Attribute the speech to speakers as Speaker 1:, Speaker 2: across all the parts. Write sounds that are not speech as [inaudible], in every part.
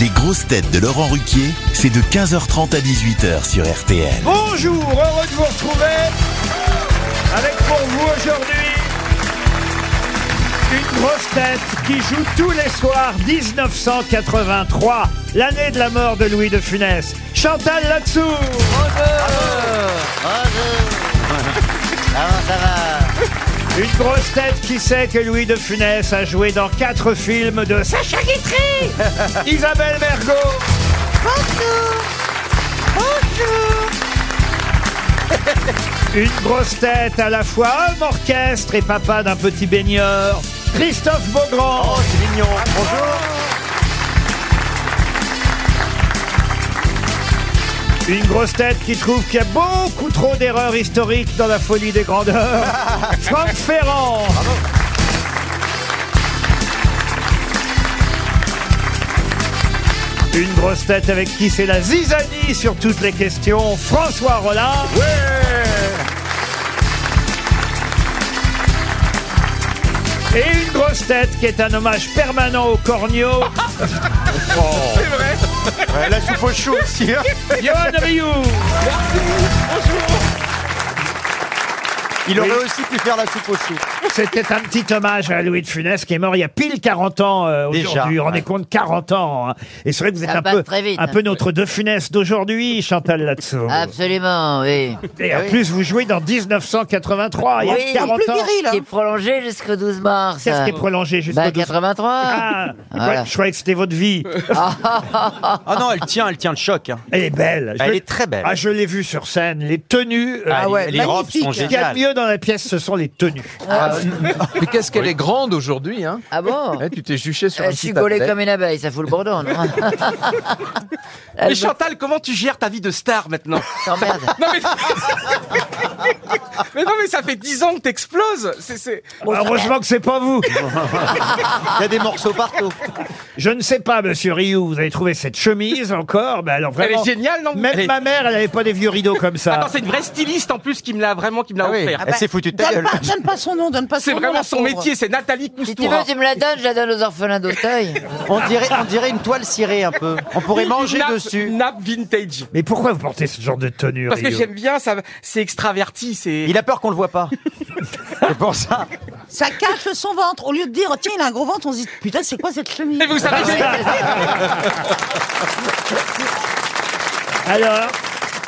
Speaker 1: Les grosses têtes de Laurent Ruquier, c'est de 15h30 à 18h sur RTL.
Speaker 2: Bonjour, heureux de vous retrouver avec pour vous aujourd'hui une grosse tête qui joue tous les soirs 1983, l'année de la mort de Louis de Funès. Chantal Latsou
Speaker 3: Ah,
Speaker 2: Une grosse tête qui sait que Louis de Funès a joué dans quatre films de Sacha
Speaker 4: [laughs]
Speaker 2: Guitry Isabelle Mergot Une grosse tête à la fois homme orchestre et papa d'un petit baigneur, Christophe Beaugrand. Oh, c'est mignon. Bonjour. Une grosse tête qui trouve qu'il y a beaucoup trop d'erreurs historiques dans la folie des [laughs] grandeurs, Franck Ferrand. Une grosse tête avec qui c'est la zizanie sur toutes les questions, François Rollin. Et une grosse tête qui est un hommage permanent au
Speaker 5: [laughs]
Speaker 2: Oh. corneaux,
Speaker 5: La soupe au chou aussi. hein.
Speaker 2: Johan Rioux.
Speaker 5: Il aurait aussi pu faire la soupe au chou.
Speaker 2: C'était un petit hommage à Louis de Funès qui est mort il y a pile 40 ans euh,
Speaker 5: Déjà,
Speaker 2: aujourd'hui. On
Speaker 5: ouais.
Speaker 2: est compte 40 ans. hein. Et c'est vrai que vous êtes
Speaker 3: Ça
Speaker 2: un
Speaker 3: passe
Speaker 2: peu,
Speaker 3: très vite. hein. Ah
Speaker 2: un peu notre de Funès d'aujourd'hui, Chantal Latsou.
Speaker 5: Eh
Speaker 3: Absolument,
Speaker 5: ben,
Speaker 3: oui.
Speaker 2: [laughs]
Speaker 5: Ah
Speaker 2: Et en plus, vous jouez dans 1983, il y a
Speaker 3: Oui,
Speaker 2: 40 ans.
Speaker 3: Qui est prolongé jusqu'au 12 mars.
Speaker 2: Qu'est-ce hein. qui
Speaker 3: [laughs]
Speaker 2: est prolongé jusqu'au
Speaker 3: Bah,
Speaker 2: 12
Speaker 3: 83.
Speaker 2: Ah,
Speaker 3: Voilà.
Speaker 5: [laughs]
Speaker 2: ouais, Je croyais que c'était votre vie.
Speaker 5: [laughs] Ah non, elle tient, elle tient le choc. hein.
Speaker 2: Elle est belle. Je-
Speaker 5: Elle est très belle.
Speaker 2: Ah, je l'ai vue sur scène. Les tenues. euh,
Speaker 5: Ah ouais, les robes sont
Speaker 2: Ce qu'il y a de
Speaker 5: géniales.
Speaker 2: mieux dans la pièce, ce sont les tenues.
Speaker 6: Ah, Mais qu'est-ce qu'elle est grande aujourd'hui, hein
Speaker 3: Ah bon
Speaker 6: Eh, Tu t'es juché sur
Speaker 3: Euh,
Speaker 6: un
Speaker 3: Je suis
Speaker 6: petit
Speaker 3: gaulé
Speaker 6: athlète.
Speaker 3: comme une abeille, ça fout le bourdon, non
Speaker 7: Mais
Speaker 3: Elle me-
Speaker 7: Chantal, comment tu gères ta vie de star
Speaker 5: [laughs]
Speaker 7: maintenant
Speaker 3: t'emmerde.
Speaker 7: Non mais... [laughs] mais non mais ça fait 10 ans que t'exploses. C'est c'est
Speaker 2: Heureusement que c'est pas vous.
Speaker 5: [laughs] Il y a des morceaux partout.
Speaker 2: Je ne sais pas, monsieur Rioux, vous avez trouvé cette chemise encore. Mais alors
Speaker 7: elle
Speaker 2: vraiment,
Speaker 7: est géniale non
Speaker 2: Même
Speaker 7: Elle est-
Speaker 2: ma mère, elle n'avait pas des vieux rideaux comme ça.
Speaker 7: Attends, c'est une vraie styliste en plus qui me l'a vraiment qui me l'a
Speaker 5: Ah oui.
Speaker 7: offert.
Speaker 5: Elle s'est foutue de ta
Speaker 8: Donne
Speaker 5: gueule.
Speaker 8: pas, donne pas son nom, donne pas son
Speaker 7: C'est
Speaker 8: nom.
Speaker 7: vraiment
Speaker 8: la
Speaker 7: son
Speaker 8: pauvre.
Speaker 7: métier, c'est Nathalie
Speaker 3: Si tu veux,
Speaker 7: Coustoura.
Speaker 3: tu me la donnes, je la donne aux orphelins d'Auteuil.
Speaker 5: On dirait, on dirait une toile cirée un peu. On pourrait manger
Speaker 7: nappe,
Speaker 5: dessus.
Speaker 7: Nappe vintage.
Speaker 2: Mais pourquoi vous portez ce genre de tenue
Speaker 7: Parce que
Speaker 2: Rio
Speaker 7: j'aime bien ça, c'est extraverti, c'est.
Speaker 5: Il a peur qu'on le voit
Speaker 7: [laughs]
Speaker 5: pas. C'est pour ça.
Speaker 8: Ça cache son ventre. Au lieu de dire, tiens, il a un gros ventre, on se dit, putain, c'est quoi cette chemise Ah,
Speaker 7: Et vous savez, j'ai-
Speaker 2: Alors,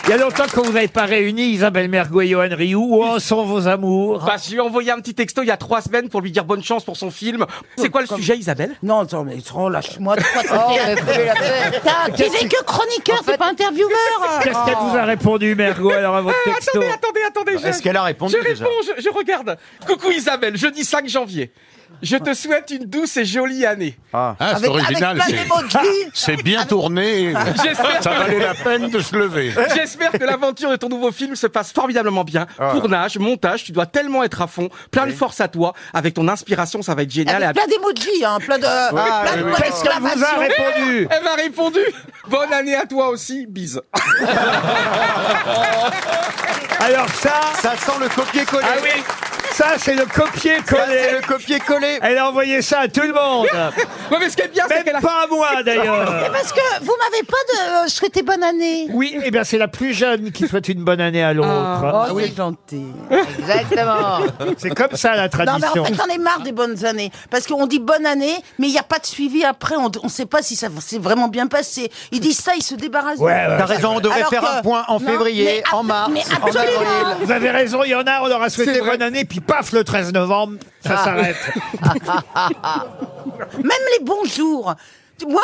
Speaker 2: il y a longtemps qu'on vous avait pas réunis, Isabelle Mergo et Johan Rioux. Où en sont vos amours
Speaker 7: Bah, je lui ai envoyé un petit texto il y a trois semaines pour lui dire bonne chance pour son film. C'est quoi le sujet, Isabelle
Speaker 8: Oh, Non, attends, mais attends, lâche-moi. de
Speaker 7: [laughs]
Speaker 8: quoi ça
Speaker 3: Oh,
Speaker 8: fait
Speaker 3: mais fais la paix.
Speaker 8: Putain, tu n'es que chroniqueur, t'es pas intervieweur. Ah.
Speaker 2: Qu'est-ce qu'elle vous a répondu, Mergo, alors à votre
Speaker 7: Oh. Euh,
Speaker 2: texto
Speaker 7: Attendez, attendez, attendez. je-
Speaker 5: Bah, Est-ce qu'elle a répondu
Speaker 7: Je
Speaker 5: déjà
Speaker 7: réponds, je, je regarde. Coucou Isabelle, jeudi 5 janvier. Je te souhaite une douce et jolie année.
Speaker 9: Ah, c'est
Speaker 8: Avec-
Speaker 9: original.
Speaker 8: Avec plein
Speaker 9: c'est-
Speaker 8: d'émojis.
Speaker 9: [laughs] C'est bien tourné. et
Speaker 7: J'espère
Speaker 9: Ça
Speaker 7: que,
Speaker 9: valait la peine de se lever.
Speaker 7: j'espère que l'aventure de ton nouveau film se passe formidablement bien.
Speaker 5: Ah.
Speaker 7: Tournage, montage, tu dois tellement être à fond. Plein de force à toi. Avec ton inspiration, ça va être génial.
Speaker 8: Avec
Speaker 7: Et
Speaker 8: plein d'émojis, hein, plein de.
Speaker 5: Ah,
Speaker 8: plein de points
Speaker 2: Qu'est-ce qu'elle vous a
Speaker 8: d'exclamation.
Speaker 2: répondu
Speaker 7: Eh, Elle m'a répondu Bonne année à toi aussi,
Speaker 5: [laughs]
Speaker 7: bise.
Speaker 2: Alors ça,
Speaker 5: Ça sent le copier-coller.
Speaker 2: ah oui, ça c'est le
Speaker 5: Ça, c'est
Speaker 2: copier-coller.
Speaker 5: le copier-coller.
Speaker 2: Elle a envoyé ça à tout le monde.
Speaker 7: Ouais, mais ce qui est bien, Ah, c'est qu'elle
Speaker 2: Même
Speaker 7: a.
Speaker 2: pas à moi
Speaker 7: [laughs]
Speaker 2: d'ailleurs.
Speaker 8: Eh, Parce que vous m'avez pas de, euh, souhaité bonne année. Ah.
Speaker 2: Oui, eh bien c'est la plus jeune qui souhaite une bonne année à
Speaker 5: Ah
Speaker 2: l'autre.
Speaker 8: Oh,
Speaker 2: Ah.
Speaker 8: c'est gentil.
Speaker 3: Exactement.
Speaker 2: C'est comme ça la
Speaker 8: Non, mais en
Speaker 2: tradition.
Speaker 8: fait, j'en ai marre des bonnes années. Parce qu'on dit bonne année, mais il n'y a pas de suivi après. On ne sait pas si ça s'est vraiment bien passé. Ils disent ça, ils se débarrassent.
Speaker 2: Ouais, ouais.
Speaker 5: T'as raison, on devrait
Speaker 8: Alors
Speaker 5: faire
Speaker 8: que-
Speaker 5: un point en
Speaker 8: Non,
Speaker 5: février,
Speaker 8: mais
Speaker 5: en
Speaker 8: abso-
Speaker 5: mars,
Speaker 8: mais
Speaker 5: en avril.
Speaker 8: absolument.
Speaker 2: Vous avez raison, il y en a, on leur a souhaité bonne année, puis paf, le 13 novembre, ça
Speaker 5: Ah.
Speaker 2: s'arrête.
Speaker 5: [laughs]
Speaker 8: [laughs] Même les bons jours. Moi,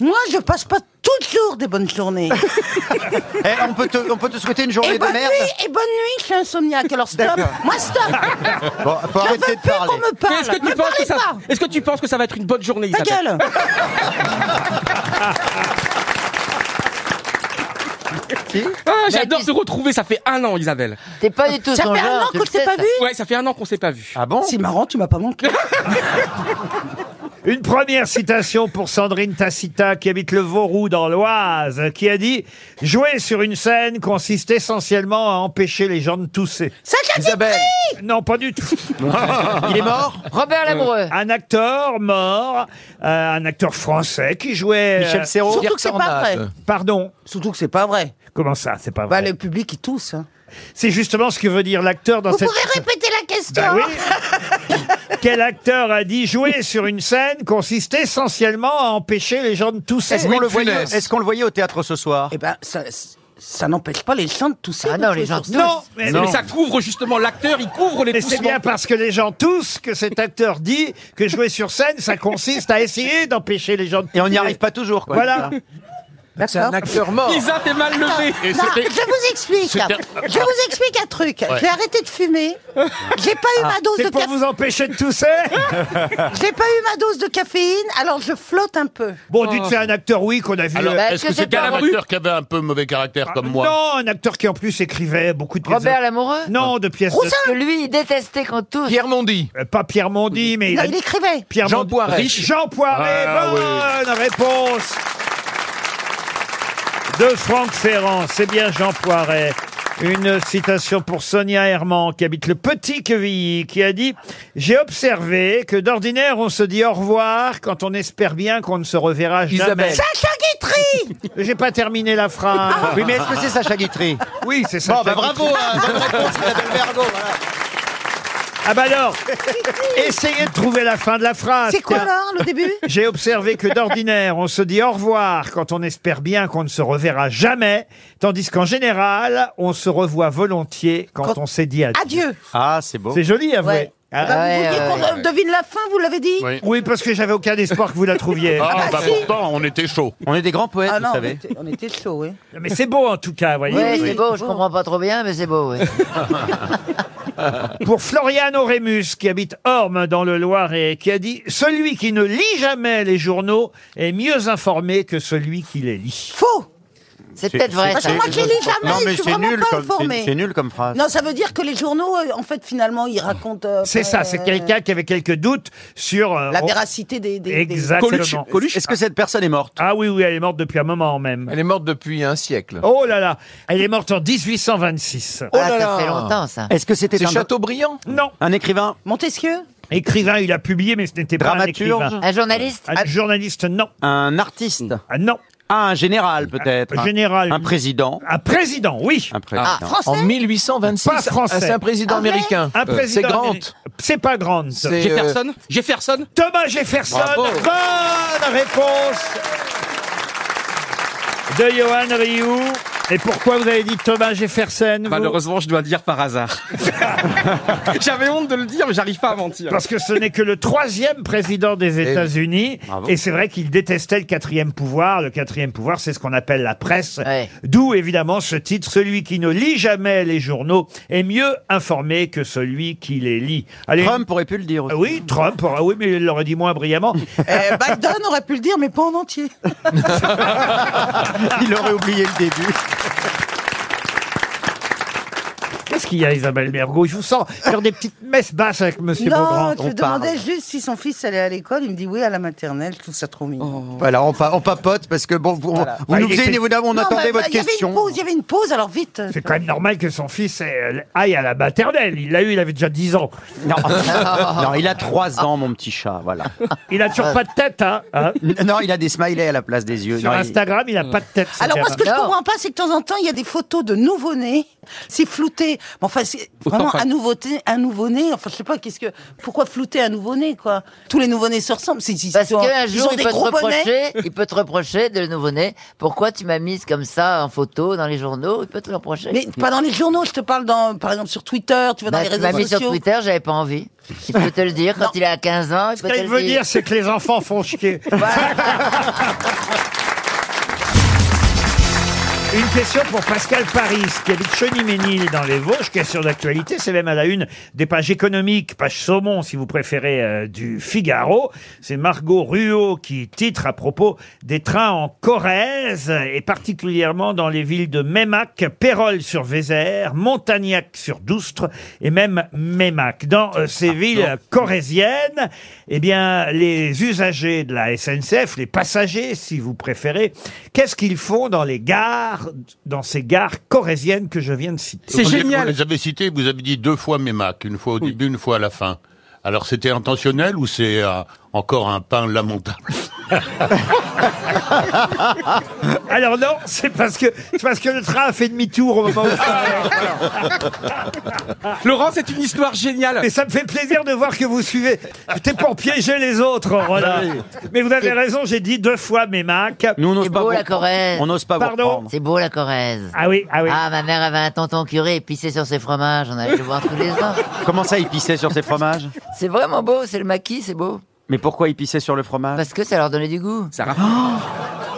Speaker 8: moi, je passe pas toujours des bonnes journées.
Speaker 5: [laughs] Eh, on, peut te, on peut te souhaiter une journée
Speaker 8: Et
Speaker 5: de
Speaker 8: bonne
Speaker 5: merde.
Speaker 8: nuit, et bonne nuit, je suis insomniaque. Alors stop, moi stop.
Speaker 5: [laughs] Bon, faut
Speaker 8: Je veux
Speaker 5: arrêter de
Speaker 8: plus qu'on
Speaker 5: parler.
Speaker 8: me
Speaker 7: Mais
Speaker 8: parle.
Speaker 7: Est-ce que, tu penses
Speaker 8: Me
Speaker 7: que
Speaker 8: parlez
Speaker 7: ça...
Speaker 8: pas.
Speaker 7: est-ce que tu penses que ça va être une bonne journée,
Speaker 8: Ta
Speaker 7: Isabelle [laughs]
Speaker 8: gueule.
Speaker 7: Ah, J'adore
Speaker 3: Mais-
Speaker 7: te retrouver, ça fait un an, Isabelle.
Speaker 3: T'es pas du tout
Speaker 8: Ça
Speaker 3: son
Speaker 8: fait un
Speaker 3: genre.
Speaker 8: an
Speaker 3: tu
Speaker 8: qu'on
Speaker 3: le
Speaker 8: s'est
Speaker 3: sais,
Speaker 8: pas
Speaker 3: ça.
Speaker 8: vu.
Speaker 7: Ouais, ça fait un an qu'on s'est pas vu.
Speaker 5: Ah bon
Speaker 8: C'est marrant, tu m'as pas manqué.
Speaker 2: Une première citation pour Sandrine Tacita, qui habite le Vauroux dans l'Oise, qui a dit « Jouer sur une scène consiste essentiellement à empêcher les gens de tousser.
Speaker 8: Sacha
Speaker 6: Isabelle,
Speaker 2: Non, pas du tout. Euh,
Speaker 5: Il est mort
Speaker 3: Robert Lamoureux.
Speaker 2: Un acteur mort, euh, un acteur français qui jouait... euh,
Speaker 5: Michel Serrault
Speaker 8: Surtout que c'est pas vrai.
Speaker 6: Tornade.
Speaker 2: Pardon
Speaker 8: Surtout que c'est pas vrai.
Speaker 2: Comment ça, c'est pas
Speaker 8: Bah,
Speaker 2: vrai
Speaker 8: le public, il tousse. hein.
Speaker 2: C'est justement ce que veut dire l'acteur dans cette...
Speaker 8: répéter la question
Speaker 2: Bah oui. Quel acteur a dit jouer sur une scène consiste essentiellement à empêcher les gens de tousser
Speaker 5: Est-ce qu'on le,
Speaker 6: Louis de
Speaker 5: voyait-
Speaker 6: Funès.
Speaker 5: est-ce qu'on le voyait au théâtre ce soir
Speaker 8: Eh ben, ça, ça n'empêche pas les gens de tousser.
Speaker 3: Ah non, les gens
Speaker 8: Non,
Speaker 2: Non, mais,
Speaker 7: Mais ça couvre justement l'acteur, il couvre les
Speaker 2: mais c'est
Speaker 7: toussements.
Speaker 2: bien parce que les gens toussent que cet acteur dit que jouer sur scène, ça consiste à essayer d'empêcher les gens de
Speaker 5: Et on n'y
Speaker 2: tousser.
Speaker 5: arrive pas toujours. Quoi.
Speaker 2: Voilà.
Speaker 6: C'est un acteur mort.
Speaker 7: Isa, t'es mal levé.
Speaker 8: Non, Ah, je vous explique. Je vous explique un truc. J'ai arrêté de fumer. J'ai pas
Speaker 5: Ah.
Speaker 8: eu ma dose de
Speaker 2: Ah, C'est pour
Speaker 8: café.
Speaker 2: vous empêcher de tousser
Speaker 8: [laughs] J'ai pas eu ma dose de caféine, alors je flotte un peu.
Speaker 2: Bon, dites c'est un acteur, oui, qu'on a vu.
Speaker 9: Alors,
Speaker 2: euh,
Speaker 3: Bah,
Speaker 9: est-ce que
Speaker 3: est-ce que c'est
Speaker 9: c'était un
Speaker 3: pas
Speaker 9: acteur qui avait un peu mauvais caractère comme moi
Speaker 2: Non, un acteur qui en plus écrivait beaucoup de pièces.
Speaker 3: Robert Lamoureux.
Speaker 2: Non, de pièces. de-
Speaker 3: Parce que lui, il détestait qu'on tousse.
Speaker 6: Pierre Mondi.
Speaker 2: Euh, Pas Pierre Mondi, mais il
Speaker 8: Non,
Speaker 2: a-
Speaker 8: il écrivait.
Speaker 2: Pierre
Speaker 6: Jean
Speaker 2: Mondi-
Speaker 6: Poiret.
Speaker 2: Riche. Jean Poiret,
Speaker 9: Ah,
Speaker 2: bonne réponse de Franck Ferrand. C'est bien Jean Poiret. Une citation pour Sonia Herman, qui habite le Petit Quevilly, qui a dit « J'ai observé que d'ordinaire, on se dit au revoir quand on espère bien qu'on ne se reverra jamais.
Speaker 6: Isabelle.
Speaker 8: Sacha Guitry
Speaker 2: J'ai pas terminé la phrase.
Speaker 5: Ah. Oui, mais est-ce que c'est Sacha [laughs] Guitry
Speaker 2: Oui, c'est ça.
Speaker 5: Bon, bah bravo, hein, bonne réponse, Isabelle hein. Vergo. [laughs] Voilà.
Speaker 2: Ah bah alors, essayez de trouver la fin de la phrase.
Speaker 8: C'est quoi
Speaker 2: tiens.
Speaker 8: alors, le début
Speaker 2: J'ai observé que d'ordinaire, on se dit au revoir quand on espère bien qu'on ne se reverra jamais, tandis qu'en général, on se revoit volontiers quand,
Speaker 8: Quand-
Speaker 2: on s'est dit adieu.
Speaker 8: Adieu.
Speaker 5: Ah, c'est beau.
Speaker 2: C'est joli, avouez.
Speaker 3: Ouais.
Speaker 2: Ah,
Speaker 8: Bah, vous
Speaker 3: ouais,
Speaker 8: vouliez
Speaker 3: ouais,
Speaker 8: qu'on devine la fin, vous l'avez dit
Speaker 9: Oui.
Speaker 2: oui, parce que j'avais aucun espoir que vous la trouviez.
Speaker 9: Ah, bah pourtant, on était chaud.
Speaker 5: On est des grands poètes,
Speaker 8: Ah non,
Speaker 5: vous
Speaker 8: on
Speaker 5: savez.
Speaker 8: était, on était chaud, oui.
Speaker 2: Mais c'est beau en tout cas, voyez.
Speaker 3: Ouais, c'est beau, je comprends pas trop bien, mais c'est beau, ouais.
Speaker 2: [laughs] Pour Floriano Rémus, qui habite Orme dans le Loiret, qui a dit Celui qui ne lit jamais les journaux est mieux informé que celui qui les lit.
Speaker 8: Faux
Speaker 3: C'est peut-être vrai,
Speaker 8: Parce
Speaker 3: ça.
Speaker 8: que moi qui lis jamais,
Speaker 5: Non, mais
Speaker 8: je suis
Speaker 5: c'est
Speaker 8: vraiment
Speaker 5: nul,
Speaker 8: pas
Speaker 5: comme, c'est-
Speaker 8: informée.
Speaker 5: c'est nul comme phrase.
Speaker 8: Non, ça veut dire que les journaux, euh, en fait, finalement, ils racontent. euh,
Speaker 2: C'est ça,
Speaker 8: euh,
Speaker 2: c'est quelqu'un qui avait quelques doutes sur. euh,
Speaker 8: La
Speaker 2: on-
Speaker 8: véracité des. des- des-
Speaker 7: Coluche,
Speaker 2: Exactement.
Speaker 7: Coluche,
Speaker 5: Est-ce que cette personne est morte
Speaker 2: Ah oui, oui, elle est morte depuis un moment même.
Speaker 6: Elle est morte depuis un siècle. Oh
Speaker 2: Oh là là, elle est morte en 1826.
Speaker 3: Ah, ça fait longtemps, ça.
Speaker 5: Est-ce que c'était
Speaker 6: C'est
Speaker 5: un,
Speaker 6: Chateaubriand
Speaker 2: Non,
Speaker 5: un écrivain
Speaker 8: Montesquieu
Speaker 2: écrivain, il a publié, mais ce n'était pas un
Speaker 5: Dramaturge
Speaker 2: écrivain.
Speaker 3: Un journaliste
Speaker 2: Un journaliste, non.
Speaker 5: Un artiste
Speaker 2: Ah non.
Speaker 5: Ah, un général peut-être
Speaker 2: Un général.
Speaker 5: Un président
Speaker 2: Un président, oui.
Speaker 5: Un président.
Speaker 8: Ah, Français
Speaker 6: En 1826.
Speaker 2: Pas français.
Speaker 6: Ah, C'est un président
Speaker 8: Ah ouais
Speaker 6: américain.
Speaker 2: Un
Speaker 6: Euh,
Speaker 2: président.
Speaker 6: C'est Grant.
Speaker 2: américain. C'est pas Grant.
Speaker 6: C'est, euh,
Speaker 7: Jefferson Jefferson
Speaker 2: Thomas Jefferson.
Speaker 6: Bravo.
Speaker 2: Bonne réponse de Johan Rioux. Et pourquoi vous avez dit Thomas Jefferson vous
Speaker 7: Malheureusement, je dois le dire par hasard. [laughs] J'avais honte de le dire, mais j'arrive pas à mentir.
Speaker 2: Parce que ce n'est que le troisième président des États-Unis.
Speaker 5: Bravo.
Speaker 2: Et c'est vrai qu'il détestait le quatrième pouvoir. Le quatrième pouvoir, c'est ce qu'on appelle la presse.
Speaker 3: Ouais.
Speaker 2: D'où évidemment ce titre, celui qui ne lit jamais les journaux est mieux informé que celui qui les lit. Allez,
Speaker 5: Trump aurait pu le dire
Speaker 2: Ah
Speaker 5: aussi.
Speaker 2: Oui, Trump. Ah oui, mais il l'aurait dit moins
Speaker 5: [laughs]
Speaker 2: brillamment.
Speaker 8: Euh, Biden aurait pu le dire, mais pas en entier.
Speaker 5: [laughs] Il aurait oublié le début.
Speaker 2: Qu'est-ce qu'il y a, Isabelle Mergo Je vous sens faire des petites messes basses avec Monsieur
Speaker 8: non,
Speaker 2: Beaugrand.
Speaker 8: je me demandais juste si son fils allait à l'école. Il me dit oui à la maternelle. Je trouve ça trop
Speaker 3: Oh.
Speaker 8: mignon.
Speaker 5: Voilà, on, pa- on papote parce que bon, vous, vous
Speaker 2: Bah,
Speaker 5: nous
Speaker 2: il
Speaker 5: faisiez
Speaker 2: était-
Speaker 5: une- vous- on
Speaker 8: Non,
Speaker 5: attendait
Speaker 8: mais-
Speaker 5: votre
Speaker 8: il y avait une
Speaker 5: question.
Speaker 8: pause, il y avait une pause, alors vite.
Speaker 2: C'est quand même normal que son fils euh, aille à la maternelle. Il l'a eu, il avait déjà 10 ans. [laughs]
Speaker 5: Non. Non, il a trois ans, mon petit chat. Voilà.
Speaker 2: Il a toujours pas de tête, hein, hein.
Speaker 5: Non, il a des smileys à la place des yeux.
Speaker 2: Sur
Speaker 5: Non, il-
Speaker 2: Instagram, il a pas de tête. ce
Speaker 8: Alors moi,
Speaker 2: gamin.
Speaker 8: ce que je
Speaker 3: Non.
Speaker 8: comprends pas, c'est que de temps en temps, il y a des photos de nouveau-nés. C'est flouté. Mais Enfin, c'est vraiment
Speaker 7: Enfin.
Speaker 8: un nouveau-né. Un nouveau-né. Enfin, je sais pas. Qu'est-ce que Pourquoi flouter un nouveau-né, quoi Tous les nouveau-nés se ressemblent. C'est- ils
Speaker 3: Parce
Speaker 8: ont-
Speaker 3: qu'un
Speaker 8: ils
Speaker 3: jour,
Speaker 8: ont
Speaker 3: il
Speaker 8: des
Speaker 3: peut, te
Speaker 8: gros bonnets.
Speaker 3: reprocher, il peut te reprocher de le nouveau-né. Pourquoi tu m'as mise comme ça en photo dans les journaux Il peut te le reprocher.
Speaker 8: Mais pas dans les journaux, je te parle dans, par exemple sur Twitter, tu vas dans
Speaker 3: Bah,
Speaker 8: les
Speaker 3: tu m'as
Speaker 8: réseaux
Speaker 3: mis sur
Speaker 8: sociaux.
Speaker 3: Twitter, j'avais pas envie. Il peut te le dire quand il a 15 ans. Il peut
Speaker 2: Ce
Speaker 3: te
Speaker 2: qu'elle
Speaker 3: le
Speaker 2: veut dire, c'est que les enfants font chier. Une question pour Pascal Paris, qui habite Cheny-Ménil dans les Vosges. Question d'actualité, c'est même à la une des pages économiques, page saumon si vous préférez, euh, du Figaro. C'est Margot Ruot qui titre à propos des trains en Corrèze, et particulièrement dans les villes de Mémac, Pérol-sur-Vézère, Montagnac-sur-Doustre et même Mémac. Dans euh, ces villes corréziennes, eh bien, les usagers de la SNCF, les passagers, si vous préférez, qu'est-ce qu'ils font dans les gares, dans ces gares corréziennes que je viens de citer
Speaker 7: C'est
Speaker 9: Vous les-
Speaker 7: génial.
Speaker 9: Vous les avez cités, vous avez dit deux fois Mémac, une fois au début, une fois à la fin. Alors c'était intentionnel ou c'est euh, encore un pain lamentable
Speaker 2: [laughs] Alors non, c'est parce que c'est parce que le train a fait demi-tour au moment où.
Speaker 7: Laurent, c'est une histoire géniale.
Speaker 2: Mais ça me fait plaisir de voir que vous suivez. C'était pour piéger les autres, voilà. Mais vous avez raison, j'ai dit deux fois Mémac.
Speaker 5: Nous, on n'ose
Speaker 3: C'est
Speaker 5: pas
Speaker 3: beau
Speaker 5: vous-
Speaker 3: la Corrèze.
Speaker 5: On n'ose pas vous
Speaker 2: Pardon
Speaker 5: reprendre.
Speaker 3: C'est beau la Corrèze.
Speaker 2: Ah oui, ah oui.
Speaker 3: Ah, ma mère avait un tonton curé et pissait sur ses fromages. On allait le voir tous les ans.
Speaker 5: Comment ça, il pissait sur ses fromages
Speaker 3: C'est vraiment beau, c'est le maquis, c'est beau.
Speaker 5: Mais pourquoi il pissait sur le fromage
Speaker 3: Parce que ça leur donnait du goût.
Speaker 7: Ça raff-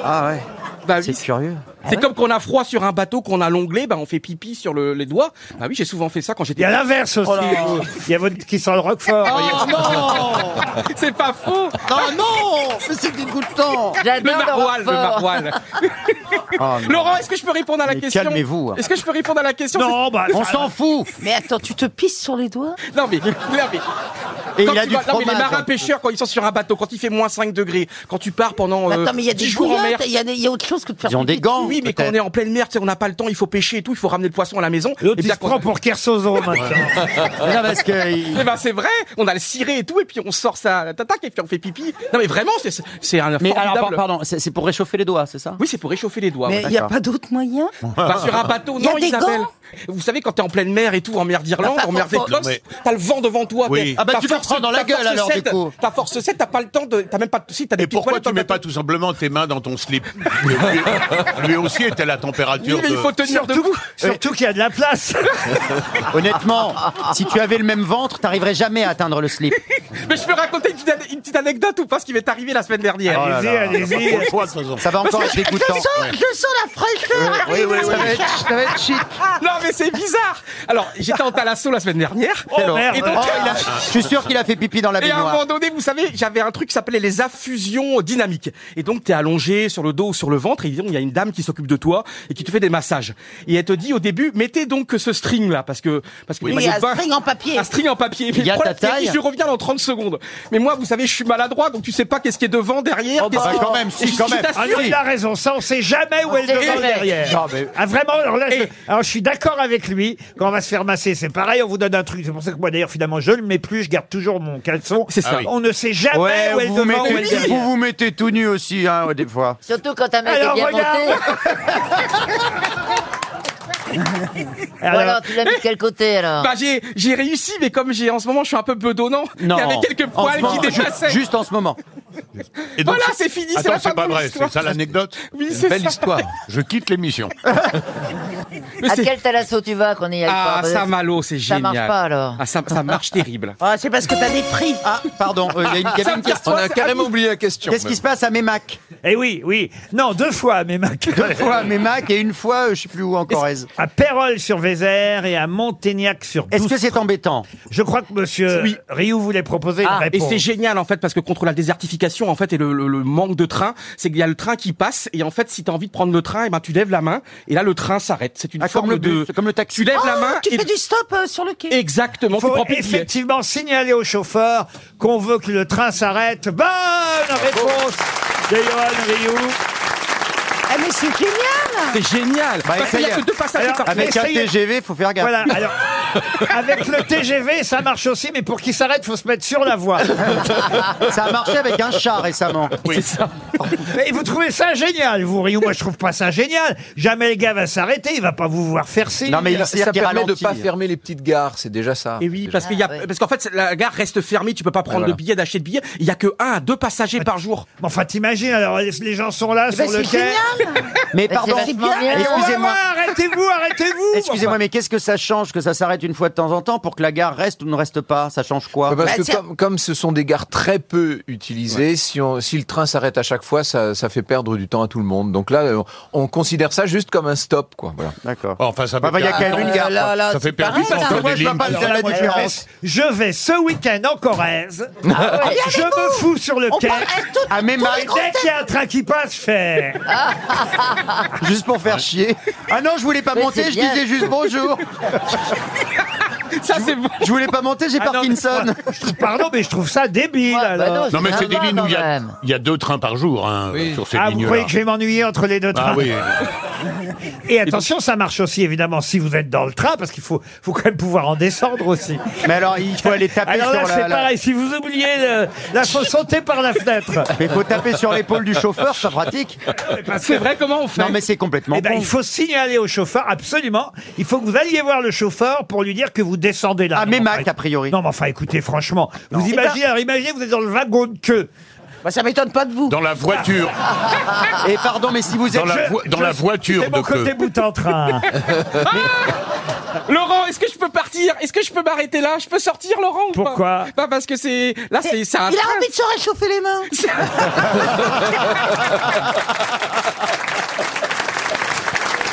Speaker 5: Ah ouais,
Speaker 7: Bah oui,
Speaker 5: c'est
Speaker 7: c'est
Speaker 5: curieux.
Speaker 7: comme qu'on a froid sur un bateau, qu'on a l'onglet, bah on fait pipi sur le- les doigts. Bah oui, j'ai souvent fait ça quand
Speaker 2: Il y
Speaker 7: j'étais.
Speaker 2: a l'inverse
Speaker 5: Oh
Speaker 2: aussi. Il y a votre qui sent le
Speaker 4: Ah,
Speaker 2: Roquefort.
Speaker 7: Oh,
Speaker 4: [laughs]
Speaker 7: C'est pas faux. Le
Speaker 3: J'adore le
Speaker 7: maroilles, le
Speaker 3: Roquefort.
Speaker 7: maroilles.
Speaker 5: [laughs] Oh, non.
Speaker 7: Laurent, est-ce que je peux répondre à la
Speaker 5: Mais
Speaker 7: question
Speaker 5: calmez-vous.
Speaker 7: Est-ce que je peux répondre à la question
Speaker 2: Non, bah,
Speaker 5: On
Speaker 2: ça-
Speaker 5: s'en fout
Speaker 8: Mais attends, tu te pisses sur les doigts
Speaker 7: C'est- Non mais, non mais.
Speaker 5: Et
Speaker 7: quand
Speaker 5: il a
Speaker 7: tu
Speaker 5: du
Speaker 7: vas- non, mais
Speaker 5: fromage. hein.
Speaker 7: les marins pêcheurs, quand ils sont sur un bateau, quand il fait moins 5 degrés, quand tu pars pendant euh,
Speaker 8: Bah, Attends, mais il y a
Speaker 7: 10
Speaker 8: des
Speaker 7: jours en mer.
Speaker 8: couillottes, il y, a des- il y a autre chose que de faire
Speaker 5: Ils ont
Speaker 8: pipi
Speaker 5: des gants.
Speaker 7: Oui, mais quand on est en pleine mer, tu sais, on n'a pas le temps, il faut pêcher et tout, il faut ramener le poisson à la maison.
Speaker 2: L'autre
Speaker 7: Et
Speaker 2: il
Speaker 7: bien
Speaker 2: se prend
Speaker 7: qu'on-
Speaker 2: pour Kersozo maintenant.
Speaker 5: Mais non, parce que
Speaker 7: Eh
Speaker 5: il-
Speaker 7: ben c'est vrai, on a le ciré et tout, et puis on sort ça, tatac, et puis on fait pipi. Non mais vraiment, c'est- c'est c'est un
Speaker 5: Mais alors,
Speaker 7: formidable.
Speaker 5: par- pardon, c'est c'est pour réchauffer les doigts, c'est ça
Speaker 7: Oui, c'est pour réchauffer les doigts.
Speaker 8: Mais
Speaker 7: ouais.
Speaker 8: il n'y a pas d'autre moyen
Speaker 7: Bah,
Speaker 5: Ah.
Speaker 7: sur un bateau,
Speaker 8: Y a
Speaker 7: non,
Speaker 8: des
Speaker 7: Isabelle.
Speaker 8: gants
Speaker 7: Vous savez, quand t'es en pleine mer et tout, en mer d'Irlande,
Speaker 8: Bah,
Speaker 7: en mer
Speaker 8: faut- faut-
Speaker 7: d'Écosse,
Speaker 9: Non, mais-
Speaker 7: t'as le vent devant toi.
Speaker 9: Oui.
Speaker 7: t'es-
Speaker 5: Ah bah,
Speaker 7: ta
Speaker 5: tu te
Speaker 7: force-
Speaker 5: prends dans la
Speaker 7: ta
Speaker 5: gueule,
Speaker 7: force
Speaker 5: alors, du
Speaker 7: 7,
Speaker 5: coup.
Speaker 7: Ta force 7, t'as pas le temps de, t'as même pas, si t'as des
Speaker 9: Et
Speaker 7: petites
Speaker 9: pourquoi
Speaker 7: toilettes
Speaker 9: tu
Speaker 7: dans
Speaker 9: mets
Speaker 7: le
Speaker 9: pas
Speaker 7: bateau.
Speaker 9: tout simplement tes mains dans
Speaker 7: [laughs]
Speaker 9: ton slip lui, lui aussi était à la température
Speaker 7: Oui, mais il faut
Speaker 9: de...
Speaker 7: tenir
Speaker 2: Surtout,
Speaker 7: debout.
Speaker 5: [laughs]
Speaker 2: surtout qu'il y a de la place.
Speaker 5: Honnêtement, si tu avais le même ventre, t'arriverais jamais à atteindre le slip.
Speaker 7: [laughs] Mais je peux raconter une petite, ane- une petite anecdote ou pas ce qui m'est arrivé la semaine dernière.
Speaker 2: allez-y, allez-y.
Speaker 9: Faut le choix, de toute façon.
Speaker 5: Ça va encore être dégoûtant.
Speaker 8: Je sens
Speaker 7: Euh,
Speaker 8: la fraîcheur
Speaker 5: Oui, oui, ça va être, ça va être chic.
Speaker 7: [laughs] Non, mais c'est bizarre. Alors, j'étais en Talasso la semaine dernière.
Speaker 2: Oh merde.
Speaker 7: Et donc,
Speaker 5: Oh, il a- Je suis sûr qu'il a fait pipi dans la
Speaker 7: Et à un moment
Speaker 5: baignoire.
Speaker 7: donné, vous savez, j'avais un truc qui s'appelait les affusions dynamiques. Et donc, t'es allongé sur le dos ou sur le ventre, et disons, il y a une dame qui s'occupe de toi et qui te fait des massages. Et elle te dit au début, mettez donc ce string là, parce que parce que
Speaker 8: Oui,
Speaker 7: le
Speaker 8: un
Speaker 7: bain-
Speaker 8: string en papier.
Speaker 7: un string en papier. Mais
Speaker 5: y a
Speaker 7: le problème,
Speaker 5: ta
Speaker 7: c'est que
Speaker 5: taille
Speaker 7: Je reviens dans 30 secondes. Mais moi, vous savez, je suis maladroit, donc tu sais pas qu'est-ce qui est devant, derrière.
Speaker 5: Oh, bah,
Speaker 7: qu'est-ce qui-
Speaker 5: quand même, si,
Speaker 7: Et je-
Speaker 5: quand
Speaker 7: je
Speaker 5: même.
Speaker 2: Ah
Speaker 7: t'assure,
Speaker 2: non, il a raison, ça on sait jamais où est le
Speaker 3: sait
Speaker 2: devant
Speaker 3: jamais.
Speaker 2: derrière.
Speaker 5: Non, mais-
Speaker 2: Ah vraiment, alors là, je,
Speaker 7: Et-
Speaker 2: alors, je suis d'accord avec lui, quand on va se faire masser, c'est pareil, on vous donne un truc, c'est pour ça que moi d'ailleurs finalement je le mets plus, je garde toujours mon caleçon.
Speaker 7: C'est ça.
Speaker 9: Ah oui.
Speaker 2: On ne sait jamais où est le devant, où est le derrière.
Speaker 5: vous mettez tout nu aussi, hein, des fois.
Speaker 3: Surtout quand ta mère
Speaker 2: Alors,
Speaker 3: est bien
Speaker 2: regarde.
Speaker 3: montée. Ou
Speaker 2: Alors,
Speaker 3: alors, tu l'as mis de quel côté alors
Speaker 7: Bah, j'ai j'ai réussi, mais comme j'ai en ce moment, je suis un peu bedonnant. Il y avait quelques
Speaker 5: en
Speaker 7: poils
Speaker 5: ce moment,
Speaker 7: qui dépassaient.
Speaker 5: Juste en ce moment.
Speaker 9: Et donc,
Speaker 7: Voilà, c'est fini, c'est
Speaker 9: Attends,
Speaker 7: la fin
Speaker 9: c'est
Speaker 7: de
Speaker 9: pas
Speaker 7: mon
Speaker 9: vrai,
Speaker 7: histoire.
Speaker 9: c'est ça l'anecdote
Speaker 7: Oui, c'est
Speaker 6: Belle
Speaker 7: ça.
Speaker 6: histoire.
Speaker 9: Je quitte l'émission.
Speaker 7: Mais
Speaker 3: À
Speaker 7: c'est-
Speaker 3: quel talasso tu vas qu'on n'y aille
Speaker 7: Ah,
Speaker 3: pas
Speaker 7: Saint-Malo, c'est
Speaker 3: Ça
Speaker 7: génial.
Speaker 3: marche pas, alors.
Speaker 7: Ah, ça, ça marche terrible.
Speaker 8: Ah, C'est parce que t'as des prix
Speaker 5: Ah, pardon, euh, il
Speaker 7: [laughs]
Speaker 5: y a une, il y avait une question.
Speaker 6: On a carrément oublié la question.
Speaker 5: Qu'est-ce qui se passe à Mémac
Speaker 2: Eh oui, oui. Non, deux fois, mais ma
Speaker 5: Deux fois à Mémac et une fois, euh, je sais plus où, en Corrèze.
Speaker 2: À Pérol-sur-Vézère et à Montaignac-sur-Douce.
Speaker 5: Est-ce que c'est embêtant
Speaker 2: Je crois que Monsieur
Speaker 7: Oui.
Speaker 2: Rioux voulait proposer une
Speaker 7: Ah, et
Speaker 2: réponse.
Speaker 7: c'est génial en fait parce que contre la désertification en fait et le, le- le manque de train, c'est qu'il y a le train qui passe et en fait si t'as envie de prendre le train, et ben tu lèves la main et là le train s'arrête. C'est une
Speaker 5: Ah,
Speaker 7: forme
Speaker 5: comme le
Speaker 7: de
Speaker 5: bus, comme le taxi.
Speaker 7: Tu lèves la
Speaker 8: Ah,
Speaker 7: main
Speaker 8: Tu
Speaker 7: et
Speaker 8: fais du stop euh, sur le quai
Speaker 7: exactement.
Speaker 2: Il faut
Speaker 7: tu prends plus de billets.
Speaker 2: effectivement signaler au chauffeur qu'on veut que le train s'arrête. Bonne réponse de Johan Rioux.
Speaker 8: Ah mais c'est génial
Speaker 7: C'est génial.
Speaker 5: Bah,
Speaker 7: parce qu'il y a
Speaker 5: essaye.
Speaker 7: que deux passages
Speaker 2: Alors,
Speaker 7: par
Speaker 2: Mais
Speaker 5: Avec un
Speaker 2: essayez-
Speaker 5: TGV, faut faire gaffe.
Speaker 2: Voilà, alors, [laughs] avec le TGV, ça marche aussi, mais pour qu'il s'arrête, faut se mettre sur la voie.
Speaker 5: [laughs] [laughs] Ça a marché avec un chat récemment.
Speaker 2: Et vous trouvez ça génial, vous, Rioux Moi, je trouve pas ça génial. Jamais le gars va s'arrêter, il va pas vous voir faire signe.
Speaker 5: Non, mais il- c'est-à-dire
Speaker 6: Ça
Speaker 5: qu'il
Speaker 6: permet de
Speaker 5: ralentit.
Speaker 6: pas fermer les petites gares, c'est déjà ça.
Speaker 7: Et oui,
Speaker 6: Déjà.
Speaker 7: parce qu'il y a,
Speaker 3: Ah, ouais.
Speaker 7: parce qu'en fait la gare reste fermée, tu peux pas prendre
Speaker 2: Ah,
Speaker 6: voilà.
Speaker 7: de billets, d'acheter de billets. Il y a que un à deux passagers par jour.
Speaker 2: Mais Enfin, t'imagines, alors, les- les gens sont là,
Speaker 8: Bah,
Speaker 2: sur le
Speaker 8: C'est
Speaker 2: quai.
Speaker 8: génial
Speaker 5: Mais
Speaker 3: Mais c'est
Speaker 5: pardon,
Speaker 3: vachement bien.
Speaker 2: Et on va
Speaker 5: excusez-moi.
Speaker 2: voir, arrêtez-vous, arrêtez-vous
Speaker 5: Excusez-moi, mais qu'est-ce que ça change que ça s'arrête s'arrête une fois de temps en temps pour que la gare reste ou ne reste pas Ça change quoi
Speaker 6: Parce
Speaker 8: Bah,
Speaker 6: que
Speaker 8: c'est-
Speaker 6: comme, comme ce sont des gares très peu utilisées, si, on- si le train s'arrête à chaque fois, ça, ça fait perdre du temps à tout le monde. Donc là, on, on considère ça juste comme un stop, quoi. Voilà.
Speaker 5: D'accord.
Speaker 9: Enfin, ça
Speaker 5: Bah,
Speaker 9: fait
Speaker 5: bah, il y a
Speaker 9: perdre
Speaker 5: quand
Speaker 9: du
Speaker 2: Euh,
Speaker 5: même une
Speaker 9: temps.
Speaker 5: gare. quoi.
Speaker 9: Ça fait perdre du temps sur des lignes.
Speaker 5: pas faire la différence. Ah
Speaker 2: Je vais ce week-end en Corrèze. je me fous sur le
Speaker 8: On
Speaker 2: quai.
Speaker 8: parle eh, tout-
Speaker 9: Ah,
Speaker 5: À même
Speaker 2: Et dès qu'il y a un train qui passe, je fais.
Speaker 3: Ah.
Speaker 5: juste pour faire chier. Ah non, je voulais pas
Speaker 3: Mais
Speaker 5: monter,
Speaker 3: c'est
Speaker 5: je
Speaker 3: bien.
Speaker 5: disais
Speaker 9: [laughs]
Speaker 5: juste bonjour.
Speaker 7: Ça, c'est bon.
Speaker 5: Je voulais pas monter, j'ai
Speaker 2: Ah non,
Speaker 5: Parkinson.
Speaker 2: mais je- Pardon, mais je trouve ça débile
Speaker 3: Ouais, bah
Speaker 2: alors.
Speaker 3: non,
Speaker 9: Non, mais c'est des
Speaker 3: énorme,
Speaker 9: lignes où il y,
Speaker 3: quand
Speaker 9: a-
Speaker 3: même.
Speaker 9: il y a deux trains par jour hein,
Speaker 6: Oui.
Speaker 9: sur ces
Speaker 2: ah, vous
Speaker 9: lignes-là.
Speaker 2: croyez que je vais m'ennuyer entre les deux trains
Speaker 9: Ah oui.
Speaker 2: Et attention, ça marche aussi évidemment si vous êtes dans le train, parce qu'il faut, faut quand même pouvoir en descendre aussi.
Speaker 5: Mais alors, il faut aller taper
Speaker 2: Alors là,
Speaker 5: sur la-
Speaker 2: c'est
Speaker 5: la-
Speaker 2: pareil, si vous oubliez, le- là, faut sauter par la fenêtre.
Speaker 5: Mais faut taper sur l'épaule du chauffeur, ça pratique.
Speaker 7: C'est vrai, comment on fait
Speaker 5: Non, mais c'est complètement
Speaker 2: Eh ben,
Speaker 5: con.
Speaker 2: il faut signaler au chauffeur, absolument. Il faut que vous alliez voir le chauffeur pour lui dire que vous descendez là.
Speaker 5: Ah,
Speaker 2: Non,
Speaker 5: mais
Speaker 2: mais
Speaker 5: Mac,
Speaker 2: enfin,
Speaker 5: a priori.
Speaker 2: Non, mais enfin, écoutez, franchement, vous
Speaker 8: Eh ben-
Speaker 2: imaginez, alors imaginez, vous êtes dans le wagon de queue.
Speaker 8: Bah, ça m'étonne pas de vous.
Speaker 9: Dans la voiture.
Speaker 5: Et pardon, mais si vous êtes...
Speaker 9: Dans la, vo- dans la voiture
Speaker 2: C'est
Speaker 9: de
Speaker 2: mon
Speaker 9: queue.
Speaker 2: côté bout
Speaker 7: [laughs]
Speaker 9: [laughs]
Speaker 2: en train.
Speaker 7: Ah Laurent, est-ce que je peux partir Est-ce que je peux m'arrêter là Je peux sortir, Laurent ou pas
Speaker 2: Pourquoi
Speaker 7: Bah, Parce que c'est. Là, c'est c'est un.
Speaker 8: Eh, Il
Speaker 7: train.
Speaker 8: a envie de se réchauffer les mains.
Speaker 7: [laughs]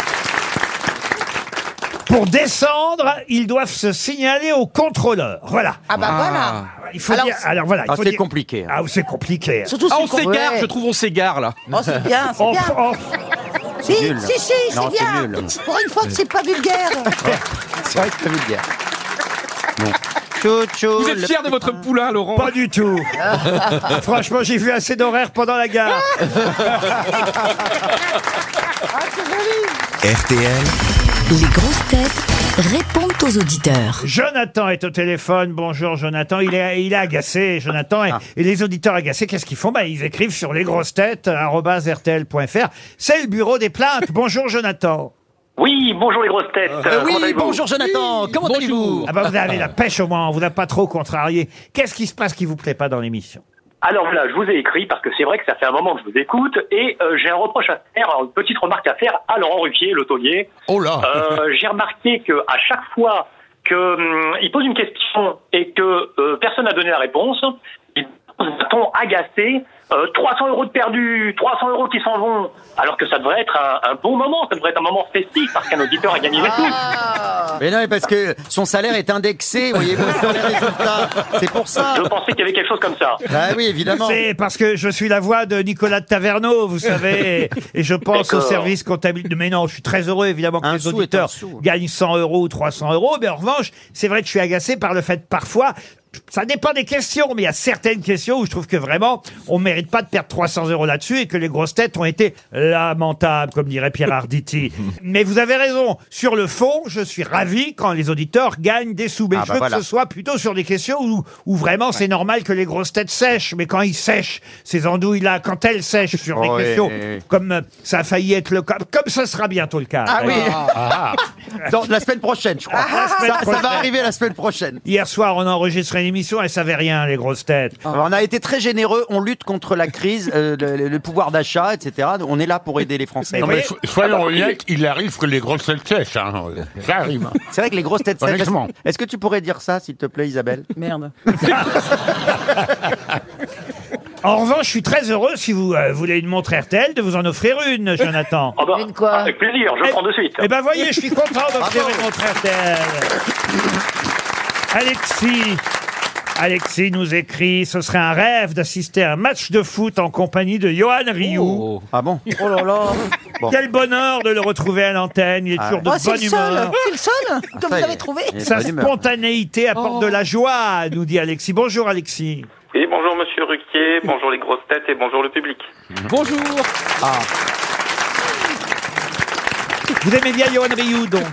Speaker 2: Ah, Pour descendre, ils doivent se signaler au contrôleur. Voilà.
Speaker 8: Ah bah voilà.
Speaker 2: Il faut
Speaker 8: Alors,
Speaker 2: dire. Alors voilà. il
Speaker 5: Ah,
Speaker 2: faut
Speaker 5: c'est
Speaker 2: dire-
Speaker 5: compliqué. hein.
Speaker 2: Ah, c'est compliqué.
Speaker 8: Surtout
Speaker 7: Ah,
Speaker 8: si
Speaker 7: on s'égare,
Speaker 3: Ouais.
Speaker 7: je trouve on s'égare là.
Speaker 8: Oh, c'est bien, c'est
Speaker 2: En-
Speaker 8: bien.
Speaker 2: en-
Speaker 8: Si,
Speaker 5: oh. nul.
Speaker 8: si, si,
Speaker 5: Non,
Speaker 8: c'est
Speaker 5: c'est
Speaker 8: bien.
Speaker 5: nul. Ah.
Speaker 8: Pour une fois que c'est pas vulgaire.
Speaker 5: C'est vrai que ça veut dire. Chouchou,
Speaker 7: Vous êtes
Speaker 5: le-
Speaker 7: fier de votre poulain, Laurent
Speaker 2: pas du
Speaker 5: [laughs]
Speaker 2: tout. Franchement, j'ai vu assez d'horaires pendant la
Speaker 5: [laughs]
Speaker 2: gare.
Speaker 1: RTL,
Speaker 10: Les grosses têtes répondent aux auditeurs.
Speaker 2: Jonathan est au téléphone. Bonjour, Jonathan. Il est, il est agacé, Jonathan.
Speaker 5: Ah.
Speaker 2: Et, et les auditeurs agacés, qu'est-ce qu'ils font bah, Ils écrivent sur lesgrossetêtes.rtl.fr. C'est le bureau des plaintes. Bonjour, Jonathan.
Speaker 11: Oui, bonjour les grosses têtes. Euh, comment
Speaker 5: Oui,
Speaker 11: allez-vous
Speaker 5: bonjour Jonathan, comment allez-vous
Speaker 2: Ah bah, vous avez la pêche au moins. On vous a pas trop contrarié. Qu'est-ce qui se passe qui vous plaît pas dans l'émission
Speaker 11: Alors voilà, je vous ai écrit parce que c'est vrai que ça fait un moment que je vous écoute et euh, j'ai un reproche à faire, une petite remarque à faire à Laurent Ruquier, le taulier.
Speaker 9: Oh là
Speaker 11: Euh, j'ai remarqué que à chaque fois que hum, il pose une question et que euh, personne n'a donné la réponse, il pose un ton agacé. euh, 300 euros de perdu, 300 euros qui s'en vont, alors que ça devrait être un, un bon moment, ça devrait être un moment festif parce qu'un auditeur a
Speaker 2: Ah.
Speaker 11: gagné des sous.
Speaker 5: Mais non, mais parce que son salaire est indexé, voyez-vous,
Speaker 9: [laughs]
Speaker 5: sur les résultats. C'est pour ça.
Speaker 11: Je pensais qu'il y avait quelque chose comme ça.
Speaker 5: Ah oui, évidemment.
Speaker 2: C'est parce que je suis la voix de Nicolas de Taverneau, vous savez, et je pense au
Speaker 11: D'accord.
Speaker 2: service comptabilité. Mais non, je suis très heureux, évidemment, que
Speaker 5: Un
Speaker 2: les
Speaker 5: sou est un
Speaker 2: auditeurs
Speaker 5: sou.
Speaker 2: gagnent 100 euros ou 300 euros. Mais en revanche, c'est vrai que je suis agacé par le fait, parfois, ça dépend des questions, mais il y a certaines questions où je trouve que vraiment, on mérite pas de perdre 300 euros là-dessus et que les grosses têtes ont été lamentables, comme dirait
Speaker 5: [laughs]
Speaker 2: Pierre Arditi. mais vous avez raison. Sur le fond, je suis ravi quand les auditeurs gagnent des sous. Mais
Speaker 5: Ah
Speaker 2: je
Speaker 5: bah
Speaker 2: veux
Speaker 5: voilà.
Speaker 2: que ce soit plutôt sur des questions où, où vraiment c'est normal que les grosses têtes sèchent, mais quand ils sèchent, ces andouilles-là, quand elles sèchent sur des
Speaker 5: Oh, oui,
Speaker 2: questions,
Speaker 5: oui, oui.
Speaker 2: comme euh, ça a failli être le cas, comme ça sera bientôt le cas.
Speaker 5: Ah oui,
Speaker 9: Ah,
Speaker 5: [laughs] Dans, la semaine prochaine, je crois.
Speaker 2: la
Speaker 4: Ah,
Speaker 2: semaine
Speaker 5: ça, ça
Speaker 2: prochaine.
Speaker 5: va arriver la semaine prochaine.
Speaker 2: Hier soir, on a enregistré une émission, elles savaient
Speaker 9: Hein,
Speaker 2: rien, les grosses têtes.
Speaker 5: Alors, on a été très généreux, on lutte contre la crise, euh, le, le- le pouvoir d'achat, etc. On est là pour aider les Français.
Speaker 2: [laughs]
Speaker 5: Ah bah,
Speaker 2: Mais
Speaker 9: Non, mais
Speaker 2: voyez- Ah, bah,
Speaker 9: so- soyons honnêtes, il arrive que les grosses têtes sèchent. hein. Ça
Speaker 2: [laughs]
Speaker 9: arrive.
Speaker 5: C'est vrai que les grosses têtes sèches-
Speaker 9: Honnêtement.
Speaker 5: Est-ce que tu pourrais dire ça, s'il te plaît, Isabelle
Speaker 8: Merde.
Speaker 2: En revanche, je suis très heureux, si vous euh, voulez une montre RTL, de vous en offrir une,
Speaker 5: [laughs]
Speaker 2: Jonathan.
Speaker 11: Ah bah,
Speaker 3: Une quoi
Speaker 11: avec plaisir, je
Speaker 2: Eh-
Speaker 11: prends de suite.
Speaker 2: Eh ben voyez, je suis content d'offrir une montre RTL. Alexis. Alexis nous écrit, ce serait un rêve d'assister à un match de foot en compagnie de Johan Rioux.
Speaker 5: Ah bon [laughs]
Speaker 8: Oh là là.
Speaker 2: Quel bonheur de le retrouver à l'antenne, il est
Speaker 5: Ah
Speaker 2: toujours de
Speaker 8: Oh, c'est
Speaker 2: bonne
Speaker 8: le seul.
Speaker 2: humeur.
Speaker 8: C'est le seul que
Speaker 5: ça
Speaker 8: vous
Speaker 5: y
Speaker 8: avez
Speaker 5: est.
Speaker 8: trouvé.
Speaker 5: Il est de
Speaker 2: Sa
Speaker 5: bonne humeur.
Speaker 2: spontanéité apporte de
Speaker 7: Oh.
Speaker 2: la joie, nous dit Alexis. Bonjour Alexis.
Speaker 11: Et bonjour Monsieur Ruquier, bonjour les grosses têtes et bonjour le public.
Speaker 5: Mhm.
Speaker 7: Bonjour
Speaker 5: Ah.
Speaker 2: Vous aimez bien Johan Rioux donc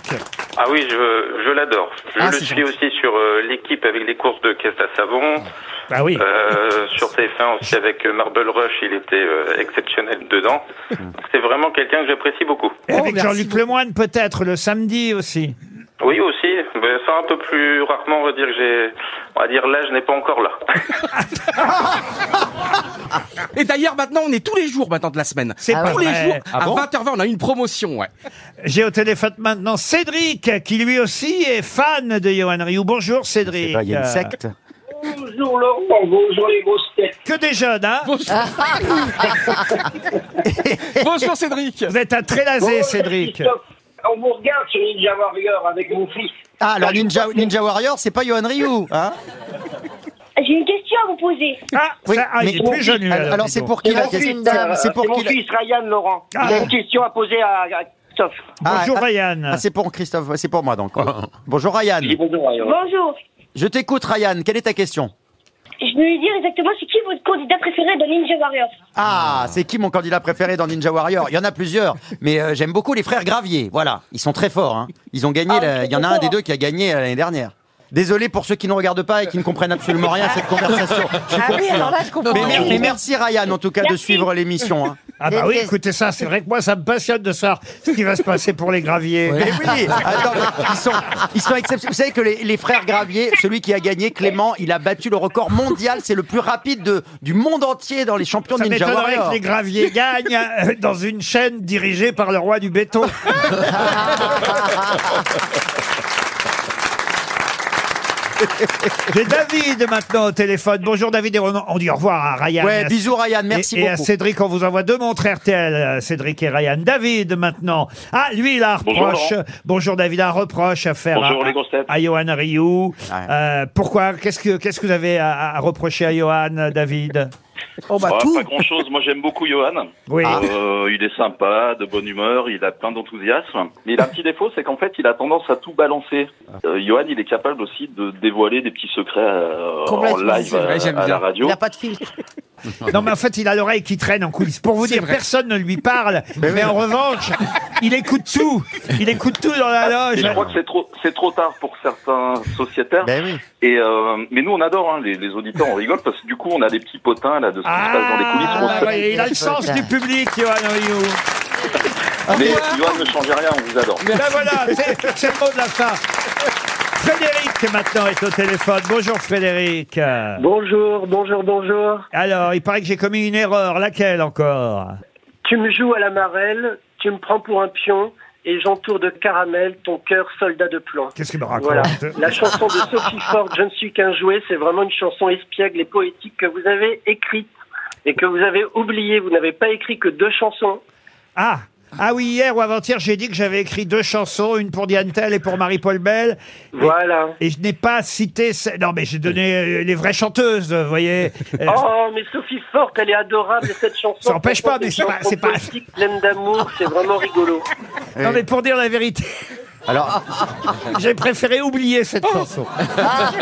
Speaker 11: Ah oui, je, je l'adore. Je
Speaker 5: Ah,
Speaker 11: le
Speaker 5: c'est
Speaker 11: suis aussi sur euh, l'équipe avec les courses de caisse à savon.
Speaker 2: Bah oui.
Speaker 11: Euh, sur TF1 aussi avec euh, Marble Rush, il était euh, exceptionnel dedans. C'est vraiment quelqu'un que j'apprécie beaucoup.
Speaker 2: Et
Speaker 7: Oh,
Speaker 2: Avec Jean-Luc Lemoyne peut-être le samedi aussi.
Speaker 11: Oui aussi, mais ça un peu plus rarement, on va dire que j'ai, on va dire là, je n'ai pas encore là.
Speaker 7: Et d'ailleurs, maintenant, on est tous les jours maintenant de la semaine.
Speaker 2: C'est pas
Speaker 7: tous les
Speaker 2: vrai.
Speaker 7: jours.
Speaker 2: Ah bon
Speaker 7: à 20h20, on a une promotion, ouais.
Speaker 2: J'ai au téléphone maintenant Cédric, qui lui aussi est fan de Johan Rioux. Bonjour Cédric.
Speaker 5: il y a une secte.
Speaker 11: Bonjour Laurent, bonjour les grosses têtes.
Speaker 2: Que des jeunes, hein
Speaker 7: [laughs] Bonjour Cédric.
Speaker 2: Vous êtes un très lasé,
Speaker 11: Bonjour,
Speaker 2: Cédric.
Speaker 11: Christophe. On vous regarde sur Ninja Warrior avec mon fils.
Speaker 5: Ah, alors Ninja, Ninja Warrior, c'est pas Yohan Ryu, hein
Speaker 12: J'ai une question à vous poser.
Speaker 2: Ah, ça, ah, il est plus jeune. lui,
Speaker 5: alors,
Speaker 2: alors,
Speaker 5: c'est
Speaker 2: dis
Speaker 5: pour
Speaker 2: donc.
Speaker 5: qui la
Speaker 11: mon fils,
Speaker 5: question
Speaker 11: euh,
Speaker 5: C'est pour
Speaker 11: mon
Speaker 5: qui la-
Speaker 11: fils Ryan Laurent.
Speaker 2: Ah.
Speaker 11: J'ai une question à poser à, à Christophe.
Speaker 5: Ah,
Speaker 2: Bonjour
Speaker 5: ah,
Speaker 2: Ryan.
Speaker 5: Ah, c'est pour Christophe, ouais, c'est
Speaker 9: [laughs]
Speaker 5: pour moi donc. Bonjour Ryan.
Speaker 11: Je dis bonjour Ryan.
Speaker 12: Bonjour.
Speaker 5: Je t'écoute Ryan, quelle est ta question
Speaker 12: Je voulais dire exactement c'est qui votre candidat préféré dans Ninja Warrior
Speaker 5: Ah, c'est qui mon candidat préféré dans Ninja Warrior Il y en a plusieurs, mais euh, j'aime beaucoup les frères Gravier. Voilà, ils sont très forts. hein. Ils ont gagné.
Speaker 12: Ah,
Speaker 5: la-
Speaker 12: ils
Speaker 5: Il y en a
Speaker 12: sont
Speaker 5: un des
Speaker 12: forts.
Speaker 5: deux qui a gagné euh, l'année dernière. Désolé pour ceux qui ne regardent pas et qui ne comprennent absolument rien à cette
Speaker 2: [laughs]
Speaker 5: conversation. Je suis
Speaker 8: Ah oui,
Speaker 5: confus,
Speaker 8: alors
Speaker 5: hein.
Speaker 8: là, je comprends.
Speaker 5: mais, mer-
Speaker 8: rien.
Speaker 5: mais merci Ryan en tout cas de
Speaker 12: Merci.
Speaker 5: suivre l'émission. hein.
Speaker 2: [laughs] Ah bah oui,
Speaker 3: Déteste.
Speaker 2: écoutez ça, c'est vrai que moi ça me passionne de savoir ce qui va se passer pour les graviers.
Speaker 5: Mais oui, attends, mais ils sont, ils sont exceptionnels. Vous savez que les, les frères Gravier, celui qui a gagné, Clément, il a battu le record mondial. C'est le plus rapide de, du monde entier dans les champions
Speaker 2: Ça
Speaker 5: Ninja
Speaker 2: m'étonnerait
Speaker 5: Warrior.
Speaker 2: que les graviers gagnent euh, dans une chaîne dirigée par le roi du
Speaker 5: [laughs]
Speaker 2: béton. J'ai David maintenant au téléphone. Bonjour David et on, on dit au revoir à Ryan. et
Speaker 5: Ouais,
Speaker 2: à-
Speaker 5: bisous Ryan,
Speaker 2: et-
Speaker 5: merci
Speaker 2: et, à
Speaker 5: beaucoup.
Speaker 2: Cédric, on vous envoie deux montres RTL, euh, Cédric et Ryan. David maintenant. Ah, lui, il a un
Speaker 11: Bonjour,
Speaker 2: reproche. Bonjour, David, un reproche à faire
Speaker 11: Bonjour,
Speaker 2: à,
Speaker 11: les grosses têtes.
Speaker 2: à Johan Rioux. Euh, pourquoi Qu'est-ce que Qu'est-ce que vous avez à, à reprocher à Johan, euh, David
Speaker 8: Oh bah
Speaker 13: Ah,
Speaker 8: tout.
Speaker 13: Pas grand chose. Moi, j'aime beaucoup Johan.
Speaker 2: Oui.
Speaker 13: Euh, il est sympa, de bonne humeur, il a plein d'enthousiasme. Mais il a un petit défaut, c'est qu'en fait, il a tendance à tout balancer. Euh, Johan, il est capable aussi de dévoiler des petits secrets euh, en
Speaker 8: Complètement,
Speaker 13: live
Speaker 8: c'est vrai,
Speaker 13: à-
Speaker 7: j'aime
Speaker 13: à
Speaker 7: bien.
Speaker 13: la radio.
Speaker 8: Il n'a pas de filtre.
Speaker 2: Non, mais en fait, il a l'oreille qui traîne en coulisses. Pour vous dire, personne ne
Speaker 8: [laughs]
Speaker 2: lui parle. Mais, en revanche, il écoute tout. Il écoute tout dans la
Speaker 11: Ah,
Speaker 13: Et
Speaker 2: loge.
Speaker 13: je crois que c'est trop, c'est trop tard pour certains sociétaires.
Speaker 5: Ben oui.
Speaker 13: Et euh, mais nous, on adore hein, les, les auditeurs, on rigole parce que du coup, on a des petits potins là de ce qui se passe dans les coulisses.
Speaker 2: Ah,
Speaker 13: On-
Speaker 2: bah, il a le sens du public, Johan Rioux.
Speaker 13: Mais Johan ne change rien, on vous adore.
Speaker 2: Ben voilà, c'est c'est le mot de la fin. Frédéric, maintenant, est au téléphone. Bonjour, Frédéric. Euh,
Speaker 11: Bonjour, bonjour, bonjour.
Speaker 2: Alors, il paraît que j'ai commis une erreur. Laquelle encore
Speaker 11: Tu me joues à la marelle, tu me prends pour un pion et j'entoure de caramel ton cœur soldat de plomb.
Speaker 2: Qu'est-ce qu'il me
Speaker 11: Voilà.
Speaker 2: raconte
Speaker 11: La chanson de Sophie Ford, Je ne suis qu'un jouet, c'est vraiment une chanson espiègle et poétique que vous avez écrite et que vous avez oubliée. Vous n'avez pas écrit que deux chansons.
Speaker 2: Ah ah oui, hier ou avant-hier, j'ai dit que j'avais écrit deux chansons, une pour Diane Tell et pour Marie-Paul Bell.
Speaker 11: Voilà.
Speaker 2: Et je n'ai pas cité. ce- Non, mais j'ai donné euh, les vraies chanteuses, vous voyez. Euh,
Speaker 11: Oh, mais Sophie Ford, elle est adorable et cette chanson.
Speaker 2: Ça empêche pas, mais c'est pas- c'est pas-
Speaker 11: poétique, pleine d'amour, c'est vraiment rigolo.
Speaker 2: Non, mais pour dire
Speaker 11: [laughs]
Speaker 2: la vérité,
Speaker 5: Alors,
Speaker 2: j'ai préféré oublier cette chanson.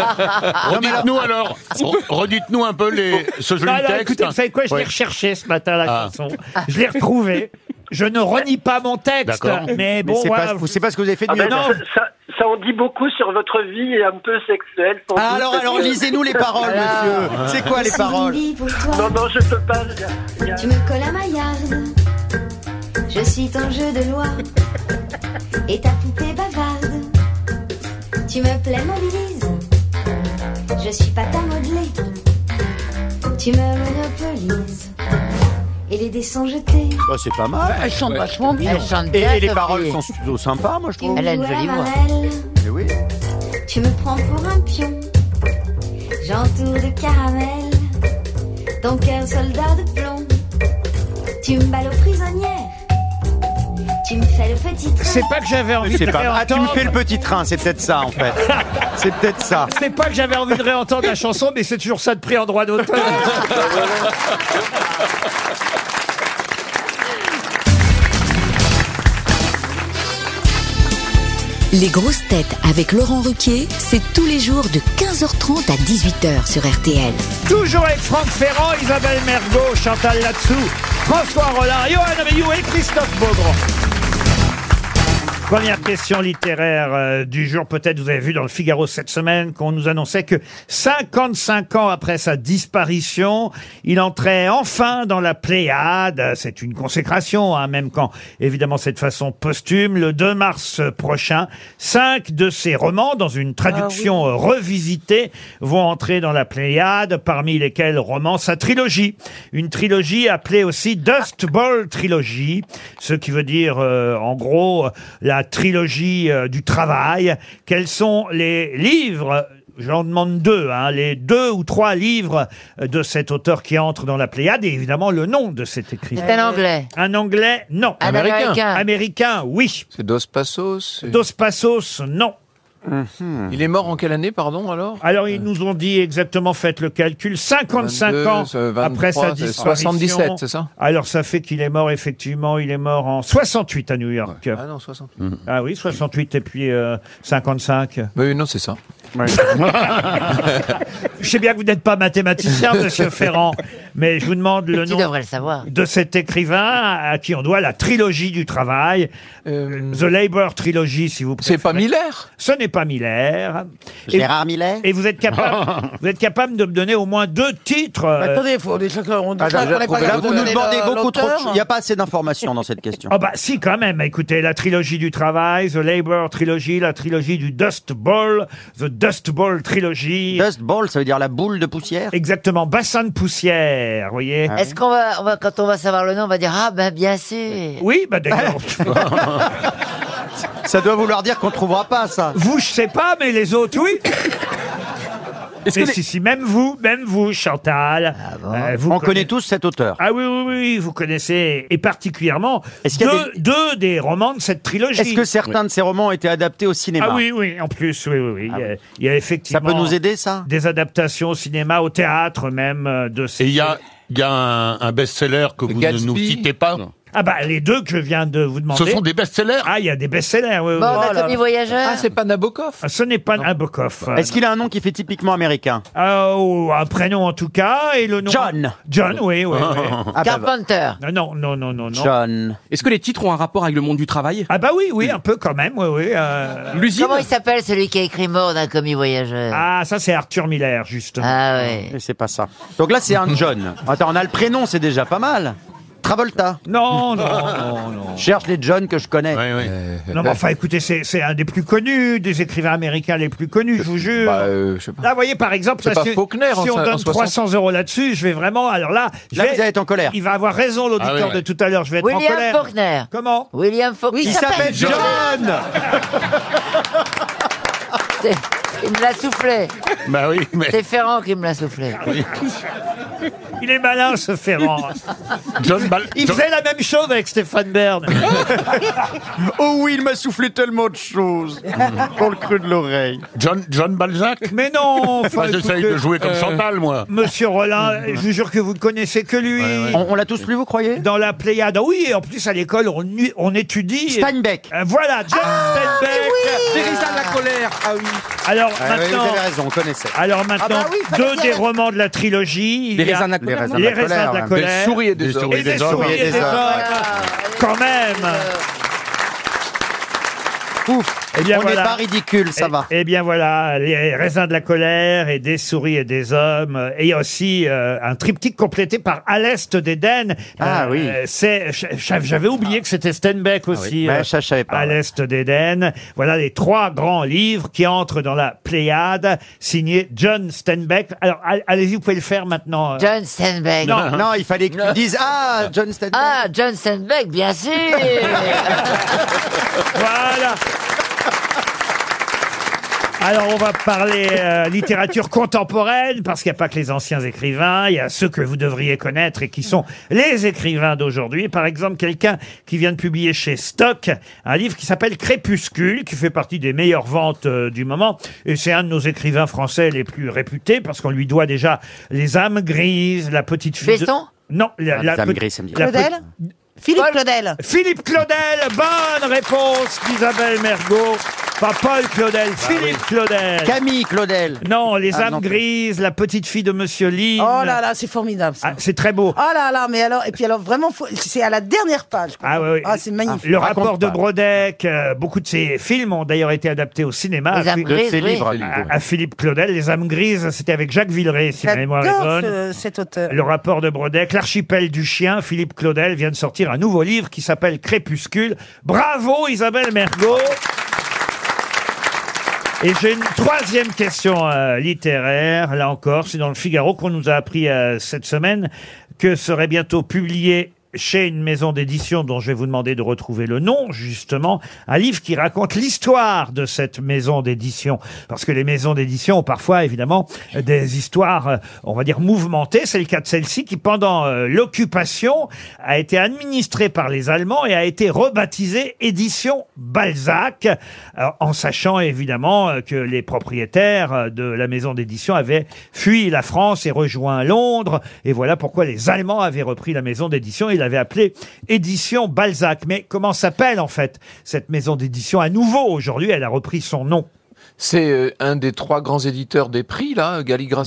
Speaker 9: Redites-nous alors, re- redites-nous un peu les, ce joli
Speaker 2: Non, alors,
Speaker 9: texte.
Speaker 2: écoutez, vous savez quoi Je l'ai
Speaker 9: Ouais.
Speaker 2: recherché ce matin, la
Speaker 9: Ah.
Speaker 2: chanson. Je l'ai retrouvée. Je ne renie pas mon texte.
Speaker 9: D'accord.
Speaker 2: Mais
Speaker 5: mais
Speaker 2: bon,
Speaker 5: c'est
Speaker 2: voilà.
Speaker 5: pas, c'est pas ce que vous avez fait de
Speaker 11: Ah
Speaker 5: mieux.
Speaker 11: ben,
Speaker 2: non.
Speaker 11: ça, ça, ça en dit beaucoup sur votre vie un peu sexuelle. sans
Speaker 5: Ah,
Speaker 11: doute,
Speaker 5: alors,
Speaker 11: parce
Speaker 5: alors
Speaker 11: que-
Speaker 5: lisez-nous les paroles, monsieur. C'est quoi les paroles
Speaker 11: Non, non, je peux pas.
Speaker 10: Tu me colles à ma yarde. Je suis ton jeu de loi. Et ta poupée bavarde. Tu me plais, mobilise. Je suis pas ta modelée. Tu me monopolises. Et les dés sont jetés.
Speaker 5: Oh, C'est pas mal.
Speaker 8: Elle chante vachement bien.
Speaker 3: Elle chante
Speaker 5: Et,
Speaker 3: bien,
Speaker 5: et les
Speaker 3: Sophie.
Speaker 5: paroles sont plutôt sympas, moi je
Speaker 10: Tu me
Speaker 5: trouve.
Speaker 3: Elle a une
Speaker 10: joues à
Speaker 3: jolie
Speaker 10: la
Speaker 3: voix.
Speaker 10: marelle.
Speaker 5: Mais oui.
Speaker 10: Tu me prends pour un pion. J'entoure de caramel. Ton cœur soldat de plomb. Tu me balles aux prisonnières. Tu me fais le petit train.
Speaker 2: C'est pas que j'avais envie de
Speaker 5: C'est pas. Ah, tu me
Speaker 2: réentendre.
Speaker 5: fais le petit train, c'est peut-être ça en fait. [laughs] C'est peut-être ça.
Speaker 2: C'est pas que j'avais envie de réentendre la chanson, mais c'est toujours ça de prix en droit d'auteur.
Speaker 10: Les grosses têtes avec Laurent Ruquier, c'est tous les jours de 15h30 à 18h sur RTL.
Speaker 2: Toujours avec Franck Ferrand, Isabelle Mergot, Chantal Latsou, François Rollin, Johan Rioux et Christophe Beaugrand. Première question littéraire euh, du jour. Peut-être vous avez vu dans le Figaro cette semaine qu'on nous annonçait que 55 ans après sa disparition, il entrait enfin dans la Pléiade. C'est une consécration, hein, même quand, évidemment, c'est de façon posthume. Le 2 mars prochain, cinq de ses romans, dans une traduction euh, revisitée, vont entrer dans la Pléiade, parmi lesquels romans sa trilogie. Une trilogie appelée aussi Dust Bowl Trilogy, ce qui veut dire, euh, en gros, euh, la trilogie euh, du travail. Quels sont les livres J'en demande deux, hein, les deux ou trois livres euh, de cet auteur qui entre dans la Pléiade et évidemment le nom de cet écrivain.
Speaker 3: C'est un Anglais.
Speaker 2: Un anglais, non.
Speaker 3: Un Américain. Américain.
Speaker 2: Américain, oui.
Speaker 6: C'est Mhm. Dos Passos
Speaker 2: Dos Passos, non.
Speaker 6: Il est mort en quelle année, pardon, alors
Speaker 2: Alors, ils nous ont dit exactement, faites le calcul, 55
Speaker 6: 22,
Speaker 2: ans
Speaker 6: c'est 23,
Speaker 2: après sa
Speaker 6: c'est
Speaker 2: disparition.
Speaker 6: 77, c'est ça
Speaker 2: Alors, ça fait qu'il est mort, effectivement, il est mort en 68 à New York.
Speaker 6: Ah non, 60.
Speaker 2: Ah oui, 68 et puis euh, 55.
Speaker 6: Mais non, c'est ça.
Speaker 2: [laughs] Je sais bien que vous n'êtes pas
Speaker 6: [laughs]
Speaker 2: mathématicien, monsieur Ferrand, mais je vous demande le
Speaker 3: Tu
Speaker 2: nom
Speaker 3: devrais le savoir.
Speaker 2: de cet écrivain à qui on doit la trilogie du travail, Euh,
Speaker 8: Euh,
Speaker 2: The Labour Trilogy, si vous préférez.
Speaker 6: C'est pas Miller
Speaker 2: Ce n'est pas Miller.
Speaker 5: Gérard Miller
Speaker 2: Et vous êtes
Speaker 5: [laughs]
Speaker 2: capable, vous êtes capable de me donner au moins deux titres. euh,
Speaker 8: Bah, Attendez, faut, on est on
Speaker 5: Ah,
Speaker 8: on n'est pas
Speaker 5: Là,
Speaker 8: capable
Speaker 5: vous
Speaker 8: de
Speaker 5: nous
Speaker 8: donner
Speaker 5: demandez
Speaker 8: le-
Speaker 5: beaucoup trop. de
Speaker 8: l'auteur.
Speaker 5: choses. Il n'y a pas assez d'informations dans cette question.
Speaker 2: Ah bah si quand même. Écoutez, la trilogie du travail, The Labour Trilogy, la trilogie du Dust Bowl, The Dust Bowl Trilogy.
Speaker 5: Dust ball, ça veut dire la boule de poussière. Ah
Speaker 2: Exactement, bassin de poussière, vous voyez.
Speaker 9: Ah
Speaker 3: Est-ce qu'on va, on va, quand on va savoir le nom, on va dire Ah, ben bien sûr
Speaker 2: Oui, bah d'accord.
Speaker 5: [laughs] Ça doit vouloir dire qu'on trouvera pas ça.
Speaker 2: vous, je sais pas, mais les autres, oui.
Speaker 7: Est-ce
Speaker 2: Mais
Speaker 7: que les-
Speaker 2: si, si, même vous, même vous, Chantal. euh, vous
Speaker 5: Ah On
Speaker 2: conna-
Speaker 5: connaît tous cet auteur.
Speaker 2: Ah oui, oui, oui, vous connaissez, et particulièrement
Speaker 5: Est-ce qu'il y a
Speaker 2: deux, deux des romans de cette trilogie.
Speaker 5: Est-ce que certains de ces romans ont été adaptés au cinéma
Speaker 2: Ah oui, oui, en plus, oui, oui, oui. il, y a, il y a effectivement.
Speaker 5: Ah Ça peut nous aider, ça
Speaker 2: des adaptations au cinéma, au théâtre même euh, de ces.
Speaker 9: Et il y a, il y a un, un best-seller que vous ne
Speaker 6: Gatsby
Speaker 9: nous citez pas.
Speaker 2: Ah bah les deux que je viens de vous demander.
Speaker 9: Ce sont des best-sellers.
Speaker 2: Ah, il y a des best-sellers. Oui, oui.
Speaker 3: Bon, Anatomie voyageur
Speaker 6: Ah, c'est pas Nabokov
Speaker 2: Ah, Ce n'est pas Nabokov. Euh,
Speaker 5: Est-ce qu'il a un nom qui fait typiquement américain
Speaker 2: ah, ou un prénom en tout cas et le nom.
Speaker 5: John.
Speaker 2: John, oui, oui. oui.
Speaker 5: Ah, bah, bah.
Speaker 3: Carpenter
Speaker 2: Ah, non, non, non, non, non.
Speaker 5: John.
Speaker 7: Est-ce que les titres ont un rapport avec le monde du travail
Speaker 2: Ah bah oui, oui, un peu quand même, oui, oui. euh.
Speaker 7: L'usine
Speaker 3: Comment il s'appelle celui qui a écrit Mort d'un commis voyageur Ah,
Speaker 2: Ah, ça c'est Arthur Miller, justement.
Speaker 3: ouais.
Speaker 5: Mais c'est pas ça. Donc là, c'est un John. Attends, on a le prénom, c'est déjà pas mal. Travolta.
Speaker 2: Non,
Speaker 5: [laughs]
Speaker 2: non, non, non.
Speaker 5: Cherche les John que je connais.
Speaker 9: Oui, oui.
Speaker 5: bah,
Speaker 2: Non, mais enfin, écoutez, c'est c'est un des plus connus, des écrivains américains les plus connus, je vous jure.
Speaker 6: Bah, euh, je sais pas.
Speaker 2: Là, vous voyez, par exemple,
Speaker 6: C'est
Speaker 2: là,
Speaker 6: pas
Speaker 2: si,
Speaker 6: Faulkner en
Speaker 2: si on
Speaker 6: cin- en
Speaker 2: donne
Speaker 6: 60.
Speaker 2: 300 euros là-dessus, je vais vraiment. Alors là, je
Speaker 5: Là,
Speaker 2: vais-
Speaker 5: vous allez être en colère.
Speaker 2: il va avoir raison, l'auditeur
Speaker 9: Ah oui,
Speaker 2: de
Speaker 9: ouais.
Speaker 2: tout à l'heure. Je vais être en
Speaker 3: William
Speaker 2: colère.
Speaker 3: Faulkner
Speaker 2: Comment
Speaker 3: William Faulkner
Speaker 5: Il s'appelle John.
Speaker 3: C'est- Il me l'a soufflé
Speaker 9: Bah oui, mais
Speaker 3: C'est Ferrand qui me l'a soufflé
Speaker 2: Il est malin, ce Ferrand.
Speaker 9: John Bal-
Speaker 2: Il
Speaker 9: John-
Speaker 2: faisait la même chose avec Stéphane Bern.
Speaker 5: Oh oui, il m'a soufflé tellement
Speaker 2: [laughs]
Speaker 5: de choses. Pour le cru de l'oreille.
Speaker 9: John, John Balzac
Speaker 2: Mais non, enfin,
Speaker 9: Moi, J'essaye
Speaker 2: écoutez, euh,
Speaker 9: de jouer comme Chantal, moi. [laughs]
Speaker 2: Monsieur Rollin, je vous jure que vous ne connaissez que lui.
Speaker 5: On, on l'a tous lu, vous croyez
Speaker 2: Dans la Pléiade. Ah Oui, et en plus, à l'école, on, nu- on étudie.
Speaker 5: Steinbeck.
Speaker 2: Euh, Voilà, John Steinbeck.
Speaker 7: Teresa de la colère Ah oui
Speaker 2: Alors,
Speaker 5: Ah oui,
Speaker 2: maintenant.
Speaker 5: vous avez raison, on connaissait.
Speaker 2: Alors maintenant,
Speaker 8: Ah bah oui, fallait
Speaker 2: deux
Speaker 8: bien
Speaker 2: des
Speaker 8: être-
Speaker 2: romans de la trilogie. il
Speaker 7: Les
Speaker 2: y a-
Speaker 7: raisins de la
Speaker 5: Les
Speaker 7: colère
Speaker 5: raisins
Speaker 2: Les raisins hein. de la
Speaker 5: ouais.
Speaker 2: colère.
Speaker 6: Des souris et des
Speaker 9: Des
Speaker 6: hommes.
Speaker 9: souris.
Speaker 2: Et des
Speaker 9: hommes.
Speaker 2: souris et des hommes. Quand même.
Speaker 5: Ouf,
Speaker 2: Eh bien,
Speaker 5: on n'est
Speaker 2: voilà.
Speaker 5: pas ridicule, ça
Speaker 2: Eh-
Speaker 5: va.
Speaker 2: Eh bien voilà, les raisins de la colère et des souris et des hommes. Et il y a aussi euh, un triptyque complété par À l'Est d'Éden.
Speaker 5: Ah oui.
Speaker 2: C'est, je- je- j'avais oublié que c'était Steinbeck aussi.
Speaker 5: Ouais,
Speaker 2: euh,
Speaker 5: Ben, ça, je savais pas,
Speaker 2: À
Speaker 5: ouais.
Speaker 2: l'Est d'Éden. Voilà les trois grands livres qui entrent dans la Pléiade, signés John Steinbeck. Alors a- allez-y, vous pouvez le faire maintenant. euh.
Speaker 3: John Steinbeck
Speaker 5: Non, il fallait que
Speaker 2: [laughs]
Speaker 5: tu dises Ah, John Steinbeck.
Speaker 3: Ah, John Steinbeck, bien sûr
Speaker 2: Voilà. Alors on va parler euh, littérature contemporaine parce qu'il n'y a pas que les anciens écrivains, il y a ceux que vous devriez connaître et qui sont les écrivains d'aujourd'hui. Par exemple, quelqu'un qui vient de publier chez Stock un livre qui s'appelle Crépuscule, qui fait partie des meilleures ventes euh, du moment. Et c'est un de nos écrivains français les plus réputés parce qu'on lui doit déjà Les âmes grises, La petite fille. de-
Speaker 3: Besson
Speaker 2: Non, la,
Speaker 5: Ah,
Speaker 2: la
Speaker 5: Les âmes
Speaker 2: pe-
Speaker 5: grises, ça me dit
Speaker 2: la pe-
Speaker 8: Claudel Philippe Claudel
Speaker 2: Philippe Claudel, bonne réponse d'Isabelle Mergot. Pas Paul Claudel,
Speaker 8: Bah
Speaker 2: Philippe Claudel.
Speaker 5: Camille Claudel.
Speaker 2: Non, les
Speaker 8: Ah,
Speaker 2: âmes
Speaker 8: non.
Speaker 2: grises, la petite fille de Monsieur Lynn.
Speaker 8: Oh là là, c'est formidable. ça.
Speaker 2: Ah, c'est très beau.
Speaker 8: Oh là là, mais alors, et puis alors vraiment, faut- c'est à la dernière page. quoi.
Speaker 2: Ah oui, oui.
Speaker 8: Ah, c'est magnifique.
Speaker 2: Le rapport de Brodeck, euh, beaucoup de ses films ont d'ailleurs été adaptés au cinéma.
Speaker 8: Les
Speaker 2: À
Speaker 8: âmes
Speaker 2: Phil-
Speaker 8: grises, De ses oui. livres, à lui,
Speaker 2: à, à Philippe Claudel, Les âmes grises, c'était avec Jacques Villeray, si ma mémoire est
Speaker 8: J'adore
Speaker 2: bonne.
Speaker 8: ce- cet auteur.
Speaker 2: Le rapport de Brodeck, l'archipel du chien, Philippe Claudel vient de sortir un nouveau livre qui s'appelle Crépuscule. Bravo Isabelle Mergot. Et j'ai une troisième question euh, littéraire, là encore, c'est dans le Figaro qu'on nous a appris euh, cette semaine que serait bientôt publié chez une maison d'édition dont je vais vous demander de retrouver le nom, justement, un livre qui raconte l'histoire de cette maison d'édition. Parce que les maisons d'édition ont parfois, évidemment, des histoires, euh, on va dire, mouvementées. C'est le cas de celle-ci qui, pendant euh, l'occupation, a été administrée par les Allemands et a été rebaptisée Édition Balzac, Alors, en sachant, évidemment, euh, que les propriétaires euh, de la maison d'édition avaient fui la France et rejoint Londres. Et voilà pourquoi les Allemands avaient repris la maison d'édition. Ils l'avaient appelée Édition Balzac. Mais comment s'appelle, en fait, cette maison d'édition à nouveau aujourd'hui Elle a repris son nom.
Speaker 6: C'est euh, un des trois grands éditeurs des prix, là, Gallimard.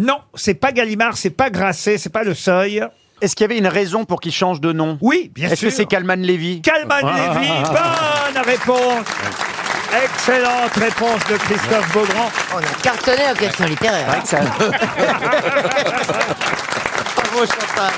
Speaker 2: Non, c'est pas Gallimard, c'est pas Grasset, c'est pas le seuil.
Speaker 5: Est-ce qu'il y avait une raison pour qu'il change de nom
Speaker 2: Oui, bien
Speaker 5: Est-ce que
Speaker 2: sûr.
Speaker 5: c'est Ah. Kalman Levy
Speaker 2: Kalman Lévy,
Speaker 5: [laughs]
Speaker 2: bonne réponse Excellente réponse de Christophe Beaugrand.
Speaker 3: On a cartonné en question littéraire. Bravo, Chantal.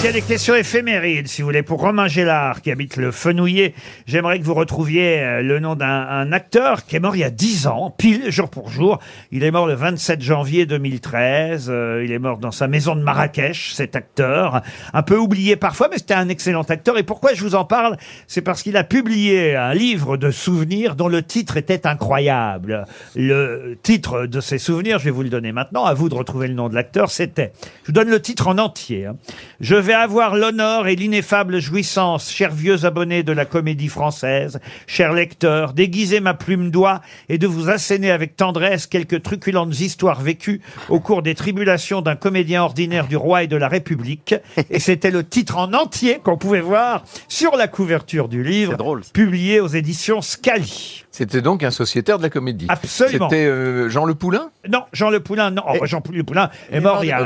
Speaker 2: Il y a des questions éphémérides, si vous voulez, pour Romain Gélard, qui habite le Fenouillet. J'aimerais que vous retrouviez euh, le nom d'un un acteur qui est mort il y a 10 ans, pile, jour pour jour. Il est mort le 27 janvier 2013. Euh, il est mort dans sa maison de Marrakech, cet acteur. Un peu oublié parfois, mais c'était un excellent acteur. Et pourquoi je vous en parle C'est parce qu'il a publié un livre de souvenirs dont le titre était incroyable. Le titre de ses souvenirs, je vais vous le donner maintenant. À vous de retrouver le nom de l'acteur. C'était, je vous donne le titre en entier. hein. Je vais avoir l'honneur et l'ineffable jouissance, chers vieux abonnés de la comédie française, chers lecteurs, déguiser ma plume d'oie et de vous asséner avec tendresse quelques truculentes histoires vécues au cours des tribulations d'un comédien ordinaire du roi et de la République. Et c'était le titre en entier qu'on pouvait voir sur la couverture du livre, publié aux éditions Scali.
Speaker 6: C'était donc un sociétaire de la comédie.
Speaker 2: Ah, Absolument.
Speaker 6: C'était euh, Jean Le Poulain
Speaker 2: Non, Jean Le Poulain, non. Oh, Jean Le Poulain est mort il y a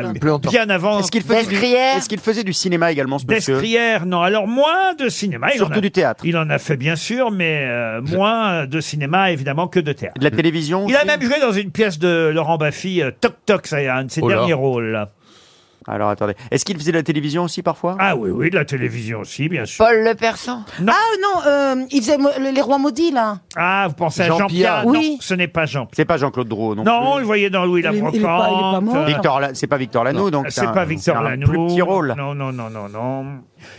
Speaker 2: bien avant.
Speaker 5: Est-ce qu'il faisait, du... est-ce qu'il faisait du cinéma également, ce monsieur
Speaker 2: Destrière, non. Alors moins de cinéma. Il en
Speaker 5: Surtout
Speaker 2: a-
Speaker 5: du théâtre.
Speaker 2: Il en a fait bien sûr, mais euh, moins de cinéma évidemment que de théâtre.
Speaker 5: De la télévision
Speaker 2: Il a même joué dans une pièce de Laurent Baffy, euh, Toc Toc, ça y est, un de ses
Speaker 5: Oh là.
Speaker 2: derniers rôles.
Speaker 5: Alors attendez, est-ce qu'il faisait de la télévision aussi parfois
Speaker 2: Ah oui, oui, de la télévision aussi, bien sûr.
Speaker 3: Paul Le Persan.
Speaker 8: Ah non, euh, il faisait mo- le- les rois maudits là.
Speaker 2: Ah, vous pensez à
Speaker 5: Jean
Speaker 2: Jean-Pierre
Speaker 5: Pierre.
Speaker 2: Non,
Speaker 8: Oui.
Speaker 2: ce n'est pas Jean.
Speaker 5: C'est pas Jean-Claude Drouot non
Speaker 2: Non, on le voyait dans Louis
Speaker 5: Il est- il est pas-
Speaker 2: Labrocante.
Speaker 5: il est pas mort. Victor La- c'est pas Victor Lanoux,
Speaker 2: Non,
Speaker 5: donc
Speaker 2: C'est
Speaker 5: c'est un-
Speaker 2: pas
Speaker 5: c'est
Speaker 2: Victor
Speaker 5: un
Speaker 2: Lanoux.
Speaker 5: plus petit rôle.
Speaker 2: Non, non, non, non, non.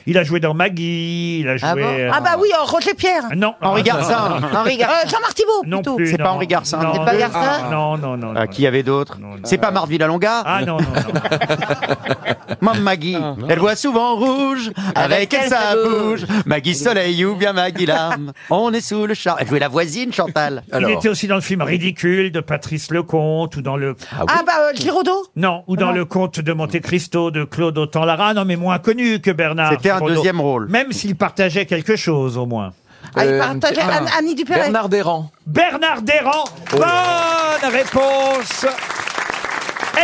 Speaker 2: Il a joué dans Maggie. Il a joué. euh,
Speaker 8: Ah bah oui, euh, Roger Pierre.
Speaker 2: Non. [laughs]
Speaker 5: Henri Garcin.
Speaker 3: Henri Garcin.
Speaker 8: Euh, Jean-Marc Thibault.
Speaker 2: Non
Speaker 8: plutôt.
Speaker 2: plus,
Speaker 5: Oh, C'est pas
Speaker 2: non.
Speaker 5: Henri Garcin.
Speaker 2: Non, Ah.
Speaker 5: C'est
Speaker 8: pas Garcin
Speaker 2: Non, non, non.
Speaker 5: Euh, qui y avait d'autres C'est pas Marthe Villalonga
Speaker 2: Ah non, non, non.
Speaker 5: [laughs] Maman Maggie, elle voit souvent rouge, Ah, avec elle ça bouge. Maggie Soleil ou bien Maggie [laughs] Larme, on est sous le char. Elle jouait la voisine, Chantal.
Speaker 2: Il était aussi dans le film Ridicule de Patrice Lecomte ou dans le.
Speaker 8: Ah bah euh, Giraudot.
Speaker 2: Non, ou
Speaker 5: Ah
Speaker 2: dans
Speaker 8: Non.
Speaker 2: le conte de Monte Cristo de Claude Autant-Lara, non mais moins connu que Bernard.
Speaker 5: C'était un
Speaker 2: Giraudot.
Speaker 5: deuxième rôle.
Speaker 2: Même s'il partageait quelque chose au moins.
Speaker 8: Ah, il partageait
Speaker 5: Euh,
Speaker 8: Anne- Annie Dupéret.
Speaker 6: Bernard Derrand.
Speaker 2: Bernard Derrand,
Speaker 6: Oh.
Speaker 2: bonne réponse.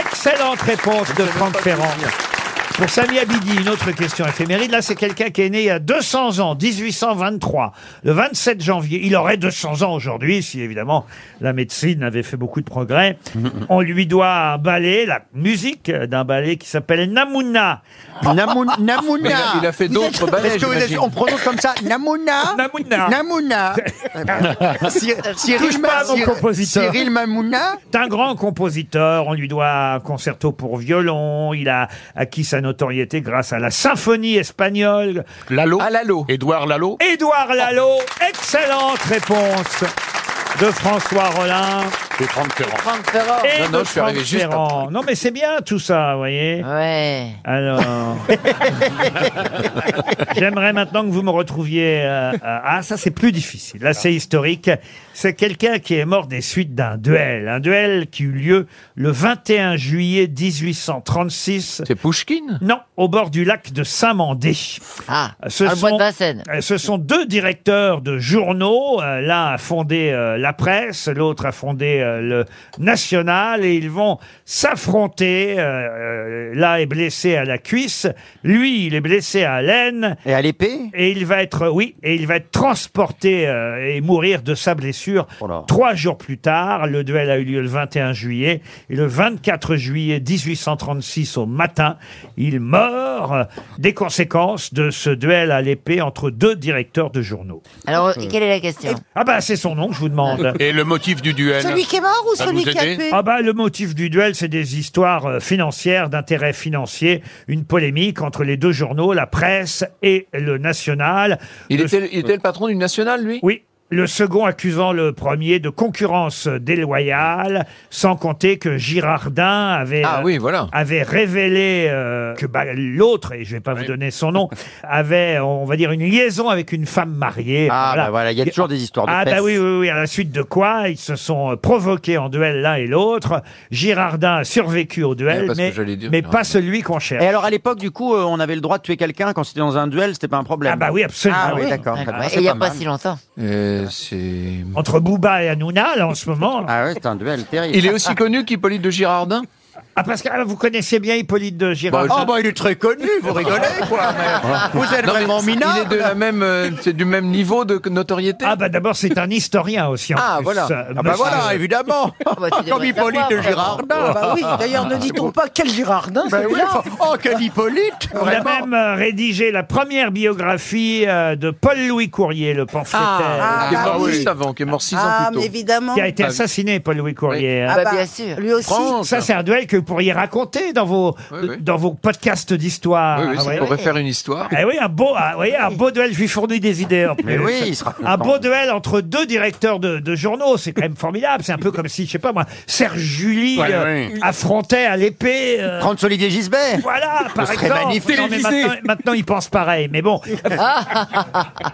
Speaker 2: Excellente réponse de Franck Ferrand. Pour Samy Abidi, une autre question éphéméride. Là, c'est quelqu'un qui est né il y a 200 ans, 1823, le 27 janvier. Il aurait 200 ans aujourd'hui, si évidemment la médecine avait fait beaucoup
Speaker 6: [laughs]
Speaker 2: de progrès. On lui doit un ballet, la musique d'un ballet qui s'appelle Namuna.
Speaker 5: Namoun- Namuna.
Speaker 6: Il a- il a fait
Speaker 5: Vous
Speaker 6: d'autres
Speaker 5: êtes-
Speaker 6: ballets,
Speaker 5: Est-ce que vous êtes-
Speaker 6: j'imagine.
Speaker 5: on prononce comme ça Namuna
Speaker 2: Namuna.
Speaker 5: Namuna. Cyr-
Speaker 2: Touche
Speaker 5: [laughs] Cyril,
Speaker 2: pas à mon
Speaker 5: Cyr-
Speaker 2: compositeur.
Speaker 5: Cyril Mamouna
Speaker 2: C'est un grand compositeur, on lui doit un concerto pour violon, il a acquis sa notoriété grâce à la symphonie espagnole.
Speaker 9: Lalo
Speaker 6: À Lalo.
Speaker 9: Édouard Lalo
Speaker 2: Édouard Lalo, excellente réponse de François Rollin.
Speaker 9: C'est Franck Ferrand.
Speaker 3: Franck Ferrand.
Speaker 2: Et
Speaker 6: Oh, Non, non,
Speaker 2: de
Speaker 6: je suis arrivé
Speaker 2: Franck
Speaker 6: juste
Speaker 2: Ferrand. Non, mais c'est bien tout ça, vous voyez.
Speaker 3: Ouais.
Speaker 2: Alors. [laughs] J'aimerais maintenant que vous me retrouviez. euh, à- ah, ça, c'est plus difficile. Là, c'est historique. C'est quelqu'un qui est mort des suites d'un duel. Un duel qui eut lieu le 21 juillet 1836.
Speaker 6: C'est Pouchkine
Speaker 2: Non, au bord du lac de Saint-Mandé.
Speaker 3: Ah,
Speaker 2: Ce
Speaker 3: dans le bois de
Speaker 2: sont-
Speaker 3: Vincennes.
Speaker 2: euh, Ce sont deux directeurs de journaux. Euh, L'un a fondé euh, la presse, l'autre a fondé euh, le National, et ils vont s'affronter. Euh, euh, L'un est blessé à la cuisse, lui, il est blessé à l'aine.
Speaker 5: Et à l'épée
Speaker 2: Et il va être, oui, et il va être transporté euh, et mourir de sa blessure trois jours plus tard. Le duel a eu lieu le 21 juillet. Et le 24 juillet 1836 au matin, il meurt euh, des conséquences de ce duel à l'épée entre deux directeurs de journaux.
Speaker 3: Alors, et quelle est la question
Speaker 2: Ah bah c'est son nom, que je vous demande.
Speaker 9: [laughs] Et le motif du duel
Speaker 8: Celui qui est mort ou
Speaker 9: Ça
Speaker 8: celui
Speaker 9: vous
Speaker 8: qui a
Speaker 9: aidez
Speaker 8: tué
Speaker 2: Ah bah le motif du duel, c'est des histoires euh, financières, d'intérêts financiers, une polémique entre les deux journaux, la presse et le National.
Speaker 6: Il
Speaker 2: Le-
Speaker 6: était, il était le patron du national, lui
Speaker 2: Oui. Le second accusant le premier de concurrence déloyale, sans compter que Girardin avait,
Speaker 6: Ah
Speaker 2: euh,
Speaker 6: oui, voilà.
Speaker 2: avait révélé euh, que bah, l'autre, et je vais pas vous donner
Speaker 6: [laughs]
Speaker 2: son nom, avait, on va dire, une liaison avec une femme mariée.
Speaker 5: Ah, bah voilà, il y a toujours des histoires de
Speaker 2: Ah bah
Speaker 5: peste.
Speaker 2: oui, oui, oui, à la suite de quoi ils se sont euh, provoqués en duel l'un et l'autre. Girardin a survécu au
Speaker 6: Eh,
Speaker 2: duel,
Speaker 6: parce que
Speaker 2: Ben, mais,
Speaker 6: j'allais dire,
Speaker 2: mais
Speaker 6: Girardin.
Speaker 2: pas celui qu'on cherche.
Speaker 5: Et alors à l'époque, du coup, euh, on avait le droit de tuer quelqu'un quand c'était dans un duel, c'était pas un problème.
Speaker 2: Ah bah oui, absolument.
Speaker 5: Ah
Speaker 2: oui.
Speaker 5: oui, d'accord. très bien,
Speaker 3: D'accord. Et
Speaker 5: c'est
Speaker 3: il n'y a
Speaker 5: pas
Speaker 3: pas
Speaker 5: mal.
Speaker 3: si longtemps.
Speaker 6: Euh, c'est...
Speaker 2: Entre Booba et Hanouna, là, en ce moment.
Speaker 5: Ah ouais, c'est un duel terrible.
Speaker 6: Il est aussi connu qu'Hippolyte de Girardin
Speaker 2: Ah, parce que ah, vous connaissez bien Hippolyte de Girardin.
Speaker 6: Bah,
Speaker 5: Oh bah il est très connu, vous rigolez [laughs] quoi. mais Vous êtes
Speaker 6: Non, mais
Speaker 5: vraiment
Speaker 6: c'est- Il est de
Speaker 5: minable.
Speaker 6: la même, euh, c'est du même niveau de notoriété.
Speaker 2: Ah bah d'abord c'est un historien aussi en
Speaker 6: Ah,
Speaker 2: plus,
Speaker 6: voilà.
Speaker 2: euh,
Speaker 6: Ah,
Speaker 5: Ah bah
Speaker 2: monsieur.
Speaker 5: voilà, évidemment.
Speaker 3: bah, tu
Speaker 5: Comme
Speaker 3: devrais
Speaker 5: Hippolyte
Speaker 3: savoir,
Speaker 5: de
Speaker 2: Euh,
Speaker 3: vraiment.
Speaker 5: Girardin.
Speaker 8: Ah bah oui, d'ailleurs ne dit-on pas quel Girardin
Speaker 5: Bah
Speaker 8: c'est
Speaker 5: oui,
Speaker 8: bien.
Speaker 5: enfin, oh quel Hippolyte,
Speaker 2: Il a
Speaker 5: vraiment.
Speaker 2: même euh, rédigé la première biographie euh, de Paul-Louis Courrier, le pamphlétaire,
Speaker 8: Ah,
Speaker 6: qui est mort
Speaker 8: bah oui.
Speaker 6: juste avant, qui est mort six
Speaker 8: Ah,
Speaker 6: ans plus
Speaker 8: mais
Speaker 6: tôt.
Speaker 8: évidemment.
Speaker 2: qui a été
Speaker 6: Ah oui.
Speaker 2: assassiné, Paul-Louis Courrier. hein.
Speaker 3: Ah bah, bien sûr.
Speaker 8: Lui aussi.
Speaker 6: France.
Speaker 2: Ça, c'est un duel que vous pourriez raconter dans vos,
Speaker 6: Oui, oui.
Speaker 2: dans vos podcasts d'histoire.
Speaker 6: Oui, oui,
Speaker 2: Ah,
Speaker 6: ça
Speaker 2: ouais.
Speaker 6: pourrait faire une histoire.
Speaker 2: Eh oui, un beau, ah, vous voyez, un beau duel, je lui fournis des idées. en
Speaker 5: Mais
Speaker 2: plus.
Speaker 5: oui, il sera
Speaker 2: Un
Speaker 5: content.
Speaker 2: beau duel entre deux directeurs de, de journaux, c'est quand même formidable. C'est un peu comme si, je sais pas moi, Serge Julie
Speaker 9: Ouais,
Speaker 2: euh,
Speaker 9: ouais.
Speaker 2: affrontait à l'épée. euh,
Speaker 5: Prendre Olivier Gisbert.
Speaker 2: Voilà, par
Speaker 5: serait
Speaker 2: exemple.
Speaker 5: magnifique. Ah.
Speaker 2: Non, mais
Speaker 5: Télévisé.
Speaker 2: maintenant, maintenant, ils pensent pareil. Mais bon,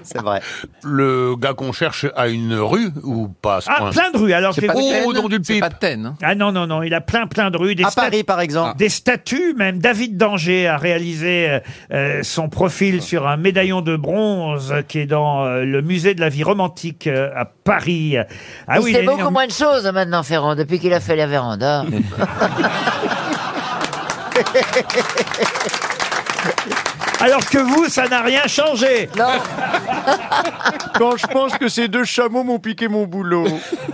Speaker 5: C'est vrai.
Speaker 9: Le gars qu'on cherche à une rue ou pas à ce
Speaker 2: ah,
Speaker 9: point
Speaker 2: plein de rues. Alors, je
Speaker 6: Hein. C'est
Speaker 2: vais
Speaker 6: pas,
Speaker 2: vous-
Speaker 9: Oh,
Speaker 6: de
Speaker 9: nom
Speaker 6: Taine,
Speaker 9: d'une
Speaker 6: c'est
Speaker 9: pipe.
Speaker 6: pas de Taine, hein.
Speaker 2: Ah non, non, non, il a plein, plein de rues. Des
Speaker 5: À
Speaker 2: statues-
Speaker 5: Paris par exemple.
Speaker 2: Des statues, même David Danger a réalisé euh, euh, son profil sur un médaillon de bronze euh, qui est dans euh, le musée de la vie romantique euh, à Paris. Ah
Speaker 3: il sait
Speaker 2: est né en-
Speaker 3: beaucoup moins de choses maintenant, Ferrand, depuis qu'il a fait la véranda.
Speaker 2: Alors que vous, ça n'a rien changé.
Speaker 5: [laughs] Quand je pense que ces deux chameaux m'ont piqué mon boulot.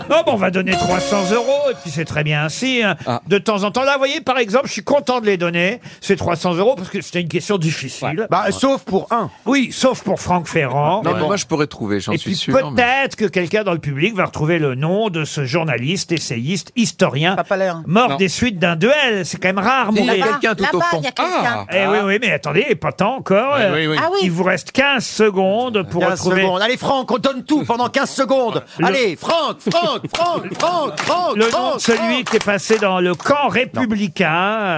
Speaker 2: Non, bon, on va donner 300 euros, et puis c'est très bien ainsi. hein.
Speaker 7: Ah.
Speaker 2: De temps en temps, là, vous voyez, par exemple, je suis content de les donner, ces 300 euros, parce que c'était une question difficile.
Speaker 5: Bah sauf pour un.
Speaker 2: Oui, sauf pour Franck Ferrand.
Speaker 6: Non, mais moi je pourrais trouver, j'en
Speaker 2: Et
Speaker 6: suis
Speaker 2: puis
Speaker 6: sûr.
Speaker 2: peut-être
Speaker 6: hein, mais-
Speaker 2: que quelqu'un dans le public va retrouver le nom de ce journaliste, essayiste, historien,
Speaker 8: Papa l'air.
Speaker 2: mort
Speaker 7: Non.
Speaker 2: des suites d'un duel. C'est quand même rare,
Speaker 6: Il y a
Speaker 2: mourir.
Speaker 6: quelqu'un tout au
Speaker 8: Là-bas,
Speaker 6: fond.
Speaker 8: il y a quelqu'un.
Speaker 5: Ah.
Speaker 2: Eh oui, oui, mais attendez, pas tant encore.
Speaker 9: Ouais, oui, oui.
Speaker 8: Ah oui.
Speaker 2: Il vous reste 15 secondes pour
Speaker 5: 15
Speaker 2: retrouver
Speaker 5: secondes. Allez Franck, on donne tout pendant 15 secondes. Allez Franck, Franck, Franck, Franck, Franck.
Speaker 2: le nom
Speaker 5: Franck,
Speaker 2: de celui qui est passé dans le camp républicain.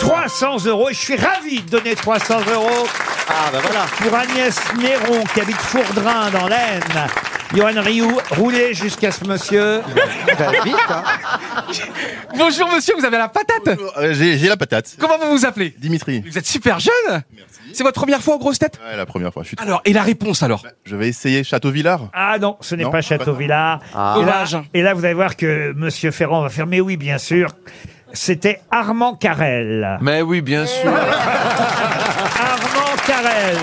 Speaker 2: 300 euros. Et je suis ravi de donner 300 euros
Speaker 5: Franck. Ah bah voilà.
Speaker 2: pour Agnès Néron qui habite Fourdrin dans l'Aisne. Johan Rioux, roulez jusqu'à ce monsieur.
Speaker 5: vite, hein.
Speaker 7: Bonjour monsieur, vous avez la patate.
Speaker 14: Euh, J'ai j'ai la patate.
Speaker 7: Comment vous vous appelez
Speaker 14: Dimitri.
Speaker 7: Vous êtes super jeune. C'est votre première fois aux grosses têtes
Speaker 14: Ouais, la première fois. Je, suis Bah,
Speaker 7: Alors, et la réponse alors
Speaker 14: je vais essayer Château-Villard.
Speaker 2: Ah non, ce n'est
Speaker 14: Non,
Speaker 2: pas
Speaker 14: c'est pas ça.
Speaker 2: Château-Villard.
Speaker 6: Ah.
Speaker 2: Et, là,
Speaker 7: Dommage.
Speaker 2: et là, vous allez voir que Monsieur Ferrand va faire, mais oui, bien sûr. C'était Armand Carrel.
Speaker 6: Mais oui, bien sûr.
Speaker 2: [laughs] Armand Carrel.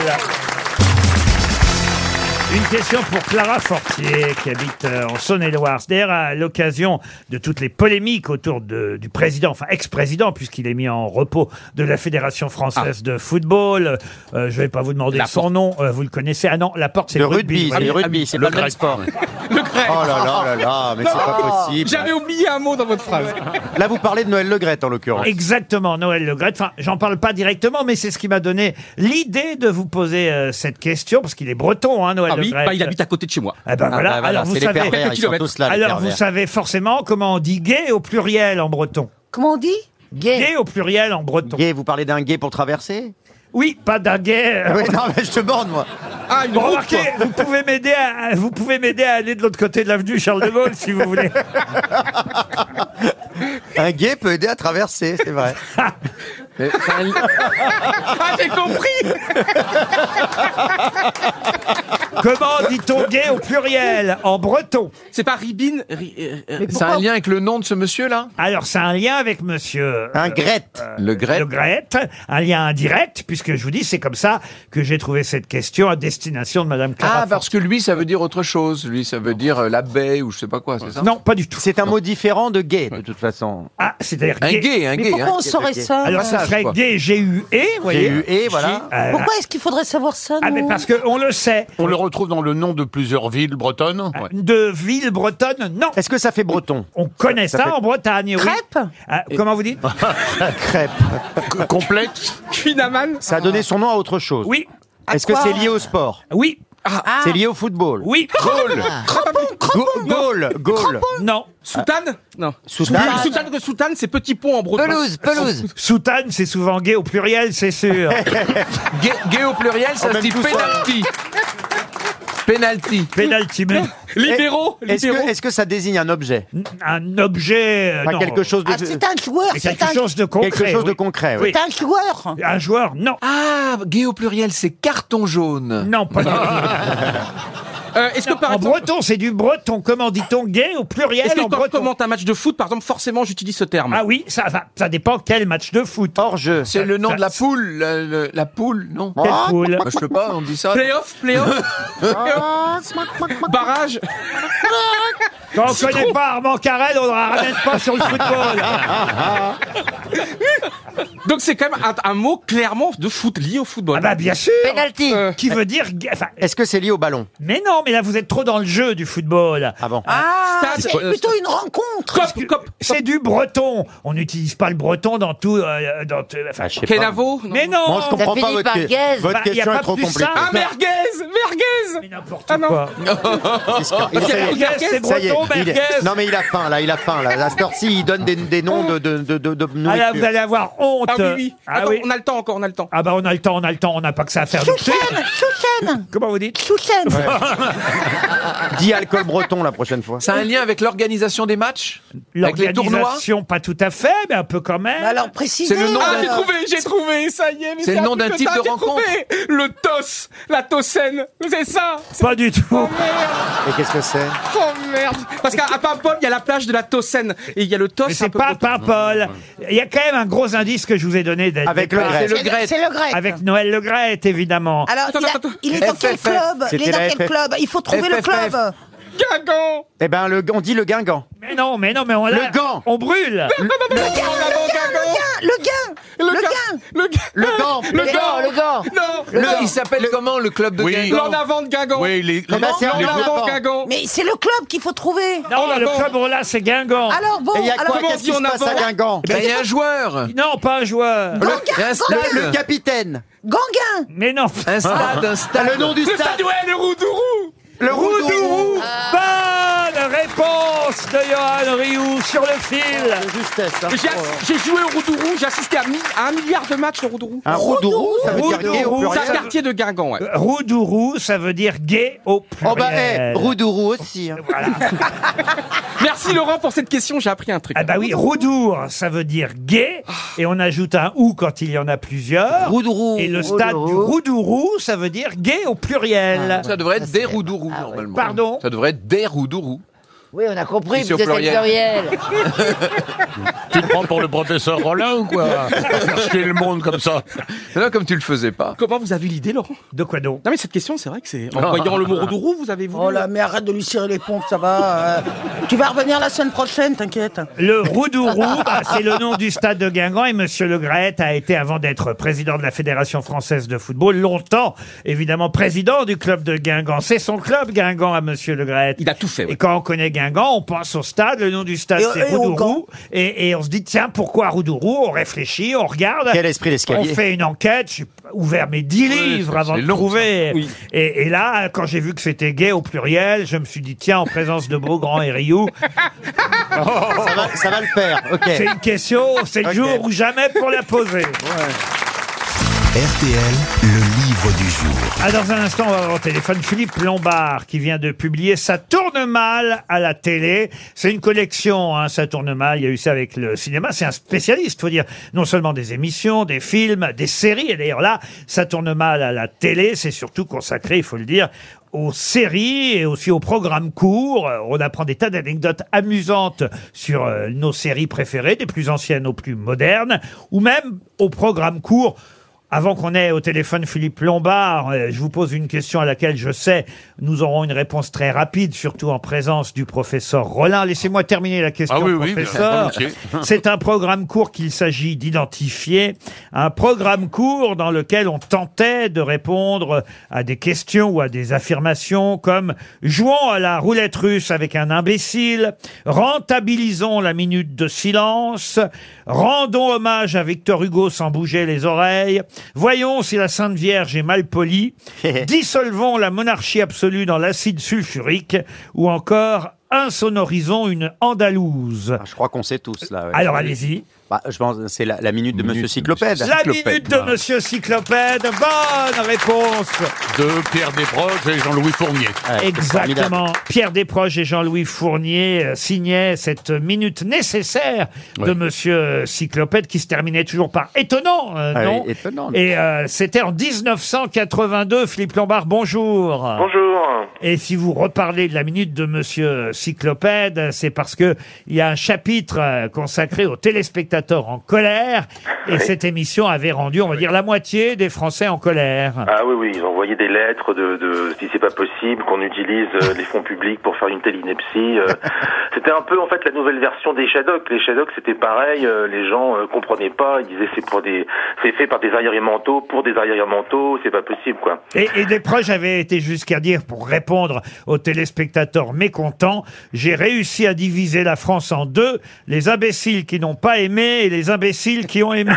Speaker 2: Une question pour Clara Fortier, qui habite euh, en Saône-et-Loire. C'est D'ailleurs, à l'occasion de toutes les polémiques autour de- du président, enfin ex-président, puisqu'il est mis en repos de la Fédération française
Speaker 6: Ah.
Speaker 2: de football. Euh, je ne vais pas vous demander son nom, euh, vous le connaissez. Ah non, la porte, c'est
Speaker 5: Le
Speaker 2: le rugby. Ah vous
Speaker 5: rugby, c'est
Speaker 2: voyez.
Speaker 5: le rugby, c'est pas le même sport.
Speaker 7: Le grec.
Speaker 5: Oh là là là là, mais c'est pas possible.
Speaker 7: J'avais oublié un mot dans votre phrase.
Speaker 5: Là, vous parlez de Noël Legrette en l'occurrence.
Speaker 2: Exactement, Noël Le Gret. Enfin, j'en parle pas directement, mais c'est ce qui m'a donné l'idée de vous poser euh, cette question, parce qu'il est breton, hein, Noël
Speaker 7: Ah Barbie,
Speaker 2: Grèce.
Speaker 7: bah, il habite à Ah, bah, côté de chez moi.
Speaker 2: Eh ben voilà. alors vous savez, alors vous savez forcément comment on dit gay au pluriel en breton.
Speaker 8: Comment on dit
Speaker 2: Gay. au pluriel en breton.
Speaker 5: Gay, vous parlez d'un gay pour traverser
Speaker 2: Oui, pas d'un gay. euh,
Speaker 5: Oui, non, mais je te borne, moi.
Speaker 7: Ah,
Speaker 2: Bon, remarquez, vous pouvez m'aider à, à- vous pouvez m'aider à aller de l'autre côté de l'avenue Charles de Gaulle si vous [laughs] voulez.
Speaker 5: Un gay peut aider à traverser,
Speaker 2: [laughs]
Speaker 5: c'est vrai.
Speaker 7: Ah, j'ai compris
Speaker 2: Comment dit-on gay au pluriel en breton
Speaker 7: C'est pas ribine euh,
Speaker 6: C'est un lien avec le nom de ce monsieur-là
Speaker 2: Alors, c'est un lien avec monsieur. Un
Speaker 5: grette.
Speaker 6: le grette.
Speaker 2: Le grette. Un lien indirect, puisque je vous dis, c'est comme ça que j'ai trouvé cette question à destination de madame Clara.
Speaker 6: Ah, parce que lui, ça veut dire autre chose. Lui, ça veut dire euh, la baie ou je sais pas quoi, c'est ça
Speaker 2: Non, pas du tout.
Speaker 5: C'est un mot différent de gay, de toute façon.
Speaker 2: Ah, c'est-à-dire
Speaker 6: Un gay, un Mais gay, pourquoi hein. on saurait ça,
Speaker 2: Alors,
Speaker 6: nous
Speaker 2: ça serait
Speaker 6: Passage, quoi.
Speaker 2: gay, G-U-E, vous voyez.
Speaker 5: G-U-E, voilà.
Speaker 2: Euh,
Speaker 8: Pourquoi est-ce qu'il faudrait savoir ça
Speaker 2: Ah,
Speaker 8: nous
Speaker 2: mais parce qu'on le sait. Ah,
Speaker 9: On le retrouve dans le nom de plusieurs villes bretonnes.
Speaker 2: De ville bretonne, non.
Speaker 5: Est-ce que ça fait breton
Speaker 2: On connaît ça,
Speaker 9: Ça fait-
Speaker 2: en Bretagne, oui.
Speaker 8: Crêpe
Speaker 2: Ah, Comment vous dites
Speaker 5: Crêpe.
Speaker 9: Complexe
Speaker 7: Finaman
Speaker 5: Ça a donné son nom à autre chose.
Speaker 2: Oui.
Speaker 7: À
Speaker 5: Est-ce que
Speaker 7: quoi Ah.
Speaker 5: c'est lié au sport
Speaker 2: Oui.
Speaker 5: C'est lié au football
Speaker 2: Oui.
Speaker 7: [laughs] Gaulle
Speaker 5: Gaulle Gaulle
Speaker 2: Non.
Speaker 7: Soutane Ah, Non.
Speaker 5: Soutane.
Speaker 7: Soutane, que Soutane, c'est petit pont en breton.
Speaker 3: Pelouse, pelouse.
Speaker 2: Soutane, c'est souvent gay au pluriel, c'est
Speaker 5: [laughs]
Speaker 2: sûr.
Speaker 6: Gay, gay au pluriel,
Speaker 5: Oh,
Speaker 6: ça se
Speaker 5: même
Speaker 6: dit
Speaker 5: tout ça.
Speaker 6: penalty. penalty.
Speaker 2: Pénalty, mais
Speaker 7: Libéraux
Speaker 5: Est-ce
Speaker 7: libéraux.
Speaker 5: que, est-ce que ça désigne
Speaker 2: [laughs]
Speaker 5: un objet
Speaker 2: un objet. euh,
Speaker 5: Enfin,
Speaker 2: non.
Speaker 5: quelque chose de...
Speaker 8: Ah, c'est un joueur,
Speaker 2: Mais
Speaker 8: c'est
Speaker 2: quelque
Speaker 8: un,
Speaker 2: chose de concret.
Speaker 5: quelque chose de
Speaker 2: oui.
Speaker 5: concret, oui.
Speaker 2: Oui.
Speaker 8: c'est un joueur.
Speaker 2: Un joueur, non.
Speaker 6: Ah, gay au pluriel, c'est carton jaune.
Speaker 2: Non, pas du tout.
Speaker 7: [laughs] Euh, Est-ce que par
Speaker 2: En
Speaker 7: exemple.
Speaker 2: breton, c'est du breton. Comment dit-on gay au pluriel
Speaker 7: Est-ce que
Speaker 2: en
Speaker 7: quand je
Speaker 2: breton
Speaker 7: commente un match de foot, par exemple, forcément j'utilise ce terme
Speaker 2: Ah oui, ça, ça, ça dépend quel match de foot.
Speaker 5: Hors-jeu.
Speaker 6: C'est le nom
Speaker 2: ça-
Speaker 6: de la poule, la, le- la poule, non
Speaker 2: Quelle poule
Speaker 6: Bah, Je sais pas, on dit ça.
Speaker 7: Playoff,
Speaker 6: [laughs]
Speaker 5: [laughs]
Speaker 7: playoff,
Speaker 5: Ah,
Speaker 7: barrage.
Speaker 2: Quand on connaît pas Armand Carrel, on ne ramène pas sur le football.
Speaker 7: Donc c'est quand même un, un mot clairement de foot, lié au football.
Speaker 2: Ah bah bien sûr
Speaker 3: Penalty.
Speaker 7: Euh,
Speaker 2: Qui veut dire... gay- enfin,
Speaker 5: Est-ce que c'est lié au ballon
Speaker 2: mais non, mais là vous êtes trop dans le jeu du football. Hein
Speaker 5: Avant.
Speaker 8: Ah,
Speaker 7: Stade,
Speaker 8: c'est
Speaker 7: euh,
Speaker 8: plutôt une rencontre.
Speaker 7: Cop, cop, cop.
Speaker 2: C'est du breton. On n'utilise pas le breton dans tout... euh, dans, tout- enfin,
Speaker 5: je sais pas.
Speaker 7: Kenavo
Speaker 2: mais non
Speaker 5: Moi, je
Speaker 3: Ça
Speaker 5: comprends pas
Speaker 3: finit
Speaker 5: votre,
Speaker 3: par
Speaker 5: que-
Speaker 3: gaze.
Speaker 5: votre
Speaker 2: Bah, y a
Speaker 5: question
Speaker 2: pas
Speaker 5: est trop
Speaker 2: plus
Speaker 5: compliquée.
Speaker 2: simple.
Speaker 7: Ah, merguez
Speaker 2: Mais
Speaker 7: Merguez
Speaker 2: n'importe
Speaker 7: Ah non.
Speaker 2: quoi.
Speaker 5: Il
Speaker 7: qu'il y a plus
Speaker 2: Merguez,
Speaker 5: sait-
Speaker 2: c'est
Speaker 5: Ça y est,
Speaker 2: breton,
Speaker 5: il est-
Speaker 2: merguez.
Speaker 5: Non mais il a faim là, il a faim là. À cette heure-ci, il donne des, des noms de, de, de, de- de
Speaker 2: Ah là, vous
Speaker 5: nourriture.
Speaker 2: allez avoir honte.
Speaker 7: Ah oui, oui.
Speaker 2: Ah
Speaker 7: Attends,
Speaker 2: oui.
Speaker 7: on a le temps encore, on a le temps.
Speaker 2: Ah bah on a le temps, on a le temps, on n'a pas que ça à faire.
Speaker 8: Souchène, Souchène,
Speaker 2: Comment vous dites
Speaker 8: Souchène.
Speaker 5: [laughs] Dis alcool breton la prochaine fois.
Speaker 6: Ça a un lien avec l'organisation des matchs Avec les tournois
Speaker 2: L'organisation, pas tout à fait, mais un peu quand même.
Speaker 8: Bah Alors précisez.
Speaker 6: C'est le nom
Speaker 7: Ah,
Speaker 6: d'un-
Speaker 7: j'ai trouvé, j'ai trouvé, ça y est. mais
Speaker 6: C'est le
Speaker 7: un
Speaker 6: nom d'un
Speaker 7: que
Speaker 6: type
Speaker 7: t'as,
Speaker 6: de
Speaker 7: j'ai
Speaker 6: rencontre.
Speaker 7: trouvé. Le TOS, la Tosen, c'est ça.
Speaker 2: Pas du tout.
Speaker 5: Et qu'est-ce que c'est
Speaker 7: Oh merde. Parce qu'à à Paimpol, il y a la plage de la Tosen et il y a le TOS.
Speaker 2: Mais
Speaker 7: un
Speaker 2: c'est
Speaker 7: peu
Speaker 2: pas
Speaker 7: breton.
Speaker 2: Paimpol. Il y a quand même un gros indice que je vous ai donné. dès le
Speaker 5: Avec le
Speaker 2: départ.
Speaker 5: grec.
Speaker 6: le grec.
Speaker 8: C'est le grec.
Speaker 2: Avec Noël Le Graët, évidemment.
Speaker 8: Alors,
Speaker 7: Attends,
Speaker 8: il, a-
Speaker 7: attends, attends.
Speaker 8: il est dans quel
Speaker 6: FFF.
Speaker 8: club Il est
Speaker 5: C'était
Speaker 8: dans
Speaker 5: la
Speaker 8: quel
Speaker 5: FFF.
Speaker 8: club Il faut trouver le
Speaker 6: FFF.
Speaker 8: club.
Speaker 7: Guingamp.
Speaker 5: Eh ben le, on dit le Guingamp.
Speaker 2: Mais non, mais non, mais on l'a-
Speaker 5: Le gant.
Speaker 2: On brûle.
Speaker 8: Le gain Le gain
Speaker 7: Le gars.
Speaker 5: Le Gand.
Speaker 7: Le
Speaker 3: Le gant,
Speaker 7: gars.
Speaker 3: le gant.
Speaker 7: Non.
Speaker 6: Le- il s'appelle comment le club de
Speaker 9: Oui.
Speaker 6: Guingamp
Speaker 7: L'en avant de Guingamp.
Speaker 9: Oui, les,
Speaker 5: Eh ben, c'est un
Speaker 7: L'en avant
Speaker 5: Guingamp.
Speaker 7: de Guingamp.
Speaker 8: Mais c'est le club qu'il faut trouver.
Speaker 2: Non,
Speaker 7: Oh,
Speaker 2: le
Speaker 7: bon.
Speaker 2: club, on l'a, c'est Guingamp.
Speaker 8: Alors bon,
Speaker 5: Ah, Et il y a
Speaker 8: alors
Speaker 5: quoi
Speaker 7: comment
Speaker 5: Qu'est-ce
Speaker 7: on
Speaker 5: qui
Speaker 7: dit
Speaker 5: se
Speaker 7: en
Speaker 5: passe Eh à
Speaker 7: avant Eh
Speaker 5: Guingamp
Speaker 6: Ben, Il y a un joueur
Speaker 2: Non, pas un joueur.
Speaker 6: Le- il y a un stade
Speaker 5: Le, le capitaine.
Speaker 8: Ganguin
Speaker 2: Mais non.
Speaker 6: Un stade, un
Speaker 5: T'as
Speaker 6: stade
Speaker 5: le nom du
Speaker 7: Le stade,
Speaker 5: stade.
Speaker 7: ouais, le Roudourou.
Speaker 5: Le Roudourou.
Speaker 2: Bonne réponse de Johan Rioux sur le fil.
Speaker 5: De justesse. hein.
Speaker 7: J'ai j'ai joué au Roudourou, j'ai assisté à, mi- à un milliard de matchs au Roudourou.
Speaker 5: Un Roudourou, ça veut dire gay au
Speaker 2: Roudourou.
Speaker 7: C'est un
Speaker 5: pluriel.
Speaker 7: quartier de Guingamp, ouais.
Speaker 2: Euh, Roudourou, ça veut dire gay au pluriel.
Speaker 5: Oh bah, eh, Roudourou aussi. hein.
Speaker 7: [laughs] Merci Laurent pour cette question, j'ai appris un truc.
Speaker 2: Ah bah oui, roudour, ça veut dire gay, et on ajoute un ou quand il y en a plusieurs.
Speaker 5: Roudourou.
Speaker 2: Et le stade du
Speaker 3: Roudourou.
Speaker 2: roudourou, ça veut dire gay au pluriel.
Speaker 6: Ça devrait être
Speaker 3: c'est-
Speaker 6: des Roudourous,
Speaker 3: Ah ouais.
Speaker 6: normalement.
Speaker 2: Pardon
Speaker 6: Ça devrait être des Roudourous.
Speaker 3: Oui, on a compris, Ah,
Speaker 6: Ici au
Speaker 3: puisque c'est le pluriel.
Speaker 9: Tu te prends pour le professeur Rollin ou
Speaker 2: [laughs]
Speaker 9: quoi Fais le monde comme ça.
Speaker 6: Mais non, comme tu le faisais pas.
Speaker 7: Comment vous avez l'idée, Laurent
Speaker 2: De quoi donc
Speaker 7: Non mais cette question, c'est vrai que c'est...
Speaker 5: Ah.
Speaker 7: En voyant le mot
Speaker 8: [laughs]
Speaker 7: Roudourou, vous avez voulu...
Speaker 8: Oh là, mais arrête de lui cirer les pompes, ça va. euh. tu vas revenir la semaine prochaine, t'inquiète.
Speaker 2: Le Roudourou, bah,
Speaker 8: [laughs]
Speaker 2: c'est le nom du stade de Guingamp et Monsieur Le Graët a été, avant d'être président de la Fédération Française de Football, longtemps, évidemment, président du club de Guingamp. C'est son club, Guingamp, à Monsieur Le Graët.
Speaker 7: Il a tout fait, ouais.
Speaker 2: Et quand on connaît Guingamp, on pense au stade, le nom du stade
Speaker 5: Et-
Speaker 2: c'est
Speaker 5: et au
Speaker 2: Roudourou, et, et on se dit tiens pourquoi Roudourou On réfléchit, on regarde.
Speaker 5: Quel esprit d'escalier.
Speaker 2: On fait une enquête, j'ai ouvert mes dix livres avant de trouver. Et, et là, quand j'ai vu que c'était gay au pluriel, je me suis dit tiens en présence de Beaugrand et Rioux,
Speaker 5: ça, va, ça va le faire, ok.
Speaker 2: c'est une question, c'est le jour ou jamais pour la poser.
Speaker 1: RTL, le livre du jour.
Speaker 2: Ah, dans un instant, on va avoir au téléphone Philippe Lombard qui vient de publier Ça tourne mal à la télé. C'est une collection, hein, Ça tourne mal. Il y a eu ça avec le cinéma. C'est un spécialiste, faut dire, non seulement des émissions, des films, des séries. Et d'ailleurs là, Ça tourne mal à la télé. C'est surtout consacré, il faut le dire, aux séries et aussi aux programmes courts. Euh, On apprend des tas d'anecdotes amusantes sur euh, nos séries préférées, des plus anciennes aux plus modernes, ou même aux programmes courts. Avant qu'on ait au téléphone Philippe Lombard, euh, je vous pose une question à laquelle je sais nous aurons une réponse très rapide, surtout en présence du professeur Rollin. Laissez-moi terminer la question,
Speaker 9: Ah oui, oui, bien,
Speaker 2: professeur.
Speaker 9: volontiers.
Speaker 2: [laughs] C'est un programme court qu'il s'agit d'identifier, un programme court dans lequel on tentait de répondre à des questions ou à des affirmations comme jouons à la roulette russe avec un imbécile, rentabilisons la minute de silence, rendons hommage à Victor Hugo sans bouger les oreilles, voyons si la Sainte Vierge est mal
Speaker 5: [laughs]
Speaker 2: polie, dissolvons la monarchie absolue dans l'acide sulfurique ou encore insonorisons une andalouse.
Speaker 5: Ah, Je crois qu'on sait tous là. ouais.
Speaker 2: Alors, allez-y.
Speaker 5: Bah, je pense que c'est la, la minute de Monsieur Cyclopède.
Speaker 2: La minute de Monsieur Cyclopède, bonne réponse
Speaker 9: De Pierre Desproges et Jean-Louis Fournier.
Speaker 2: Exactement. Pierre Desproges et Jean-Louis Fournier euh, signaient cette minute nécessaire de
Speaker 9: Ouais.
Speaker 2: Monsieur Cyclopède qui se terminait toujours par étonnant, euh,
Speaker 5: Ah oui,
Speaker 2: non
Speaker 5: étonnant.
Speaker 2: Et euh, c'était en 1982. Philippe Lombard, bonjour.
Speaker 11: Bonjour.
Speaker 2: Et si vous reparlez de la minute de Monsieur Cyclopède, c'est parce que il y a un chapitre euh, consacré aux téléspectateurs en colère. Et cette émission avait rendu, on va dire, la moitié des Français en colère.
Speaker 15: Ah oui, oui, ils ont envoyé des lettres de, de si c'est pas possible qu'on utilise euh, les fonds publics pour faire une telle
Speaker 2: [laughs]
Speaker 15: ineptie. euh. c'était un peu en fait la nouvelle version des Shadocks. Les Shadocks c'était pareil, euh, les gens euh, comprenaient pas, ils disaient c'est pour des, c'est fait par des arriérés mentaux pour des arriérés mentaux, c'est pas possible quoi.
Speaker 2: Et, et des proches avaient été jusqu'à dire, pour répondre aux téléspectateurs mécontents, j'ai réussi à diviser la France en deux, les imbéciles qui n'ont pas aimé et les imbéciles qui ont aimé.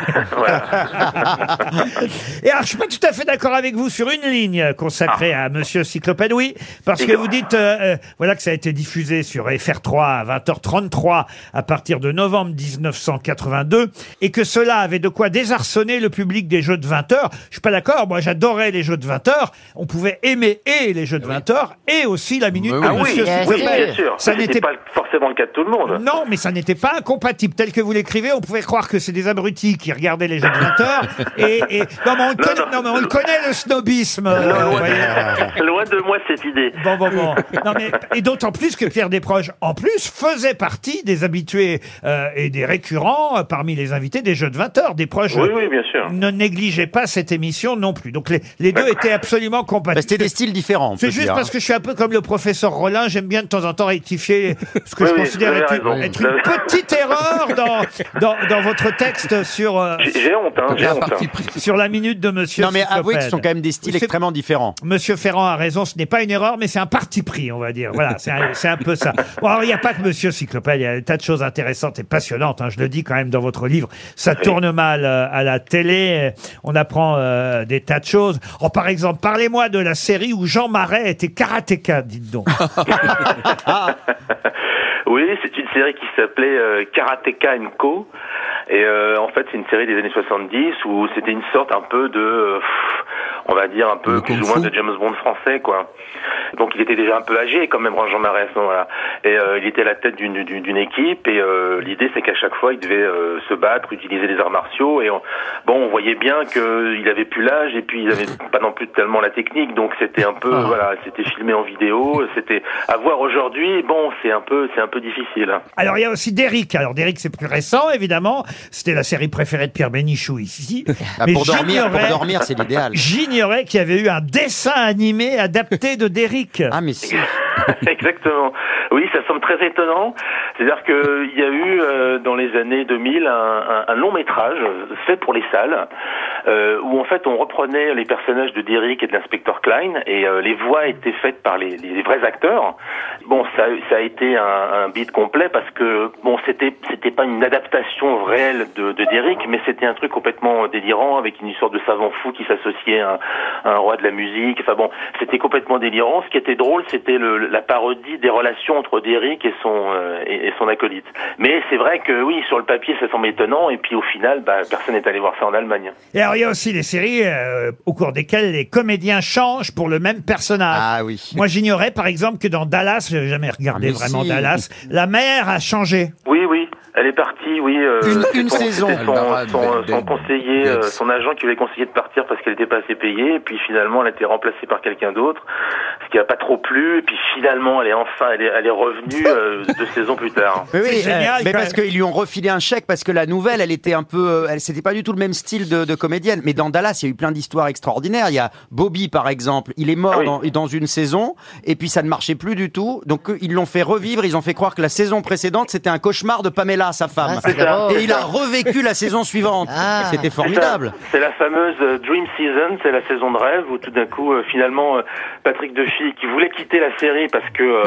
Speaker 2: et alors, je suis pas tout à fait d'accord avec vous sur une ligne consacrée à Monsieur Cyclopède, oui, parce que vous dites, euh, euh, voilà que ça a été diffusé sur FR3 à 20h33 à partir de novembre 1982, et que cela avait de quoi désarçonner le public des jeux de 20h. Je suis pas d'accord, moi j'adorais les jeux de 20h, on pouvait aimer et les jeux de 20h, et aussi la minute de
Speaker 15: ah oui,
Speaker 2: Monsieur
Speaker 15: oui,
Speaker 2: Cyclopède.
Speaker 15: bien sûr.
Speaker 2: Ça
Speaker 15: Mais
Speaker 2: n'était
Speaker 15: C'était pas forcément le cas de tout le monde.
Speaker 2: non, mais ça n'était pas incompatible. Tel que vous l'écrivez, on pouvait croire que c'est des abrutis qui regardaient les jeux de
Speaker 15: [laughs]
Speaker 2: 20 heures. Et, et- Non, mais on, le
Speaker 15: Non,
Speaker 2: connaît,
Speaker 15: non.
Speaker 2: non, mais on le connaît, le snobisme. euh,
Speaker 15: Non,
Speaker 2: vous
Speaker 15: loin,
Speaker 2: voyez. [laughs]
Speaker 15: de, loin de moi cette idée.
Speaker 2: Bon, bon, bon. Non, mais, et d'autant plus que Pierre Desproges, en plus, faisait partie des habitués euh, et des récurrents euh, parmi les invités des jeux de 20 heures. Desproges
Speaker 15: Oui, oui, bien sûr.
Speaker 2: ne négligeait pas cette émission non plus. Donc les, les deux étaient absolument compatibles.
Speaker 5: Bah, C'était des styles différents. on
Speaker 2: C'est
Speaker 5: peut
Speaker 2: juste
Speaker 5: dire.
Speaker 2: parce que je suis un peu comme le professeur Rollin, j'aime bien de temps en temps rectifier ce que
Speaker 15: Oui,
Speaker 2: je
Speaker 15: oui,
Speaker 2: considère
Speaker 15: vous avez
Speaker 2: être,
Speaker 15: raison.
Speaker 2: être
Speaker 15: Vous
Speaker 2: une
Speaker 15: avez-
Speaker 2: petite erreur dans, dans, dans votre texte sur, euh,
Speaker 15: J'ai- J'ai honte, hein, j'ai honte. hein.
Speaker 2: sur la minute de monsieur.
Speaker 5: Non, mais avouez que ce
Speaker 2: Cyclopède.
Speaker 5: sont quand même des styles
Speaker 2: Oui, c'est-
Speaker 5: extrêmement différents.
Speaker 2: Monsieur Ferrand a raison, ce n'est pas une erreur, mais c'est un parti pris, on va dire. Voilà, c'est
Speaker 5: [laughs]
Speaker 2: un, c'est un peu ça. Bon, alors, il n'y a pas que Monsieur Cyclopède, il y a des tas de choses intéressantes et passionnantes. hein, je le dis quand même dans votre livre. Ça tourne mal euh, à la télé. euh, On apprend euh, des tas de choses. Oh, par exemple, parlez-moi de la série où Jean Marais était karatéka, dites
Speaker 5: [laughs]
Speaker 2: donc.
Speaker 15: [laughs] Oui, c'est une série qui s'appelait euh, Karateka Co. Et euh, en fait, c'est une série des années 70 où c'était une sorte un peu de, euh, pff, on va dire un peu plus ou moins de James Bond français, quoi. Donc il était déjà un peu âgé quand même, Jean Marais, à ce moment-là. Et euh, il était à la tête d'une d'une- d'une équipe. Et euh, l'idée, c'est qu'à chaque fois, il devait euh, se battre, utiliser les arts martiaux. Et on- bon, on voyait bien qu'il avait plus l'âge et puis il avait pas non plus tellement la technique. Donc c'était un peu, voilà, c'était filmé en vidéo. C'était à voir aujourd'hui. Bon, c'est un peu, c'est un peu difficile. hein.
Speaker 2: Alors, il y a aussi Derrick. Alors, Derrick, c'est plus récent, évidemment. C'était la série préférée de Pierre Bénichou ici.
Speaker 5: Ah,
Speaker 2: Mais
Speaker 5: pour dormir, pour
Speaker 2: j'ignorais-
Speaker 5: dormir, c'est l'idéal.
Speaker 2: J'ignorais qu'il y avait eu un dessin animé adapté de Derrick.
Speaker 5: Ah, mais si.
Speaker 15: Exactement. Oui, ça semble très étonnant. C'est-à-dire que il y a eu euh, dans les années 2000 un, un- un long métrage fait pour les salles euh, où en fait on reprenait les personnages de Derrick et de l'inspecteur Klein et euh, les voix étaient faites par les, les vrais acteurs. Bon, ça, ça a été un, un beat complet parce que bon, c'était c'était pas une adaptation réelle de, de Derrick, mais c'était un truc complètement délirant avec une histoire de savant fou qui s'associait à, un- à un roi de la musique. Enfin bon, c'était complètement délirant. Ce qui était drôle, c'était le- la parodie des relations entre Derrick et son euh, et, et son acolyte. Mais c'est vrai que oui, sur le papier, ça semble étonnant, et puis au final, bah, personne n'est allé voir ça en Allemagne.
Speaker 2: Et alors, il y a aussi des séries euh, au cours desquelles les comédiens changent pour le même personnage. Ah oui. Moi, j'ignorais, par exemple, que dans Dallas, j'ai jamais regardé
Speaker 15: Mais
Speaker 2: vraiment
Speaker 15: si.
Speaker 2: Dallas, la mère a changé.
Speaker 15: Oui, oui. Elle est partie, oui. euh,
Speaker 2: Une-
Speaker 15: c'était
Speaker 2: une
Speaker 15: son-
Speaker 2: saison.
Speaker 15: c'était Son,
Speaker 2: Alvarade,
Speaker 15: son-
Speaker 2: Ben-
Speaker 15: son
Speaker 2: Ben-
Speaker 15: conseiller, euh,
Speaker 2: Yes.
Speaker 15: son agent qui lui avait conseillé de partir parce qu'elle n'était pas assez payée. Et puis finalement, elle a été remplacée par quelqu'un d'autre, ce qui n'a pas trop plu. Et puis finalement, elle est enfin, elle est, elle est revenue euh, deux saisons plus tard.
Speaker 5: Mais oui, euh, mais parce qu'ils lui ont refilé un chèque parce que la nouvelle, elle était un peu, euh, elle c'était pas du tout le même style de, de comédienne. Mais dans Dallas, il y a eu plein d'histoires extraordinaires. Il y a Bobby par exemple, il est mort dans, dans une saison et puis ça ne marchait plus du tout. Donc euh, ils l'ont fait revivre, ils ont fait croire que la saison précédente c'était un cauchemar de Pamela, sa femme.
Speaker 15: Ah, c'est drôle.
Speaker 5: et il a revécu la saison suivante.
Speaker 15: Ah.
Speaker 5: C'était formidable.
Speaker 15: C'est ça. C'est la fameuse euh, Dream Season, c'est la saison de rêve où tout d'un coup, euh, finalement, euh, Patrick Duffy, qui voulait quitter la série parce que euh,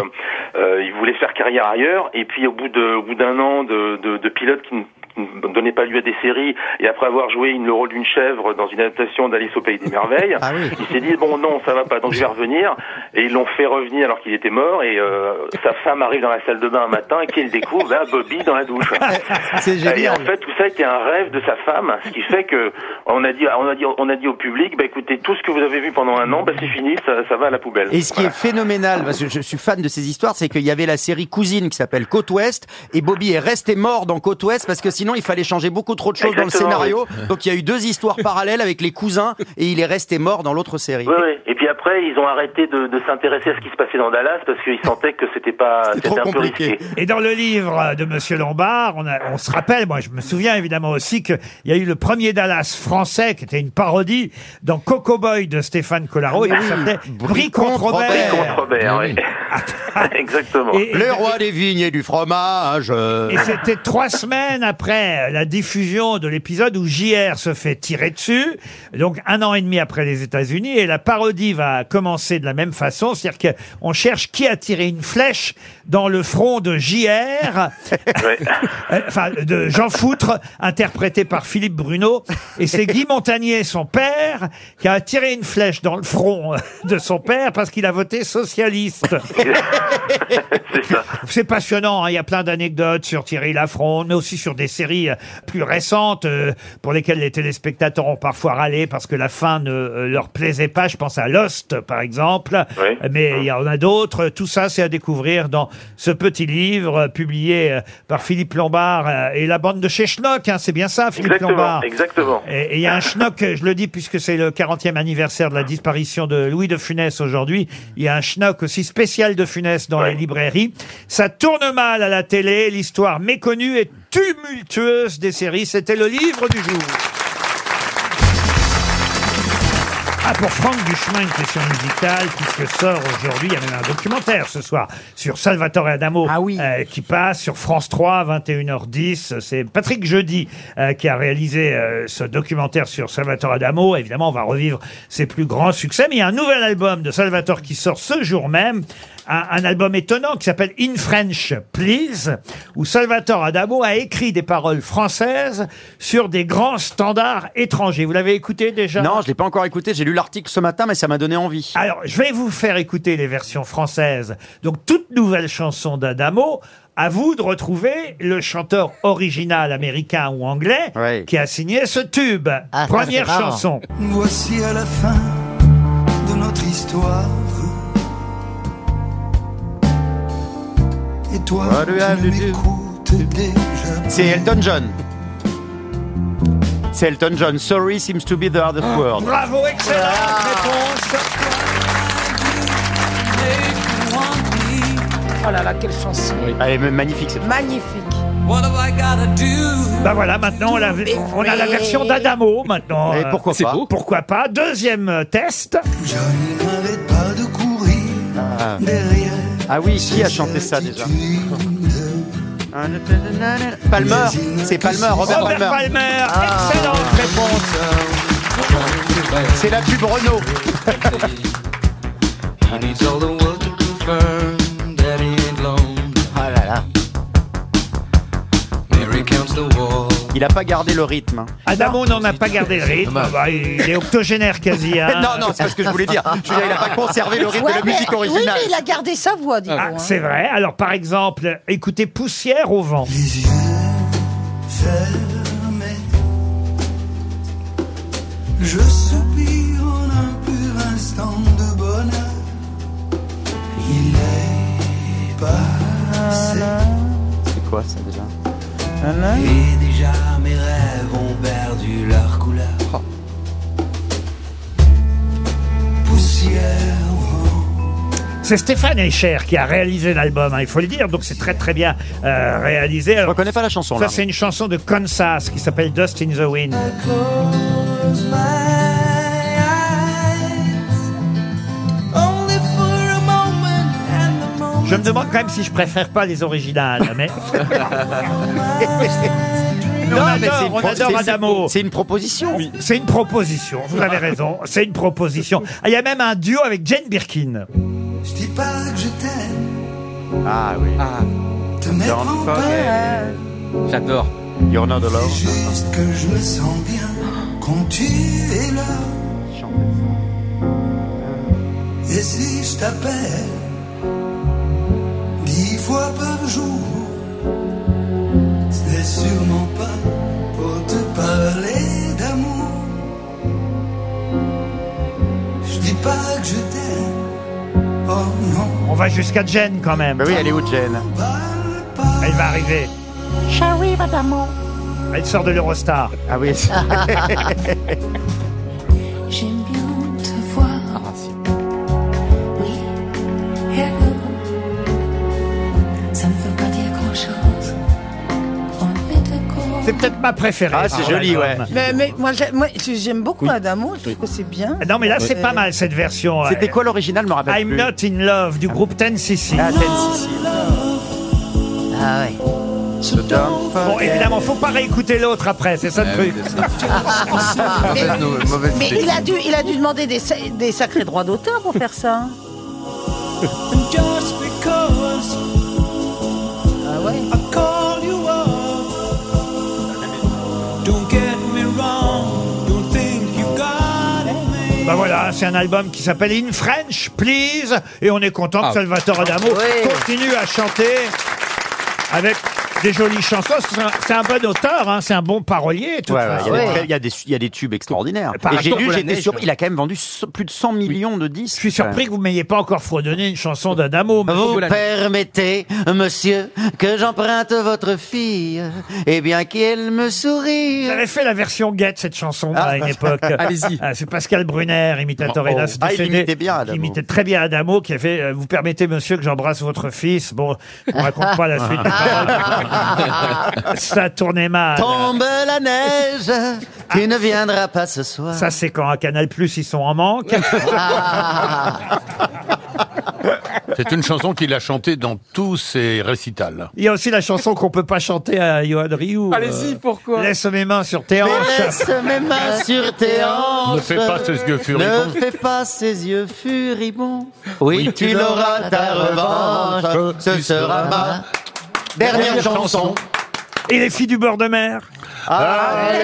Speaker 15: euh, il voulait faire carrière ailleurs, et puis au bout de- au bout d'un an de, de, de pilote qui ne qui ne donnait pas lieu à des séries et après avoir joué une- le rôle d'une chèvre dans une adaptation d'Alice au pays des
Speaker 5: [laughs]
Speaker 15: merveilles
Speaker 5: Ah
Speaker 15: il s'est dit bon non ça va pas donc je vais revenir et ils l'ont fait revenir alors qu'il était mort et euh, sa femme arrive dans la salle de bain un matin et qu'il découvre bah, Bobby dans la douche
Speaker 5: [laughs] C'est
Speaker 15: et en fait, tout ça était un rêve de sa femme, ce qui fait que on a dit, on a dit, on a dit au public, bah écoutez, tout ce que vous avez vu pendant un an, bah c'est fini, ça, ça va à la poubelle.
Speaker 5: Et ce qui est phénoménal, parce que je suis fan de ces histoires, c'est qu'il y avait la série Cousine qui s'appelle Côte Ouest, et Bobby est resté mort dans Côte Ouest parce que sinon il fallait changer beaucoup trop de choses
Speaker 15: Exactement,
Speaker 5: dans le scénario.
Speaker 15: oui.
Speaker 5: Donc il y a eu deux histoires parallèles avec les cousins, et il est resté mort dans l'autre série.
Speaker 15: Oui, oui. Et puis après, ils ont arrêté de, de s'intéresser à ce qui se passait dans Dallas parce qu'ils sentaient que c'était pas, c'était un peu risqué.
Speaker 2: Et dans le livre de Monsieur Lombard, on, a- on se rappelle, moi je me souviens évidemment aussi qu'il y a eu le premier Dallas français qui était une parodie dans Coco Boy de Stéphane Collaro. il
Speaker 15: Oui.
Speaker 2: s'appelait Brie
Speaker 15: Brie
Speaker 2: contre Robert.
Speaker 15: contre Robert, oui. [laughs] Exactement.
Speaker 5: Le roi des vignes et du fromage. euh.
Speaker 2: Et c'était trois semaines après la diffusion de l'épisode où JR se fait tirer dessus, donc un an et demi après les États-Unis, et la parodie va commencer de la même façon, c'est-à-dire qu'on cherche qui a tiré une flèche dans le front de JR, [laughs] euh, enfin de Jean Foutre, interprété par Philippe Bruno, et c'est Guy Montagnier, son père, qui a tiré une flèche dans le front euh, de son père parce qu'il a voté socialiste. C'est passionnant, hein, il y a plein d'anecdotes sur Thierry Lafronde, mais aussi sur des séries euh, plus récentes euh, pour lesquelles les téléspectateurs ont parfois râlé parce que la fin ne euh, leur plaisait pas. Je pense à Lost, par exemple, mais il y en a d'autres. Tout ça, c'est à découvrir dans ce petit livre euh, publié euh, par Philippe Lombard euh, et la bande de chez Schnock. hein, c'est bien ça, Philippe
Speaker 15: Exactement,
Speaker 2: Lombard.
Speaker 15: exactement.
Speaker 2: Et et il y a un schnock, je le dis puisque c'est le 40e anniversaire de la disparition de Louis de Funès aujourd'hui. Il y a un schnock aussi spécial de Funès dans les librairies. Ça tourne mal à la télé, l'histoire méconnue et tumultueuse des séries. C'était le livre du jour. Ah, pour Franck Duchemin, une question musicale, puisque sort aujourd'hui, il y a même un documentaire ce soir sur Salvatore Adamo euh, qui passe sur France 3, 21h10. C'est Patrick Jeudi euh, qui a réalisé euh, ce documentaire sur Salvatore Adamo. Évidemment, on va revivre ses plus grands succès, mais il y a un nouvel album de Salvatore qui sort ce jour même. Un, un album étonnant qui s'appelle In French Please, où Salvatore Adamo a écrit des paroles françaises sur des grands standards étrangers. Vous l'avez écouté déjà
Speaker 5: Non, je l'ai pas encore écouté. J'ai lu l'article ce matin, mais ça m'a donné envie.
Speaker 2: Alors, je vais vous faire écouter les versions françaises. Donc, toute nouvelle chanson d'Adamo, à vous de retrouver le chanteur original américain ou anglais qui a signé ce tube.
Speaker 4: Ah, ça,
Speaker 2: Première
Speaker 4: c'est marrant.
Speaker 2: chanson.
Speaker 4: Voici à la fin de notre histoire. Et toi,
Speaker 5: Ah,
Speaker 4: tu
Speaker 5: lui, ah,
Speaker 4: ne
Speaker 5: lui, lui.
Speaker 4: m'écoutes déjà.
Speaker 5: C'est Elton John. C'est Elton John. Sorry seems to be the hardest word.
Speaker 2: Ah, Bravo, excellente réponse.
Speaker 16: Oh là là, quelle chanson
Speaker 5: Ah, Elle est magnifique cette
Speaker 16: Magnifique
Speaker 2: Bah voilà, maintenant on, la- on a la version d'Adamo maintenant.
Speaker 5: Et pourquoi C'est pas beau.
Speaker 2: Pourquoi pas Deuxième test.
Speaker 4: N'arrête pas de courir derrière
Speaker 5: Ah oui, qui a chanté ça déjà Palmer, c'est Palmer, Ah. Robert,
Speaker 2: Robert Palmer, excellente
Speaker 5: réponse. C'est la pub Renault.
Speaker 3: Ah là là.
Speaker 5: Il a pas gardé le rythme. hein.
Speaker 2: Adamo n'en a pas gardé le rythme. Ah bah, il est octogénaire quasi. hein.
Speaker 5: [laughs] Non, non, c'est pas ce que
Speaker 8: [laughs]
Speaker 5: je voulais dire. Je veux dire, il a pas conservé le rythme de
Speaker 8: Ouais,
Speaker 5: la musique
Speaker 8: mais- Oui,
Speaker 5: originale.
Speaker 8: mais il a gardé sa voix, dis
Speaker 2: Ah,
Speaker 8: donc, hein.
Speaker 2: c'est vrai. Alors, par exemple, écoutez Poussière au vent.
Speaker 4: fermé. Je soupire en un pur instant de bonheur. Il est passé.
Speaker 5: C'est quoi ça déjà
Speaker 4: Et déjà mes rêves ont perdu leur couleur.
Speaker 5: Oh.
Speaker 4: Poussière.
Speaker 2: C'est Stéphane Eicher qui a réalisé l'album, hein, il faut le dire, donc c'est très très bien euh, réalisé. Alors, Je
Speaker 5: reconnais pas la chanson.
Speaker 2: Ça, c'est une chanson de Kansas qui s'appelle Dust in the Wind.
Speaker 4: Close my eyes only for a moment, and the moment
Speaker 2: Je me demande quand même si je préfère pas les originales,
Speaker 5: [laughs]
Speaker 2: mais.
Speaker 5: [laughs] Non,
Speaker 2: on
Speaker 5: mais c'est
Speaker 2: adore,
Speaker 5: une
Speaker 2: on
Speaker 5: pro-
Speaker 2: adore
Speaker 5: c'est-
Speaker 2: Adamo.
Speaker 5: C'est une proposition.
Speaker 2: C'est une proposition, vous avez raison, c'est une proposition. Ah, Il y a même un duo avec Jane Birkin.
Speaker 4: je dis pas que je t'aime.
Speaker 5: Ah oui.
Speaker 4: Te mettre
Speaker 5: Don't
Speaker 4: en
Speaker 5: forget.
Speaker 4: peine,
Speaker 5: J'adore. You're not alone.
Speaker 4: juste que je me sens bien quand tu es là. Et si je t'appelle dix fois par jour, c'est sûrement pas pour te parler d'amour. Je dis pas que je t'aime, oh non.
Speaker 2: On va jusqu'à Jane quand même.
Speaker 5: Bah oui, elle est où Jane
Speaker 2: Elle va arriver.
Speaker 8: Chérie, madame.
Speaker 2: Elle sort de l'Eurostar.
Speaker 5: Ah oui.
Speaker 4: J'aime bien te
Speaker 5: Ah,
Speaker 4: voir. Oui, hello. Ça ne veut pas dire grand-chose. On est d'accord.
Speaker 2: [laughs] C'est peut-être ma préférée.
Speaker 5: Ah, c'est
Speaker 2: sur
Speaker 5: joli,
Speaker 2: l'album.
Speaker 5: ouais.
Speaker 8: Mais, mais moi, j'ai- moi, j'aime beaucoup Adamo, je trouve que c'est bien.
Speaker 2: Ah, Non,
Speaker 8: [laughs]
Speaker 2: mais là, c'est pas mal cette version. euh,
Speaker 5: C'était quoi l'original, je me rappelle
Speaker 2: I'm
Speaker 5: plus.
Speaker 2: Not in Love du groupe Ten CC.
Speaker 5: Ah, Tennessee.
Speaker 3: Ah ouais.
Speaker 2: Bon, évidemment, faut pas réécouter l'autre après, c'est ça
Speaker 6: Ah
Speaker 2: le truc. Ah
Speaker 5: Ah,
Speaker 6: Mauvaise nou- mauvaise
Speaker 8: Mais
Speaker 6: idée.
Speaker 8: il a dû, il a dû demander des, sa- des sacrés droits d'auteur pour faire ça.
Speaker 5: [laughs]
Speaker 8: hein.
Speaker 4: And just because I call you up, don't get me wrong, don't think you got it.
Speaker 2: Bah voilà, c'est un album qui s'appelle In French, Please, et on est content que
Speaker 6: Ah.
Speaker 2: Salvatore Adamo
Speaker 3: Oui.
Speaker 2: continue à chanter avec des jolies chansons. C'est un, c'est un bon auteur, hein, c'est un bon parolier. Tout
Speaker 5: Ouais, ouais,
Speaker 2: ça.
Speaker 5: il
Speaker 3: Ouais.
Speaker 5: y a des très- il y, a des su- il y a des tubes extraordinaires.
Speaker 2: Par
Speaker 5: Et j'ai
Speaker 2: rapport
Speaker 5: lu,
Speaker 2: à la
Speaker 5: j'étais
Speaker 2: neige.
Speaker 5: surpris. Il a quand même vendu so- plus de 100 millions de disques.
Speaker 2: Je suis surpris que vous m'ayez pas encore fredonné une chanson d'Adamo. mais-
Speaker 5: Vous permettez, monsieur, que j'emprunte votre fille, et bien qu'elle me sourie.
Speaker 2: Vous avez fait la version guette, cette chanson,
Speaker 5: Ah,
Speaker 2: à
Speaker 5: [laughs]
Speaker 2: une [laughs] époque.
Speaker 7: Allez-y.
Speaker 2: Ah, C'est Pascal Brunner, imitateur
Speaker 5: Oh, oh.
Speaker 2: hélas
Speaker 5: Ah, il
Speaker 2: décédé,
Speaker 5: imitait bien Adamo.
Speaker 2: qui imitait très bien Adamo, qui a fait euh, Vous permettez, monsieur, que j'embrasse votre fils ». Bon, on raconte
Speaker 5: [laughs]
Speaker 2: pas la suite.
Speaker 5: Ah.
Speaker 2: [laughs] Ça tournait mal. Ah.
Speaker 5: Tombe la neige, tu ne viendras pas ce soir.
Speaker 2: Ça, c'est quand à Canal+, ils sont en manque.
Speaker 5: [laughs]
Speaker 3: ah,
Speaker 9: C'est une chanson qu'il a chantée dans tous ses récitals.
Speaker 2: Il y a aussi la chanson qu'on peut pas chanter à Johan Rioux.
Speaker 7: Allez-y, pourquoi
Speaker 2: Euh, Laisse mes mains sur tes hanches.
Speaker 5: Mais laisse mes mains sur tes hanches.
Speaker 9: Ne fais pas ces yeux
Speaker 5: Ne
Speaker 9: furibonds.
Speaker 5: fais pas ces yeux furibonds. Oui, tu l'auras ta revanche. Ce sera ma dernière chanson. Ah,
Speaker 2: Et les filles du bord de mer.
Speaker 5: Allez,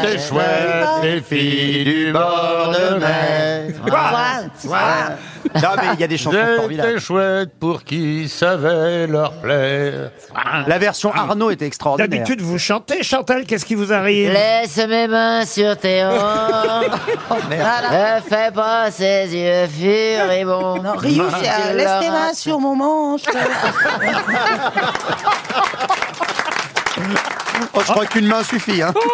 Speaker 9: T'es t'es chouette, les filles du bord de mer.
Speaker 5: Non, mais il y a des chansons
Speaker 9: J'étais
Speaker 5: formidables.
Speaker 9: chouette pour qui savait leur plaire.
Speaker 5: La version Arnaud était extraordinaire.
Speaker 2: D'habitude, vous chantez, Chantal. Qu'est-ce qui vous arrive
Speaker 3: Laisse mes mains sur tes hanches. Ne fais pas ses yeux furibonds.
Speaker 8: Non, Ryu, c'est euh, laisse tes mains sur mon manche.
Speaker 5: Oh, je crois qu'une main suffit. Hein.
Speaker 2: [laughs]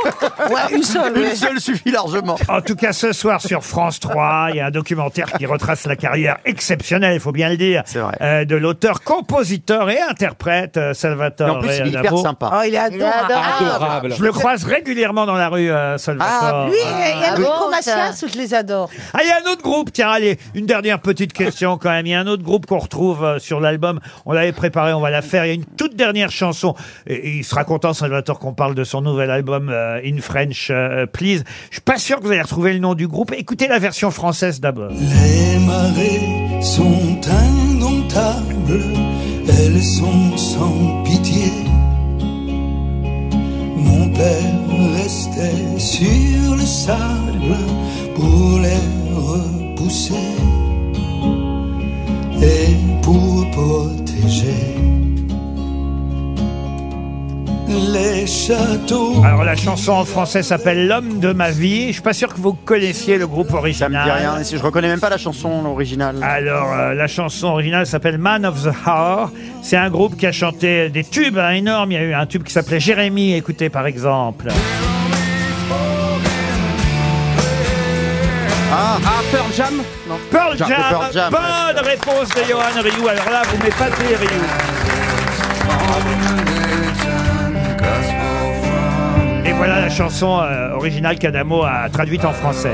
Speaker 2: Ouais, une seule, ouais.
Speaker 5: Une seule suffit largement.
Speaker 2: En tout cas, ce soir sur France 3, il y a un documentaire qui retrace la carrière exceptionnelle, il faut bien le dire, euh, de l'auteur, compositeur et interprète euh, Salvatore.
Speaker 5: Et en plus, il est hyper
Speaker 2: Adamo.
Speaker 5: sympa. Oh, il est adorable.
Speaker 2: Je le croise régulièrement dans la rue, euh, Salvatore.
Speaker 8: Ah, lui et
Speaker 2: Ah, oui.
Speaker 8: Enrico Macias, je les adore.
Speaker 2: Ah, il y a un autre groupe, tiens, allez, une dernière petite question quand même. Il y a un autre groupe qu'on retrouve euh, sur l'album. On l'avait préparé, on va la faire. Il y a une toute dernière chanson. Et, et il sera content, Salvatore, qu'on parle de son nouvel album euh, In French, euh, Please. Je suis pas sûr que vous allez retrouver le nom du groupe. Écoutez la version française d'abord.
Speaker 4: Les marées sont indomptables, elles sont sans pitié. Mon père restait sur le sable pour les repousser et pour protéger les châteaux.
Speaker 2: Alors la chanson en français s'appelle L'homme de ma vie. Je suis pas sûr que vous connaissiez le groupe original.
Speaker 5: Il y a rien, si je reconnais même pas la chanson originale.
Speaker 2: Alors, euh, la chanson originale s'appelle Man of the Hour. C'est un groupe qui a chanté des tubes hein, énormes. Il y a eu un tube qui s'appelait Jérémy, écoutez par exemple.
Speaker 5: Ah,
Speaker 7: Pearl Jam
Speaker 2: Non. Pearl
Speaker 7: Ja-
Speaker 2: Jam,
Speaker 7: Pearl Jam,
Speaker 2: bonne réponse de Johan Rioux. Alors là, vous m'épatez, Rioux. Et voilà la chanson euh, originale qu'Adamo a traduite en français.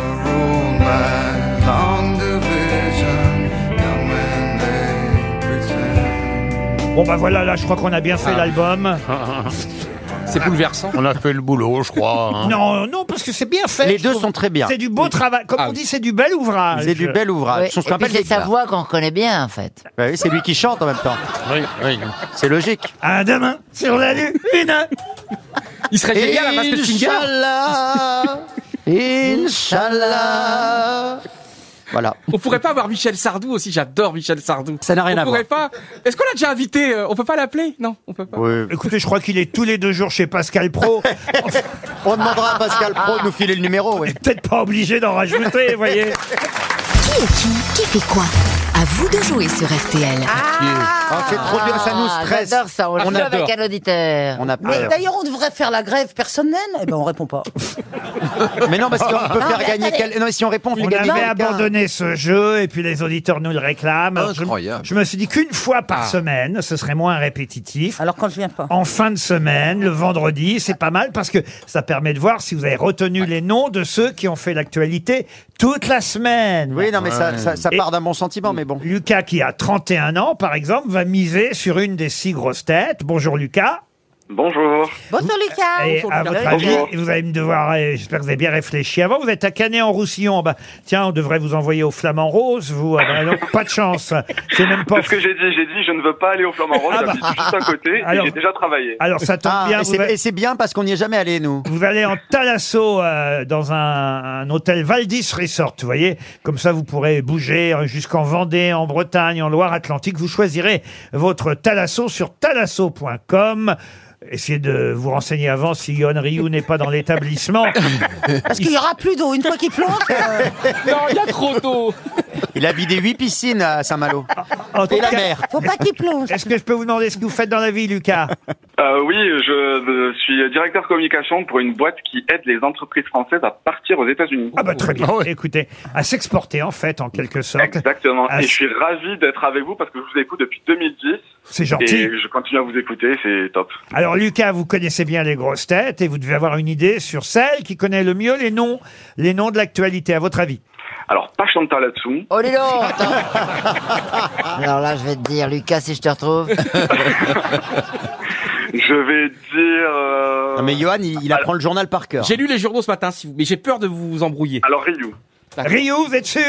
Speaker 2: Bon bah voilà, là je crois qu'on a bien fait
Speaker 9: Ah.
Speaker 2: l'album.
Speaker 9: [laughs] C'est bouleversant. On a fait le boulot, je crois. hein. [laughs]
Speaker 2: Non, non, parce que c'est bien fait.
Speaker 5: Les
Speaker 2: je
Speaker 5: deux
Speaker 2: trouve.
Speaker 5: sont très bien.
Speaker 2: C'est du beau travail. Comme
Speaker 5: Ah
Speaker 2: on
Speaker 5: oui.
Speaker 2: dit, c'est du bel ouvrage.
Speaker 5: C'est du bel ouvrage.
Speaker 3: Oui,
Speaker 5: On se
Speaker 3: et puis
Speaker 5: rappelle
Speaker 3: c'est
Speaker 5: des-
Speaker 3: sa voix qu'on reconnaît bien, en fait.
Speaker 5: Bah oui, c'est lui qui chante en même temps.
Speaker 9: Oui, oui.
Speaker 5: C'est logique.
Speaker 2: À demain sur la lune.
Speaker 7: Il serait génial à Masked Singer.
Speaker 8: Ah.
Speaker 5: Inch'Allah, Inch'Allah. Voilà.
Speaker 7: On pourrait pas avoir Michel Sardou aussi, j'adore Michel Sardou. Ça
Speaker 5: n'a rien
Speaker 7: on
Speaker 5: à
Speaker 7: pourrait pas. Est-ce qu'on l'a déjà invité euh, On peut pas l'appeler Non, on peut pas.
Speaker 2: Écoutez, je crois qu'il est tous les deux jours chez Pascal Pro.
Speaker 5: [laughs] On demandera à Pascal Pro de nous filer le numéro. oui.
Speaker 2: [laughs] Peut-être pas obligé d'en rajouter, vous voyez.
Speaker 16: Qui est qui Qui fait quoi À vous de jouer sur RTL.
Speaker 5: Ah, c'est trop bien, ça nous stresse.
Speaker 3: J'adore ça, on,
Speaker 5: On
Speaker 3: joue
Speaker 5: adore.
Speaker 3: avec un auditeur.
Speaker 5: On a
Speaker 8: Mais
Speaker 5: peur.
Speaker 8: d'ailleurs, on devrait faire la grève personnelle. Eh ben, on répond pas.
Speaker 5: Mais non, parce qu'on peut
Speaker 2: Ah.
Speaker 8: Non,
Speaker 5: faire
Speaker 8: mais
Speaker 5: gagner
Speaker 8: attendez.
Speaker 5: quel... Non, si on répond, on fait
Speaker 2: On
Speaker 5: gagner
Speaker 2: avait
Speaker 5: quelqu'un.
Speaker 2: abandonné ce jeu et puis les auditeurs nous le réclament. Alors, je-
Speaker 6: Incroyable.
Speaker 2: Je, me suis dit qu'une fois par
Speaker 6: Ah.
Speaker 2: semaine, ce serait moins répétitif.
Speaker 8: Alors quand je viens pas.
Speaker 2: En fin de semaine, le vendredi, c'est pas mal parce que ça permet de voir si vous avez retenu les noms de ceux qui ont fait l'actualité toute la semaine.
Speaker 5: Oui, non, mais ça, ça, ça
Speaker 2: Et-
Speaker 5: part d'un bon sentiment, mais bon.
Speaker 2: Lucas, qui a 31 ans, par exemple, va miser sur une des six grosses têtes. Bonjour Lucas.
Speaker 15: Bonjour.
Speaker 8: Bonjour Lucas.
Speaker 2: Et à votre avis,
Speaker 15: Bonjour.
Speaker 2: vous allez me devoir, euh, j'espère que vous avez bien réfléchi avant, vous êtes à Canet-en-Roussillon. Bah, tiens, on devrait vous envoyer au Flamand Rose, vous. Ah bah non, pas de chance. C'est même pas.
Speaker 15: C'est ce que j'ai dit, j'ai dit je ne veux pas aller au Flamand Rose,
Speaker 2: Ah bah.
Speaker 15: j'habite juste à côté
Speaker 2: Alors-
Speaker 15: et j'ai déjà travaillé.
Speaker 2: Alors ça tombe
Speaker 5: Ah,
Speaker 2: bien,
Speaker 5: et
Speaker 2: vous,
Speaker 5: c'est-
Speaker 2: va-
Speaker 5: et c'est bien parce qu'on n'y est jamais allé, nous.
Speaker 2: vous allez en Talasso euh, dans un, un hôtel Valdis Resort, vous voyez. Comme ça, vous pourrez bouger euh, jusqu'en Vendée, en Bretagne, en Loire-Atlantique. Vous choisirez votre Talasso sur talasso.com. Essayez de vous renseigner avant si Yon Ryu n'est pas dans l'établissement.
Speaker 8: Parce qu'il y aura plus d'eau une fois qu'il plante. euh,
Speaker 7: Non, il y a trop d'eau.
Speaker 5: Il a vidé huit piscines à Saint-Malo.
Speaker 2: En tout
Speaker 5: Et la
Speaker 2: cas,
Speaker 5: mer.
Speaker 8: Faut pas qu'il plonge.
Speaker 2: Est-ce que je peux vous demander ce que vous faites dans la vie, Lucas
Speaker 15: Euh, oui, je, je suis directeur communication pour une boîte qui aide les entreprises françaises à partir aux États-Unis.
Speaker 2: Ah bah très bien. Écoutez, à s'exporter en fait, en quelque sorte.
Speaker 15: Exactement.
Speaker 2: Ah,
Speaker 15: et je suis ravi d'être avec vous parce que je vous écoute depuis 2010.
Speaker 2: C'est gentil.
Speaker 15: Et je continue à vous écouter, c'est top.
Speaker 2: Alors Lucas, vous connaissez bien les grosses têtes et vous devez avoir une idée sur celle qui connaît le mieux les noms, les noms de l'actualité. À votre avis
Speaker 15: Alors, pas Chantal là-dessous.
Speaker 3: Oh,
Speaker 15: [laughs]
Speaker 3: dis donc, attends.
Speaker 2: Ah,
Speaker 3: Ah. Alors là, je vais te dire, Lucas, si je te
Speaker 2: [laughs]
Speaker 3: retrouve.
Speaker 15: Je vais dire. euh,
Speaker 5: Non, mais Johan, il, il apprend le journal par cœur.
Speaker 7: J'ai lu les journaux ce matin, si vous... mais j'ai peur de vous embrouiller.
Speaker 15: Alors, Ryu.
Speaker 7: Ah.
Speaker 2: Rio, vous êtes sûr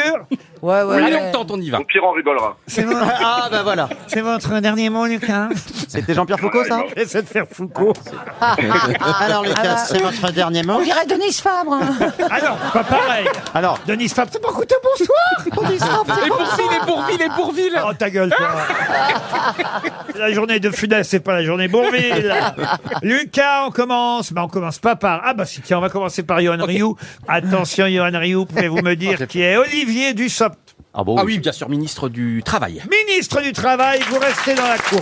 Speaker 8: Ouais, ouais.
Speaker 7: Allez,
Speaker 8: ouais.
Speaker 7: on tente, on y va.
Speaker 15: Au pire, on rigolera.
Speaker 2: C'est vo-
Speaker 5: Ah, bah voilà.
Speaker 2: c'est votre dernier
Speaker 8: [laughs]
Speaker 2: mot, Lucas
Speaker 5: C'était Jean-Pierre Foucault, ça
Speaker 2: J'essaie de faire Foucault.
Speaker 8: Ah,
Speaker 5: Alors, Lucas, c'est votre dernier mot
Speaker 8: bah, On dirait Denise Fabre. hein.
Speaker 2: Ah non, pas pareil.
Speaker 5: Alors,
Speaker 2: Denis Fab, c'est pas coûteux, bonsoir.
Speaker 8: Denise Fabre, c'est
Speaker 7: Et Bourville, et Bourville, et Bourville
Speaker 2: Oh ta gueule,
Speaker 7: [laughs]
Speaker 2: toi. La journée de Funès, c'est pas la journée Bourville. Lucas, on commence. Mais on commence pas par. Ah bah si, tiens, on va commencer par Johan Rioux. Attention, Johan Rioux, pouvez-vous me dire qui est Olivier Dussopt
Speaker 7: Ah oui, bien sûr, ministre du Travail.
Speaker 2: Ministre du Travail, vous restez dans la cour.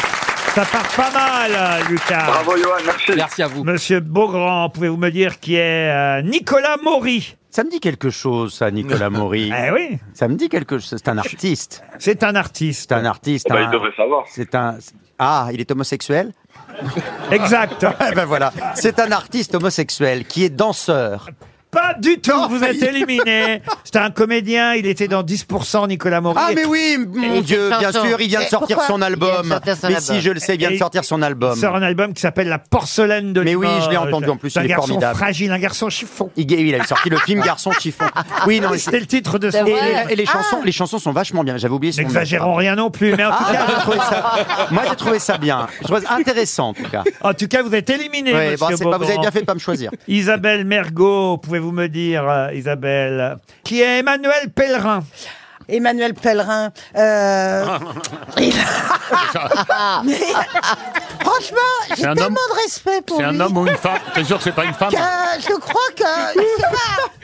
Speaker 2: Ça part pas mal, Lucas.
Speaker 15: Bravo, Johan, merci.
Speaker 2: Merci à vous. Monsieur Beaugrand, pouvez-vous me dire qui est euh, Nicolas Maury
Speaker 5: Ça me dit quelque chose, ça, Nicolas Maury.
Speaker 2: [laughs] Eh oui.
Speaker 5: Ça me dit quelque chose. C'est un artiste.
Speaker 2: C'est un artiste.
Speaker 5: C'est un artiste.
Speaker 15: Eh ben, il
Speaker 5: un-
Speaker 15: devrait savoir.
Speaker 5: C'est un. Ah, il est homosexuel [laughs]
Speaker 2: Exact.
Speaker 5: ben voilà. C'est un artiste homosexuel qui est danseur.
Speaker 2: Pas du tout, vous êtes éliminé. C'est un comédien, il était dans 10% Nicolas Maury.
Speaker 5: Ah mais oui, mon Dieu, bien sûr, il vient de
Speaker 2: Eh,
Speaker 5: sortir son album. mais si, je le sais, il vient de
Speaker 2: Et
Speaker 5: sortir son album.
Speaker 2: Il sort un album qui s'appelle La porcelaine de
Speaker 5: Mais oui,
Speaker 2: Limoges.
Speaker 5: je l'ai entendu en plus,
Speaker 2: C'est un
Speaker 5: il est
Speaker 2: garçon
Speaker 5: formidable.
Speaker 2: fragile, un garçon chiffon.
Speaker 5: Il, il avait sorti le film Garçon Chiffon. Oui,
Speaker 2: [laughs]
Speaker 5: non, mais
Speaker 2: C'était Ah. le titre de son
Speaker 5: Et,
Speaker 2: film.
Speaker 5: et les
Speaker 8: Ah.
Speaker 5: chansons, les chansons sont vachement bien. J'avais oublié. son nom.
Speaker 2: N'exagérons rien non plus, mais en tout
Speaker 5: Ah,
Speaker 2: cas,
Speaker 5: j'ai trouvé ça- [laughs] Moi, j'ai trouvé ça bien. Je trouve ça intéressant en tout cas.
Speaker 2: En tout cas, vous êtes éliminé.
Speaker 5: Oui,
Speaker 2: monsieur
Speaker 5: bah, c'est pas- vous avez
Speaker 2: Beaugrand.
Speaker 5: bien fait de pas me choisir.
Speaker 2: [laughs] Isabelle Mergot, pouvez-vous me dire, euh, Isabelle, qui est Emmanuel Pellerin
Speaker 8: Emmanuel Pellerin. euh, il- [laughs] Mais- Franchement, j'ai
Speaker 9: C'est un
Speaker 8: tellement
Speaker 9: homme-
Speaker 8: de respect pour
Speaker 9: C'est
Speaker 8: lui.
Speaker 9: un homme ou une femme T'es sûr que c'est pas une femme
Speaker 8: que je crois que je sais
Speaker 2: [laughs]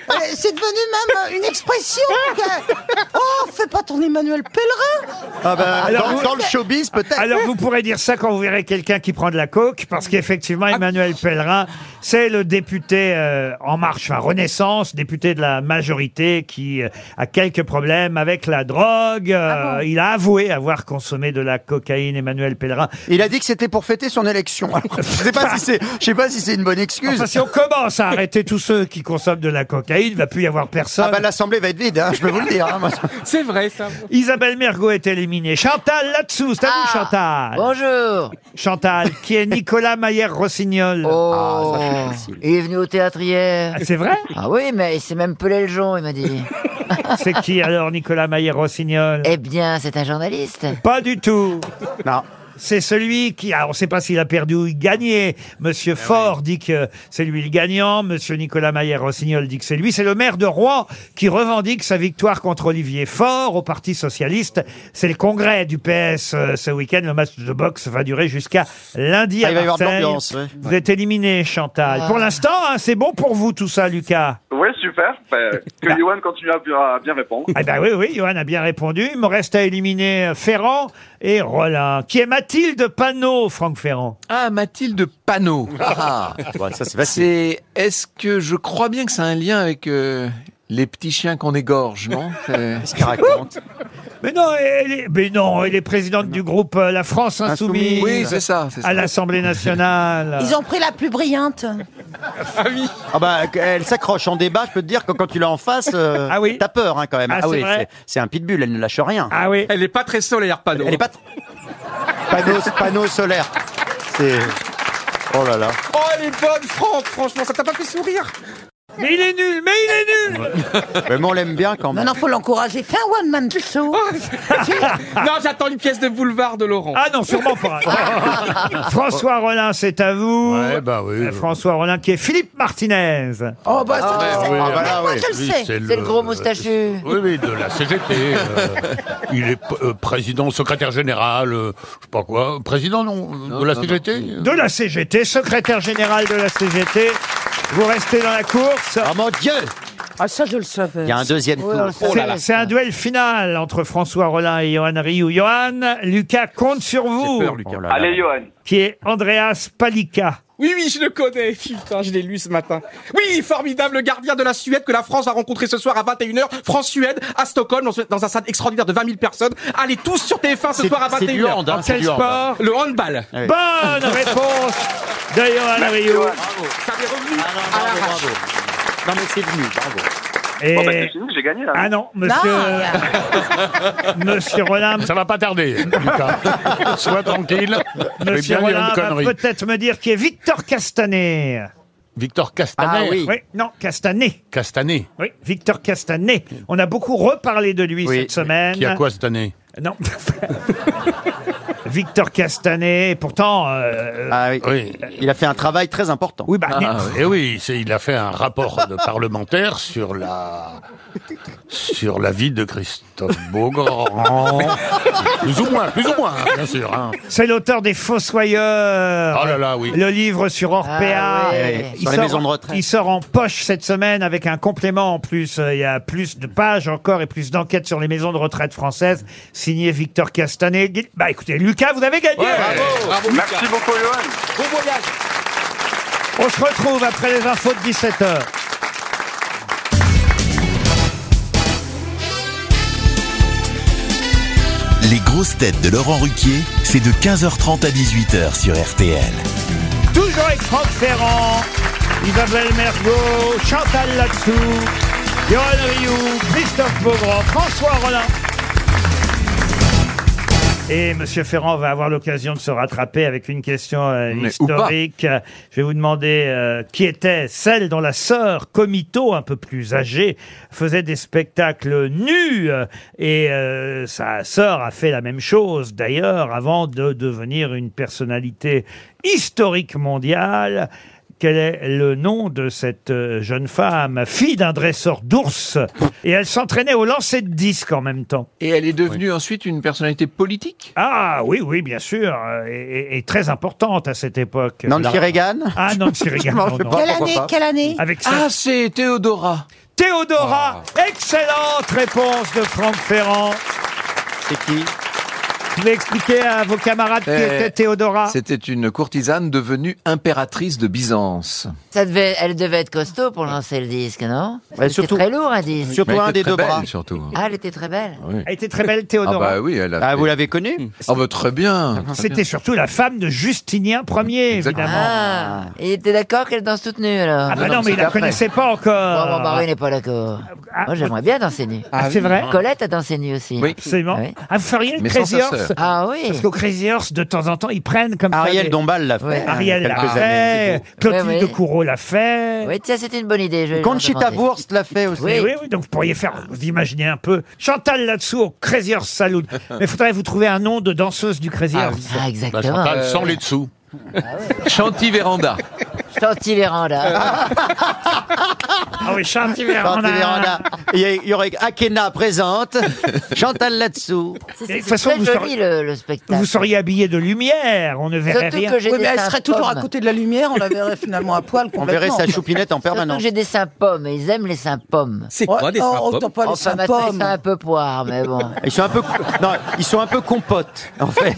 Speaker 8: pas, euh, c'est devenu même euh, une expression. que- Oh, fais pas ton Emmanuel Pellerin.
Speaker 5: Ah bah,
Speaker 2: Alors,
Speaker 5: dans,
Speaker 2: vous-
Speaker 5: dans le showbiz peut-être.
Speaker 2: Alors vous pourrez dire ça quand vous verrez quelqu'un qui prend de la coke, parce qu'effectivement Emmanuel Pellerin, c'est le député euh, En Marche, enfin Renaissance, député de la majorité qui euh, a quelques problèmes avec la drogue. Euh, Il a avoué avoir consommé de la cocaïne, Emmanuel Pellerin.
Speaker 5: Il a dit que c'était pour fêter son élection. Alors, je sais pas si c'est, je sais pas si c'est une bonne excuse.
Speaker 2: Enfin, si on commence à arrêter tous ceux qui consomment de la cocaïne, il va plus y avoir personne.
Speaker 5: Ah bah l'assemblée va être vide, hein, je peux vous le dire.
Speaker 7: [laughs]
Speaker 5: hein, moi.
Speaker 7: C'est vrai, ça.
Speaker 2: Isabelle Mergot est éliminée. Chantal là-dessous, c'est à vous Chantal.
Speaker 3: Ah. Bonjour.
Speaker 2: Chantal, qui est Nicolas Maillère-Rossignol.
Speaker 3: Oh, il est venu au théâtre hier.
Speaker 2: Ah, C'est vrai
Speaker 3: Ah oui, mais il s'est même pelé le jonc, il m'a dit.
Speaker 2: [laughs] C'est qui alors Nicolas Maillère-Rossignol
Speaker 3: eh bien, c'est un journaliste.
Speaker 2: Pas du tout.
Speaker 5: Non.
Speaker 2: C'est celui qui, alors on ne sait pas s'il a perdu ou gagné. Monsieur
Speaker 5: Eh
Speaker 2: Faure dit que c'est lui le gagnant. Monsieur Nicolas Maillère-Rossignol dit que c'est lui. C'est le maire de Rouen qui revendique sa victoire contre Olivier Faure au Parti Socialiste. C'est le congrès du PS euh, ce week-end. Le match de boxe va durer jusqu'à lundi
Speaker 5: Ah,
Speaker 2: à
Speaker 5: il va y avoir de
Speaker 2: Marseille.
Speaker 5: l'ambiance, ouais. Ah.
Speaker 2: Vous êtes éliminé, Chantal. Pour l'instant, hein, c'est bon pour vous tout ça, Lucas.
Speaker 15: Ouais, super.
Speaker 2: [laughs]
Speaker 15: Ben, que Johan continue à, bien- à bien répondre.
Speaker 2: Ah ben oui, oui, Johan a bien répondu. Il me reste à éliminer euh, Ferrand et Rollin. Qui est Mathilde Panot, Franck Ferrand
Speaker 6: Ah, Mathilde Panot. Ah.
Speaker 5: Ouais, ça c'est facile.
Speaker 6: c'est. Est-ce que je crois bien que ça a un lien avec euh, les petits chiens qu'on égorge, non Euh, C'est-
Speaker 5: Qu'est-ce qu'il raconte
Speaker 2: Mais non, elle est, mais non, elle est présidente du groupe euh, La France Insoumise.
Speaker 6: Oui, c'est ça. c'est ça.
Speaker 2: À
Speaker 6: [laughs]
Speaker 2: l'Assemblée nationale.
Speaker 8: Ils ont pris la plus brillante.
Speaker 5: Ah bah elle s'accroche en débat, je peux te dire que quand tu l'as en face, euh,
Speaker 2: Ah oui
Speaker 5: t'as peur hein, quand même.
Speaker 2: Ah, c'est
Speaker 5: oui,
Speaker 2: vrai
Speaker 5: c'est- c'est un pitbull, elle ne lâche rien.
Speaker 2: Ah oui.
Speaker 7: Elle est pas très solaire, Pano.
Speaker 5: Elle est pas tr- panneau, panneau solaire. C'est oh là là.
Speaker 7: Oh, elle est bonne,
Speaker 2: [laughs]
Speaker 7: Franck. Franchement, ça t'a pas fait sourire.
Speaker 2: Mais il est nul, mais il est nul
Speaker 5: Mais moi, on l'aime bien quand même.
Speaker 8: Maintenant, faut l'encourager. Fais un one man show.
Speaker 2: Oh.
Speaker 7: non, j'attends une pièce de boulevard de Laurent.
Speaker 2: Ah non,
Speaker 7: [laughs]
Speaker 2: sûrement pas. François Rollin, c'est à vous.
Speaker 9: Ouais, bah oui.
Speaker 2: Euh, François Rollin qui est Philippe Martinez.
Speaker 3: Oh, bah,
Speaker 9: Ah, ouais, ouais.
Speaker 5: bah là,
Speaker 8: Moi,
Speaker 5: oui.
Speaker 8: je le
Speaker 9: Lui,
Speaker 8: sais.
Speaker 3: C'est le gros moustachu.
Speaker 9: Oui, oui, de la CGT. euh, il est p- euh, président, secrétaire général, euh, je sais pas quoi. Président, non, euh, de la CGT euh.
Speaker 2: De la CGT, secrétaire général de la CGT. Vous restez dans la course.
Speaker 5: Oh mon Dieu
Speaker 8: Ah, ça, je le savais.
Speaker 5: Il y a un deuxième
Speaker 3: Ouais, on le
Speaker 5: tour. Oh
Speaker 3: sait.
Speaker 2: C'est- C'est un duel final entre François Rollin et Johan Rioux. Johan, Lucas compte sur vous,
Speaker 7: peur, Lucas.
Speaker 5: Oh là là.
Speaker 15: Allez, Johan.
Speaker 2: qui est Andreas Palika.
Speaker 7: Oui, oui, je le connais. Putain, je l'ai lu ce matin. Oui, formidable gardien de la Suède que la France va rencontrer ce soir à 21h. France-Suède à Stockholm, dans- dans un stade extraordinaire de 20 000 personnes. Allez tous sur TF1 ce
Speaker 5: C'est-
Speaker 7: soir à
Speaker 5: c'est du
Speaker 7: 21h.
Speaker 5: hand, hein,
Speaker 7: En
Speaker 5: c'est
Speaker 7: quel
Speaker 5: du hand.
Speaker 7: sport Le handball.
Speaker 5: Oui. [laughs]
Speaker 2: Bonne réponse de Johan Rioux.
Speaker 7: Ça m'est revenu.
Speaker 5: Ah non, bravo, bravo. Non mais c'est venu, bravo.
Speaker 2: Et-
Speaker 15: Bon, bah, c'est fini, j'ai gagné, là.
Speaker 2: Ah non, monsieur, euh, monsieur Rollin,
Speaker 9: Ça va pas tarder, Lucas. Sois tranquille. Je vais
Speaker 2: monsieur
Speaker 9: bien dire
Speaker 2: Rollin
Speaker 9: une
Speaker 2: va
Speaker 9: connerie.
Speaker 2: peut-être me dire qui est Victor Castaner.
Speaker 9: Victor Castaner.
Speaker 5: Ah oui.
Speaker 2: Oui, non, Castanet.
Speaker 9: Castaner.
Speaker 2: Oui, Victor Castanet. On a beaucoup reparlé de lui
Speaker 5: Oui.
Speaker 2: cette semaine.
Speaker 9: Qui a quoi cette année
Speaker 2: Euh, Non. [laughs] Victor Castanet, et pourtant... euh,
Speaker 5: Ah oui.
Speaker 9: Oui. Ah,
Speaker 5: Il a fait un travail très important.
Speaker 9: Eh
Speaker 2: oui, bah,
Speaker 9: Et oui, c'est- il a fait un rapport de parlementaire sur la sur la vie de Christophe
Speaker 6: [laughs]
Speaker 9: Beaugrand. plus ou moins, plus ou moins, hein, bien sûr. hein.
Speaker 2: C'est l'auteur des Fossoyeurs.
Speaker 9: Oh là là, oui.
Speaker 2: Le livre sur Orpea.
Speaker 9: Ah ouais.
Speaker 2: Il
Speaker 9: Sur les
Speaker 2: sort-
Speaker 9: maisons de retraite.
Speaker 2: Il sort en poche cette semaine avec un complément en plus. Euh, Il y a plus de pages encore et plus d'enquêtes sur les maisons de retraite françaises. Signé Victor Castanet. Dites- Bah écoutez, Lucas, vous avez gagné.
Speaker 15: Merci beaucoup, Johan.
Speaker 7: Bon voyage.
Speaker 2: On se retrouve après les infos de 17h.
Speaker 1: Les grosses têtes de Laurent Ruquier, c'est de 15h30 à 18h sur RTL.
Speaker 2: Toujours avec Franck Ferrand, Isabelle Mergot, Chantal Latsou, Johan Rioux, Christophe Beaugrand, François Rollin. Et Monsieur Ferrand va avoir l'occasion de se rattraper avec une question euh,
Speaker 6: Mais ou pas.
Speaker 2: historique. Je vais vous demander euh, qui était celle dont la sœur Comito, un peu plus âgée, faisait des spectacles nus. euh, Et euh, sa sœur a fait la même chose d'ailleurs avant de devenir une personnalité historique mondiale. Quel est le nom de cette euh, jeune femme, fille d'un dresseur d'ours Et elle s'entraînait au lancer de disques en même temps.
Speaker 6: Et elle est devenue ensuite une personnalité politique
Speaker 2: Ah oui, oui, bien sûr, euh, et, et- et très importante à cette époque.
Speaker 5: Nancy
Speaker 2: La-
Speaker 5: Reagan
Speaker 2: Ah, Nancy Reagan.
Speaker 5: Non, je sais
Speaker 2: non,
Speaker 5: pas,
Speaker 2: non.
Speaker 5: Quelle pourquoi année, pas. quelle année
Speaker 2: [laughs] Avec
Speaker 6: Ah,
Speaker 2: c'est Théodora. Théodora, excellente réponse de Franck Ferrand.
Speaker 5: C'est qui
Speaker 2: Vous pouvez expliquer à vos camarades qui
Speaker 6: Eh,
Speaker 2: était Théodora
Speaker 6: C'était une courtisane devenue impératrice de Byzance.
Speaker 3: Ça devait, elle devait être costaud pour lancer le disque, non
Speaker 6: Ouais,
Speaker 3: C'était
Speaker 6: surtout-
Speaker 3: très lourd un disque.
Speaker 6: surtout Mais elle un était des très deux belle, bras. surtout.
Speaker 3: Ah, elle était très belle.
Speaker 6: Oui.
Speaker 2: Elle était très belle, Théodora.
Speaker 6: Ah bah oui, elle a fait-
Speaker 5: vous l'avez connue
Speaker 6: Ah bah très bien.
Speaker 2: C'était surtout la femme de Justinien Ier, évidemment.
Speaker 3: Ah, il était d'accord qu'elle danse toute nue alors
Speaker 2: Ah bah non, mais il la connaissait pas encore.
Speaker 3: Bon, bon, bah oui, il n'est pas d'accord. Moi, j'aimerais bien danser nu.
Speaker 2: Ah, c'est vrai
Speaker 3: Colette a dansé nu aussi.
Speaker 2: Oui. Absolument. Ah, vous feriez le
Speaker 3: Mais sans
Speaker 2: Crazy
Speaker 3: sa
Speaker 2: Horse
Speaker 3: sœur. Ah oui.
Speaker 2: Parce qu'au Crazy Horse, de temps en temps, ils prennent comme ça
Speaker 5: Ariel
Speaker 2: des-
Speaker 5: Dombal l'a fait. hein,
Speaker 2: Ouais,
Speaker 5: il y a
Speaker 2: Ariel l'a
Speaker 5: quelques
Speaker 2: fait,
Speaker 5: années.
Speaker 2: Clotilde
Speaker 3: Ouais, ouais.
Speaker 2: de Courreau l'a fait.
Speaker 3: Oui, tiens, c'était une bonne idée. Je vais
Speaker 5: Conchita
Speaker 3: leur demander.
Speaker 5: Wurst l'a fait aussi.
Speaker 2: Oui. oui, oui, donc vous pourriez faire, vous imaginez un peu, Chantal là-dessous au Crazy Horse
Speaker 3: [laughs]
Speaker 2: Saloon. Mais faudrait vous trouver un nom de danseuse du Crazy
Speaker 3: Ah,
Speaker 2: Horse.
Speaker 3: oui. Ah, exactement. Bah, Chantal, sans les
Speaker 9: dessous.
Speaker 3: Ah
Speaker 6: Chanty Véranda.
Speaker 3: Chanty Véranda.
Speaker 2: Ah oui, Chanty Véranda.
Speaker 5: Chantal Véranda. Il y a- il y aurait Akena présente, Chantal là-dessous.
Speaker 3: C'est-
Speaker 2: Et de
Speaker 3: C'est
Speaker 2: toute façon,
Speaker 3: très
Speaker 2: vous
Speaker 3: joli
Speaker 2: saurez-
Speaker 3: le, le spectacle.
Speaker 2: Vous seriez habillé de lumière, on ne verrait
Speaker 3: Surtout
Speaker 2: rien.
Speaker 3: que j'ai
Speaker 8: Oui, mais
Speaker 3: des
Speaker 8: elle
Speaker 3: seins
Speaker 8: serait toujours à
Speaker 3: pommes.
Speaker 8: côté de la lumière, on la verrait finalement à poil
Speaker 5: On verrait
Speaker 8: complètement.
Speaker 5: sa choupinette en
Speaker 3: Surtout que
Speaker 5: permanence.
Speaker 3: j'ai des seins pommes, et ils aiment les seins pommes.
Speaker 7: C'est
Speaker 8: quoi, des seins Oh, pommes autant pas les
Speaker 3: Enfin,
Speaker 8: seins
Speaker 3: maintenant, ils
Speaker 8: pommes.
Speaker 3: sont un peu poire, mais bon.
Speaker 5: Ils sont un peu, non, ils sont un peu compotes en fait.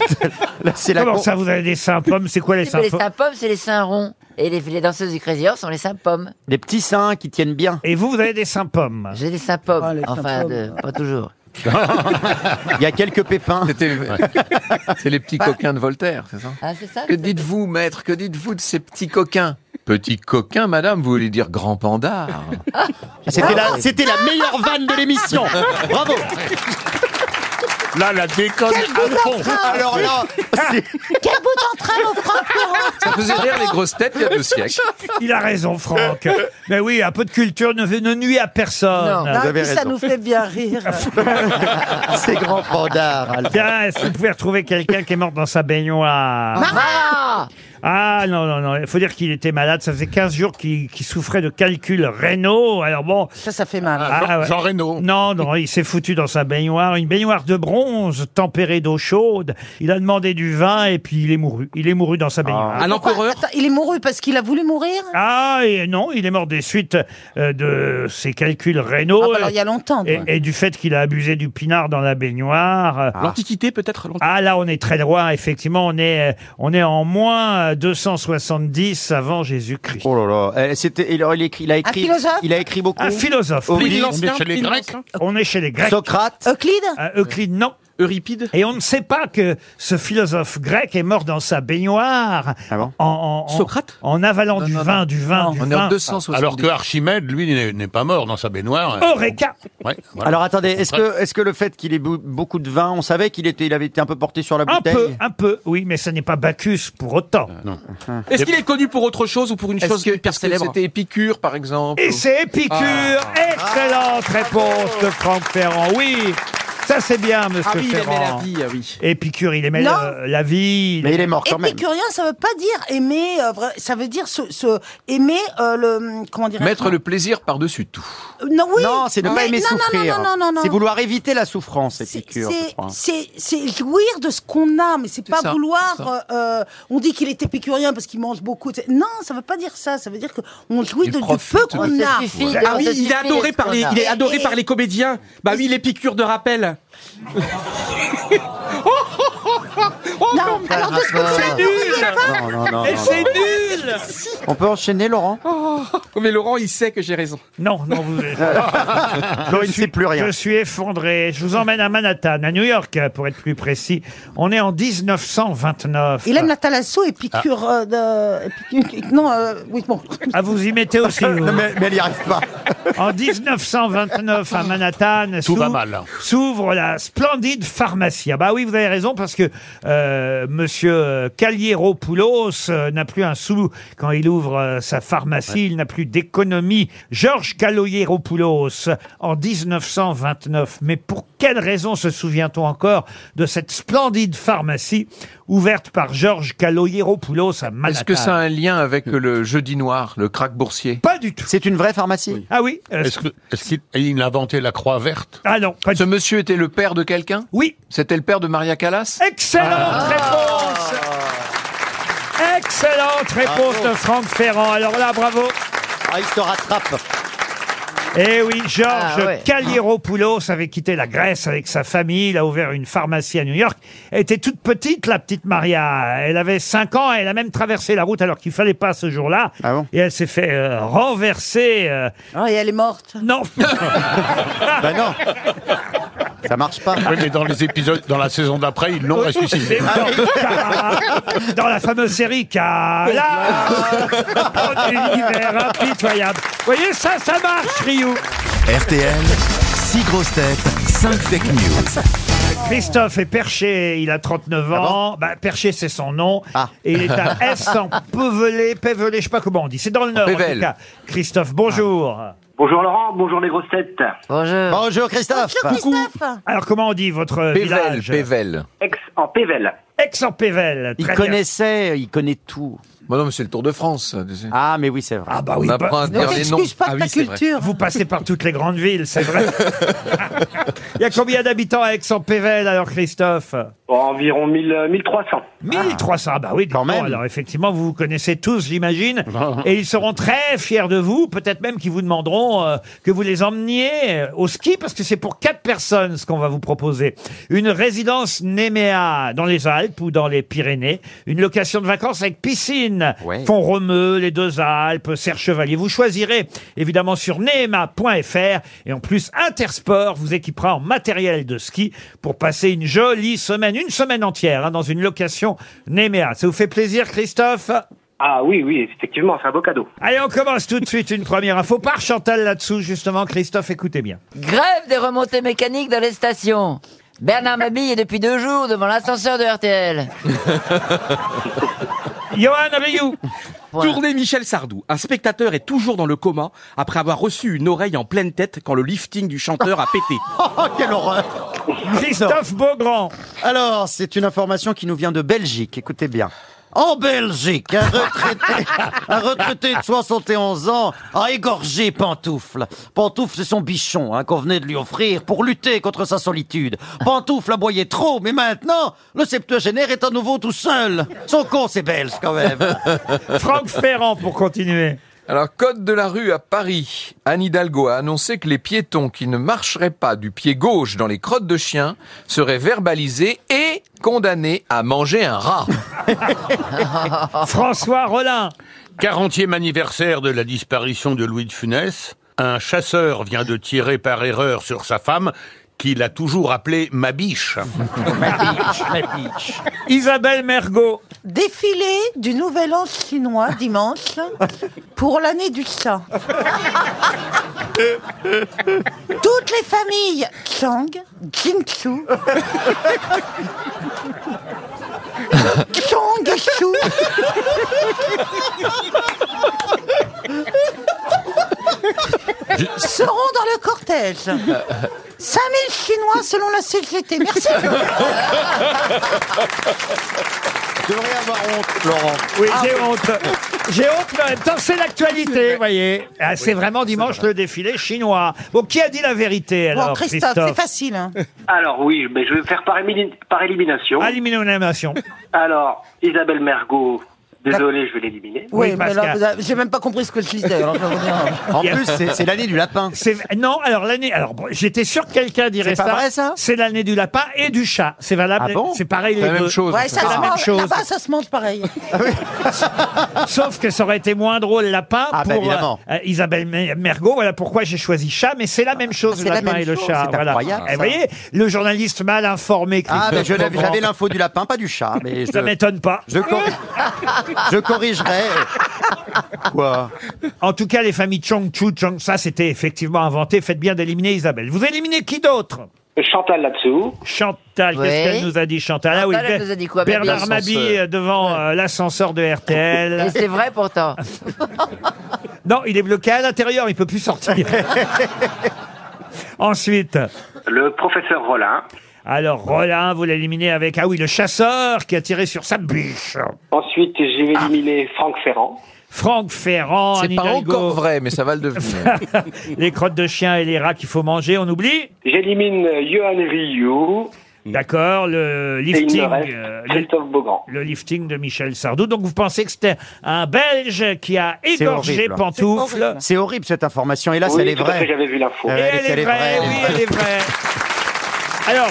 Speaker 5: Là, c'est la.
Speaker 2: Comment
Speaker 5: com-
Speaker 2: ça, vous avez des seins pommes C'est quoi les
Speaker 3: Si, mais
Speaker 2: seins
Speaker 3: les
Speaker 2: pommes
Speaker 3: seins pommes, c'est les seins ronds. Et les, les danseuses du Crazy Horse sont les seins pommes.
Speaker 5: Des petits seins qui tiennent bien.
Speaker 2: Et vous, vous avez des seins pommes
Speaker 3: J'ai des seins pommes.
Speaker 8: Ah, les seins
Speaker 3: enfin,
Speaker 8: pommes.
Speaker 3: de- pas toujours.
Speaker 5: Il y a quelques pépins.
Speaker 6: C'était- C'est les petits coquins de Voltaire, c'est ça
Speaker 3: Ah, c'est ça
Speaker 6: Bah. Que dites-vous, maître Que dites-vous de ces petits coquins Petits coquins, madame, vous voulez dire grand pandard
Speaker 5: C'était la, c'était la meilleure vanne de l'émission. Bravo.
Speaker 9: Là, la déconne à fond.
Speaker 5: Alors là, c'est-
Speaker 8: Quel bout d'entrain au Franck
Speaker 6: Ça faisait rire les grosses têtes il y a deux siècles.
Speaker 2: [laughs] Il a raison, Franck. Mais oui, un peu de culture ne, ne nuit à personne.
Speaker 8: Non,
Speaker 5: avez
Speaker 8: Ah, puis ça
Speaker 5: raison.
Speaker 8: nous fait bien rire.
Speaker 4: Ah,
Speaker 5: [laughs] c'est grand pandard. Alpha.
Speaker 2: Bien, est-ce que vous pouvez retrouver quelqu'un qui est mort dans sa baignoire
Speaker 3: Ah
Speaker 2: Ah non, non, non, il faut dire qu'il était malade, ça faisait 15 jours qu'il qu'il souffrait de calculs rénaux, alors bon...
Speaker 8: [laughs] Ça, ça fait mal.
Speaker 2: ah, ouais.
Speaker 9: Jean Reno.
Speaker 2: Non, non, il s'est foutu dans sa baignoire, une baignoire de bronze tempérée d'eau chaude. Il a demandé du vin et puis il est mouru. Il est mouru dans sa baignoire.
Speaker 7: Un
Speaker 8: Pourquoi
Speaker 7: empereur
Speaker 8: Attends, il est mouru parce qu'il a voulu mourir
Speaker 2: Ah, et non, il est mort des suites euh, de ses calculs rénaux.
Speaker 8: Ah, bah, Alors, il y a longtemps.
Speaker 2: et,
Speaker 8: quoi.
Speaker 2: et du fait qu'il a abusé du pinard dans la baignoire.
Speaker 5: Ah.
Speaker 7: L'Antiquité peut-être l'Antiquité.
Speaker 2: Ah là, on est très loin. Effectivement, on est euh, on est en moins euh, 270 avant Jésus-Christ.
Speaker 5: Oh là là, Euh, c'était, il a écrit, il a écrit,
Speaker 8: philosophe
Speaker 5: il a écrit beaucoup.
Speaker 2: Un philosophe.
Speaker 5: Ovide,
Speaker 9: Pline l'ancien, chez les Pline Grecs. l'ancien.
Speaker 2: On est chez les Grecs.
Speaker 5: Socrate,
Speaker 8: Euclide
Speaker 2: Euh, Euclide, non.
Speaker 7: Euripide
Speaker 2: Et on ne sait pas que ce philosophe grec est mort dans sa baignoire
Speaker 5: Ah bon
Speaker 2: en, en- en-
Speaker 7: Socrate
Speaker 2: en avalant
Speaker 6: Non,
Speaker 2: du,
Speaker 6: non,
Speaker 2: vin,
Speaker 6: non.
Speaker 2: du vin, du
Speaker 6: On est
Speaker 2: vin,
Speaker 6: en 270.
Speaker 9: Alors que Archimède, lui, n'est- n'est pas mort dans sa baignoire.
Speaker 2: Eureka
Speaker 9: Ouais, voilà.
Speaker 5: Alors attendez, est-ce que, est-ce que le fait qu'il ait bu beaucoup de vin, on savait qu'il était, il avait été un peu porté sur la
Speaker 2: Un
Speaker 5: bouteille
Speaker 2: peu, un peu, oui, mais ce n'est pas Bacchus pour autant.
Speaker 9: Non.
Speaker 7: Euh,
Speaker 5: Ah.
Speaker 7: Est-ce qu'il est connu pour autre chose ou pour une chose
Speaker 6: Est-ce que
Speaker 7: hyper
Speaker 6: est-ce que
Speaker 7: célèbre
Speaker 6: [laughs] c'était Épicure, par exemple Ah.
Speaker 5: Ah.
Speaker 2: Et c'est Épicure Excellente réponse de Franck Ferrand, oui Ça, c'est bien, monsieur
Speaker 7: Ah oui, il aimait
Speaker 2: Ferrand.
Speaker 7: la vie, ah oui.
Speaker 2: Épicure, il aimait
Speaker 8: Non.
Speaker 2: euh, la vie.
Speaker 5: Mais il est mort
Speaker 8: Épicurien, ça veut pas dire aimer, euh, vra- ça veut dire se, se- aimer euh, le comment dire
Speaker 6: Mettre le plaisir par-dessus tout.
Speaker 8: Non, oui.
Speaker 5: Non, c'est ne pas
Speaker 8: mais-
Speaker 5: aimer
Speaker 8: non, non,
Speaker 5: souffrir.
Speaker 8: Non, non, non, non.
Speaker 5: C'est vouloir éviter la souffrance, Épicure. je
Speaker 8: C'est-
Speaker 5: crois.
Speaker 8: C'est c'est jouir de ce qu'on a, mais c'est pas
Speaker 5: ça, c'est
Speaker 8: vouloir.
Speaker 5: ça.
Speaker 8: euh, euh, on dit qu'il est épicurien parce qu'il mange beaucoup. c'est- Non, ça veut pas dire ça. Ça veut dire qu'on jouit
Speaker 7: Il
Speaker 8: de, du peu
Speaker 7: profite
Speaker 8: qu'on
Speaker 7: de-
Speaker 8: a.
Speaker 7: Ah oui, il est adoré par les, il est adoré par les comédiens. Bah oui, les piqûres de rappel.
Speaker 4: Oh, oh, oh, oh, non, alors de ce que c'est nul
Speaker 5: Non, non, non,
Speaker 4: Et
Speaker 5: non,
Speaker 4: c'est
Speaker 5: non.
Speaker 4: nul
Speaker 5: On peut enchaîner, Laurent
Speaker 7: Oh, Mais Laurent, il sait que j'ai raison.
Speaker 2: Non, non,
Speaker 7: [laughs]
Speaker 2: vous.
Speaker 5: Laurent, il ne sait plus rien.
Speaker 2: Je suis effondré. Je vous emmène à Manhattan, à New York, euh, pour être plus précis. On est en 1929.
Speaker 8: Il
Speaker 7: Ah.
Speaker 8: aime la thalasso et piqûre euh, de. épicure- non, euh, oui, bon.
Speaker 2: Ah, vous y mettez
Speaker 5: [laughs]
Speaker 2: aussi.
Speaker 8: Non,
Speaker 5: mais, elle n'y arrive pas.
Speaker 2: [laughs] En 1929, à Manhattan,
Speaker 9: Tout va
Speaker 2: s'ouvre-
Speaker 9: mal.
Speaker 2: s'ouvre la splendide pharmacie. Ah bah oui, vous avez raison, parce que euh, Monsieur Calieropoulos euh, n'a plus un sou quand il ouvre euh, sa pharmacie, il n'a plus d'économie. Georges Calieropoulos, en 1929. Mais pour quelle raison se souvient-on encore de cette splendide pharmacie ouverte par Georges Calieropoulos à Manhattan
Speaker 6: Est-ce que ça a un lien avec le jeudi noir, le crack boursier
Speaker 2: Pas du tout.
Speaker 5: C'est une vraie pharmacie
Speaker 2: Ah oui
Speaker 9: Est-ce que- est-ce qu'il il a inventé la croix verte
Speaker 2: Ah non,
Speaker 6: Ce monsieur était le père de quelqu'un
Speaker 2: Oui.
Speaker 6: C'était le père de Maria Callas Ah.
Speaker 2: Excellente
Speaker 8: Ah.
Speaker 2: réponse Excellente réponse
Speaker 6: Bravo.
Speaker 2: de Franck Ferrand. Alors là, bravo.
Speaker 5: Ah, il se rattrape.
Speaker 2: Eh oui, Georges
Speaker 5: Ah, ouais.
Speaker 2: Kaliropoulos avait quitté la Grèce avec sa famille. Il a ouvert une pharmacie à New York. Elle était toute petite, la petite Maria. Elle avait 5 ans. Elle a même traversé la route alors qu'il fallait pas ce jour-là. et elle s'est fait euh, renverser. euh.
Speaker 8: Ah, et elle est morte.
Speaker 2: Non.
Speaker 5: bah non. Ça marche pas.
Speaker 9: Oui, mais dans les épisodes, dans la saison d'après, ils l'ont ressuscité.
Speaker 4: Ah,
Speaker 2: Dans la fameuse série Kala,
Speaker 4: Ah,
Speaker 2: un univers impitoyable. Vous voyez, ça, ça marche, Ryu.
Speaker 1: RTL, 6 grosses têtes, 5 fake news.
Speaker 2: [laughs] Christophe est perché, il a 39 ans. bah, perché, c'est son nom. Et il est à S en Pevelé, Pévelé, je sais pas comment on dit. C'est dans le Nord, en
Speaker 6: Pével.
Speaker 2: tout cas. Christophe, bonjour.
Speaker 17: Bonjour Laurent, bonjour les grosses têtes.
Speaker 2: Bonjour.
Speaker 5: Euh, Bonjour, Christophe.
Speaker 2: Coucou. Alors, comment on dit votre euh,
Speaker 6: Pével,
Speaker 2: village
Speaker 6: Pével.
Speaker 17: Ex en Pével.
Speaker 2: Ex en Pével.
Speaker 5: Il
Speaker 2: très bien.
Speaker 5: connaissait, il connaît tout.
Speaker 6: Bah non, mais c'est le Tour de France.
Speaker 5: Ah, mais oui, c'est vrai.
Speaker 2: Ah bah oui,
Speaker 6: On apprend
Speaker 2: bah-
Speaker 6: à dire les noms. Ah oui, c'est vrai.
Speaker 2: Vous passez par toutes les grandes villes,
Speaker 6: [laughs]
Speaker 2: c'est vrai. Il y a combien d'habitants à Aix-en-Pével alors, Christophe
Speaker 17: Environ 1000, euh, 1300.
Speaker 2: 1300, ah bah oui, quand même. Alors effectivement, vous vous connaissez tous, j'imagine, et ils seront très fiers de vous. Peut-être même qu'ils vous demanderont euh, que vous les emmeniez euh, au ski, parce que c'est pour quatre personnes ce qu'on va vous proposer. Une résidence Néméa dans les Alpes ou dans les Pyrénées, une location de vacances avec piscine, font Romeu, les deux Alpes, Serre Chevalier. Vous choisirez évidemment sur nema.fr et en plus Intersport vous équipera en matériel de ski pour passer une jolie semaine, une semaine entière hein, dans une location Nemea. Ça vous fait plaisir Christophe
Speaker 17: Ah oui, oui, effectivement, c'est un beau cadeau.
Speaker 2: Allez, on commence tout de suite une première info par Chantal là-dessous justement Christophe, écoutez bien.
Speaker 3: Grève des remontées mécaniques dans les stations. Bernard Mabille est depuis deux jours devant l'ascenseur de RTL.
Speaker 7: [laughs]
Speaker 2: Johan Rioux.
Speaker 7: Tournez Michel Sardou. Un spectateur est toujours dans le coma après avoir reçu une oreille en pleine tête quand le lifting du chanteur a pété.
Speaker 2: [laughs]
Speaker 5: Oh, quelle horreur
Speaker 2: Christophe Beaugrand
Speaker 5: Alors, c'est une information qui nous vient de Belgique, écoutez bien. En Belgique,
Speaker 2: [laughs]
Speaker 5: un retraité, un retraité de 71 ans a égorgé Pantoufle. Pantoufle, c'est son bichon hein, qu'on venait de lui offrir pour lutter contre sa solitude. Pantoufle aboyait trop, mais maintenant, le septuagénaire est à nouveau tout seul. Son con, c'est belge quand même.
Speaker 2: [laughs] Franck Ferrand pour continuer.
Speaker 6: Alors, Code de la rue à Paris, Anne Hidalgo a annoncé que les piétons qui ne marcheraient pas du pied gauche dans les crottes de chien seraient verbalisés et condamnés à manger un
Speaker 2: [laughs]
Speaker 6: rat.
Speaker 4: Ah,
Speaker 5: Ah.
Speaker 2: François Rollin.
Speaker 9: 40e anniversaire de la disparition de Louis de Funès. Un chasseur vient de tirer par erreur sur sa femme, qu'il a toujours appelée ma
Speaker 2: [laughs]
Speaker 9: biche.
Speaker 2: Isabelle Mergot.
Speaker 8: Défilé du Nouvel An chinois dimanche pour l'année du chat. Toutes les familles Chang, Jingsu, Chang et Shu seront dans le cortège. 5000 Chinois selon la CGT. Merci.
Speaker 2: Je devrais avoir honte, Laurent. Ah, Oui, j'ai honte. [laughs] J'ai honte, mais en même temps, c'est l'actualité, vous voyez. Ah, c'est vraiment dimanche le défilé chinois. Bon, qui a dit la vérité alors
Speaker 8: Bon, Christophe, c'est facile. hein.
Speaker 17: Alors oui, mais je vais faire par, émini- par élimination.
Speaker 2: Ah, Élimination.
Speaker 17: Alors, Isabelle Mergot, désolé, je vais l'éliminer.
Speaker 8: Oui, mais là, vous avez- j'ai même pas compris ce que je lisais. alors je vais
Speaker 2: [laughs]
Speaker 8: vous dire.
Speaker 2: l'année du lapin. Non, alors l'année. Alors bon, j'étais sûr que quelqu'un dirait
Speaker 8: C'est
Speaker 2: ça.
Speaker 8: pas vrai, ça
Speaker 2: C'est l'année du lapin et du chat. C'est valable.
Speaker 8: Ah bon
Speaker 2: c'est pareil les deux.
Speaker 8: Ouais, ça
Speaker 2: c'est la
Speaker 8: se
Speaker 2: même
Speaker 8: mange-
Speaker 2: chose.
Speaker 8: Là-bas, ça se mange
Speaker 2: [laughs]
Speaker 8: pareil.
Speaker 5: Ah
Speaker 2: Sauf que ça aurait été moins drôle lapin
Speaker 5: Ah, bah,
Speaker 2: pour
Speaker 5: évidemment.
Speaker 2: euh, euh, Isabelle Mer- Mergot. Voilà pourquoi j'ai choisi chat, mais c'est la même chose
Speaker 5: c'est
Speaker 2: le
Speaker 5: la
Speaker 2: lapin
Speaker 5: même
Speaker 2: et le
Speaker 5: chose,
Speaker 2: chat.
Speaker 5: c'est
Speaker 2: voilà.
Speaker 5: incroyable,
Speaker 2: Et
Speaker 5: ça.
Speaker 2: vous voyez, le journaliste mal informé.
Speaker 5: Ah, mais je
Speaker 2: Christophe
Speaker 5: l'avais-
Speaker 2: Beaugrand.
Speaker 5: j'avais l'info du lapin, pas du chat. Mais
Speaker 2: [laughs] Ça
Speaker 5: je-
Speaker 2: m'étonne pas.
Speaker 5: Je, cor- [laughs] je corrigerai.
Speaker 2: Quoi En tout cas, les familles Chong Chu, Chong ça, c'était effectivement inventé. Faites bien d'éliminer Isabelle. Vous éliminez qui d'autre
Speaker 17: Chantal là-dessous.
Speaker 2: Chantal, qu'est-ce
Speaker 17: Oui.
Speaker 2: qu'elle nous a dit Chantal Ah oui,
Speaker 3: Chantal, elle
Speaker 2: Ber-
Speaker 3: nous a dit quoi, Mabille
Speaker 2: Bernard Mabille
Speaker 3: L'ascenseur.
Speaker 2: euh, devant euh, l'ascenseur de RTL.
Speaker 3: Et c'est vrai pourtant.
Speaker 2: Non, il est bloqué à l'intérieur, il peut plus sortir. Ensuite,
Speaker 17: Le professeur Rollin.
Speaker 2: alors Rollin, vous l'éliminez avec, ah oui, le chasseur qui a tiré sur sa bûche.
Speaker 17: Ensuite, j'ai éliminé Franck Ferrand.
Speaker 2: Franck Ferrand,
Speaker 6: C'est
Speaker 2: Anne
Speaker 6: pas
Speaker 2: Hidalgo.
Speaker 6: encore vrai, mais ça va le devenir.
Speaker 2: [laughs] les crottes de chien et les rats qu'il faut manger, on oublie
Speaker 17: J'élimine euh, Johan Rioux.
Speaker 2: D'accord, le
Speaker 17: Et il
Speaker 2: lifting,
Speaker 17: me reste
Speaker 2: euh, le,
Speaker 17: Christophe Beaugrand.
Speaker 2: le lifting de Michel Sardou. Donc vous pensez que c'était un Belge qui a
Speaker 5: C'est
Speaker 2: égorgé
Speaker 6: hein.
Speaker 5: horrible.
Speaker 2: Pantoufle
Speaker 5: C'est horrible cette information. Hélas,
Speaker 17: Oui,
Speaker 5: elle est
Speaker 17: tout à fait,
Speaker 5: vraie.
Speaker 17: j'avais vu l'info.
Speaker 5: Ah ouais,
Speaker 17: Et
Speaker 5: elle est- elle est vraie,
Speaker 2: oui,
Speaker 5: elle
Speaker 2: elle
Speaker 5: est
Speaker 2: est vraie. Alors,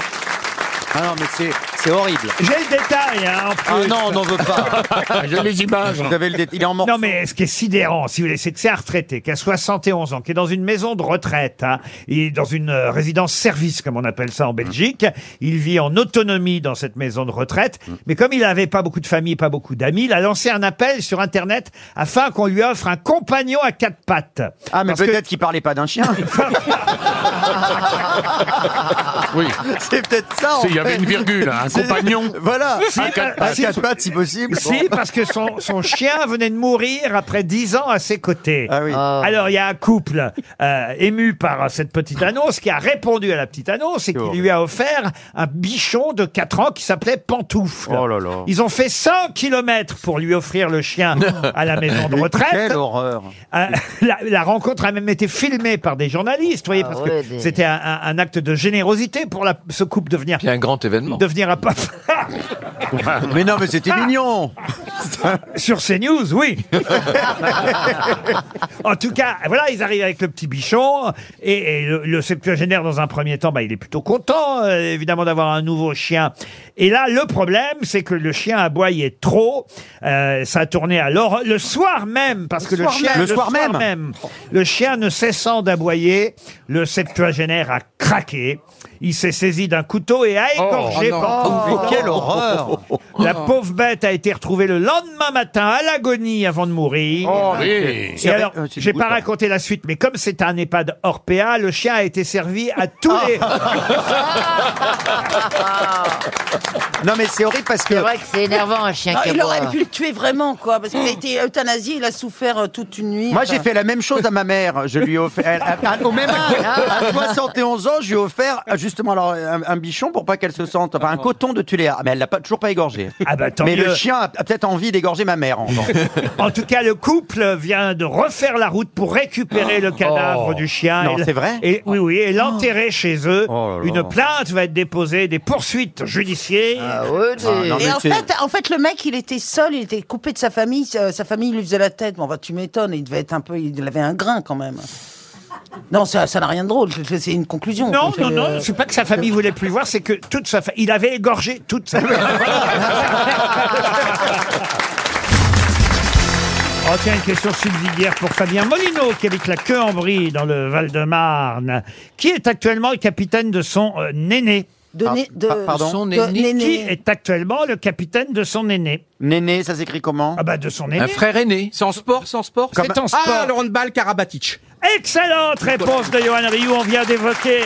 Speaker 5: Ah non, mais c'est- c'est horrible.
Speaker 2: j'ai le détail, hein, en
Speaker 5: Ah
Speaker 2: plus.
Speaker 5: non, on n'en
Speaker 2: [laughs]
Speaker 5: veut pas.
Speaker 2: J'ai les images.
Speaker 5: Vous avez le dé- Il est en morceaux.
Speaker 2: Non, mais ce qui est sidérant, si vous voulez, c'est que c'est un retraité qui a 71 ans, qui est dans une maison de retraite, hein, et dans une euh, résidence service, comme on appelle ça en Belgique. Il vit en autonomie dans cette maison de retraite. Mais comme il n'avait pas beaucoup de famille, pas beaucoup d'amis, il a lancé un appel sur Internet afin qu'on lui offre un compagnon à quatre pattes.
Speaker 5: Ah, mais peut-être qu'il parlait pas
Speaker 2: [laughs]
Speaker 5: d'un chien.
Speaker 9: Oui.
Speaker 5: [laughs] C'est peut-être ça. en
Speaker 9: C'est- il y avait
Speaker 5: fait.
Speaker 9: une virgule, un
Speaker 5: C'est-
Speaker 9: compagnon.
Speaker 5: Voilà.
Speaker 2: Si,
Speaker 5: un quatre
Speaker 2: bah,
Speaker 5: pattes,
Speaker 2: si.
Speaker 5: quatre pattes, si possible.
Speaker 2: Si, parce que son, son chien venait de mourir après 10 ans à ses côtés.
Speaker 5: Ah
Speaker 2: Alors, il y a un couple euh, ému par euh, cette petite annonce qui a répondu à la petite annonce et qui lui a offert un bichon de 4 ans qui s'appelait Pantoufle.
Speaker 5: Oh là là.
Speaker 2: Ils ont fait 100 kilomètres pour lui offrir le
Speaker 5: [laughs]
Speaker 2: chien à la maison de retraite.
Speaker 5: Quelle horreur.
Speaker 2: Euh, [laughs] la, la rencontre a même été filmée par des journalistes, vous voyez, parce
Speaker 5: Ah ouais,
Speaker 2: que
Speaker 5: des-
Speaker 2: c'était un, un- un acte de générosité pour la- ce couple de venir,
Speaker 6: Puis un grand événement.
Speaker 2: de venir à [laughs] papa.
Speaker 5: Mais non, mais c'était mignon.
Speaker 2: Ah [laughs] Sur CNews, oui. [laughs] en tout cas, voilà, ils arrivent avec le petit bichon et, et le, le septuagénaire dans un premier temps, bah, il est plutôt content euh, évidemment d'avoir un nouveau chien. Et là, le problème, c'est que le chien aboyait trop. Euh, ça a tourné à l'or le soir même parce que le
Speaker 5: soir
Speaker 2: chien
Speaker 5: même. Le soir même.
Speaker 2: le chien ne cessant d'aboyer, le septuagénaire a craqué. Il s'est saisi d'un couteau et a égorgé
Speaker 5: Oh, non.
Speaker 2: Pantoufle.
Speaker 5: Mais quelle horreur.
Speaker 2: [laughs] La pauvre bête a été retrouvée le lendemain matin à l'agonie avant de mourir.
Speaker 5: Oh, oui.
Speaker 2: Et
Speaker 5: C'est-
Speaker 2: alors,
Speaker 5: euh, c'est
Speaker 2: j'ai pas
Speaker 5: dégoûtant.
Speaker 2: raconté la suite, mais comme c'est un EHPAD hors PA, le chien a été servi à tous les...
Speaker 5: Ah. [laughs] Non, mais c'est horrible parce que.
Speaker 3: C'est vrai que c'est énervant un chien
Speaker 8: Ah,
Speaker 3: qui
Speaker 8: il
Speaker 3: aboie.
Speaker 8: aurait pu le tuer vraiment, quoi, parce qu'il a été euthanasié, il a souffert euh, toute une nuit.
Speaker 5: Moi,
Speaker 8: enfin.
Speaker 5: j'ai fait la même chose à ma mère. Je lui ai offert, elle- à- au même âge, hein. à 71 ans, je lui ai offert justement alors, un, un bichon pour pas qu'elle se sente, enfin un coton de Tuléa. Mais elle l'a pas, toujours pas égorgé.
Speaker 2: Ah bah, tant
Speaker 5: Mais
Speaker 2: mieux.
Speaker 5: le chien a, a peut-être envie d'égorger ma mère. En revanche.
Speaker 2: [laughs] en tout cas, le couple vient de refaire la route pour récupérer le cadavre
Speaker 5: Oh.
Speaker 2: du chien.
Speaker 5: Non,
Speaker 2: Et le-
Speaker 5: c'est vrai
Speaker 2: Et oui, oui, et l'enterrer chez eux.
Speaker 5: Oh là là.
Speaker 2: Une plainte va être déposée, des poursuites judiciaires.
Speaker 8: Ah
Speaker 5: Ah,
Speaker 8: et en fait, en fait, le mec, il était seul, il était coupé de sa famille. euh, Sa famille lui faisait la tête. Bon, bah, tu m'étonnes, il devait être un peu. Il avait un grain quand même. Non, ça ça n'a rien de drôle. je- je- C'est une conclusion.
Speaker 2: Non,
Speaker 8: C'est,
Speaker 2: non, non,
Speaker 8: euh,
Speaker 2: c'est pas que sa famille voulait plus le voir, c'est que toute sa famille. Il avait égorgé toute
Speaker 5: [laughs]
Speaker 2: sa famille. Oh, tiens, une question subsidiaire pour Fabien Molino, qui habite la queue en brie dans le Val-de-Marne, qui est actuellement le capitaine de son euh, aîné.
Speaker 8: De Ah, né- de- pa- pardon.
Speaker 2: Son
Speaker 8: de
Speaker 2: aîné.
Speaker 8: néné.
Speaker 2: Qui est actuellement le capitaine de son aîné
Speaker 5: Néné, ça s'écrit comment
Speaker 2: Ah bah de son aîné.
Speaker 6: Un frère aîné.
Speaker 7: Sans sport, sans sport.
Speaker 2: Comme- C'est en sport.
Speaker 7: Ah, le handball Karabatic.
Speaker 2: Excellente réponse de Johan Rioux, on vient d'évoquer.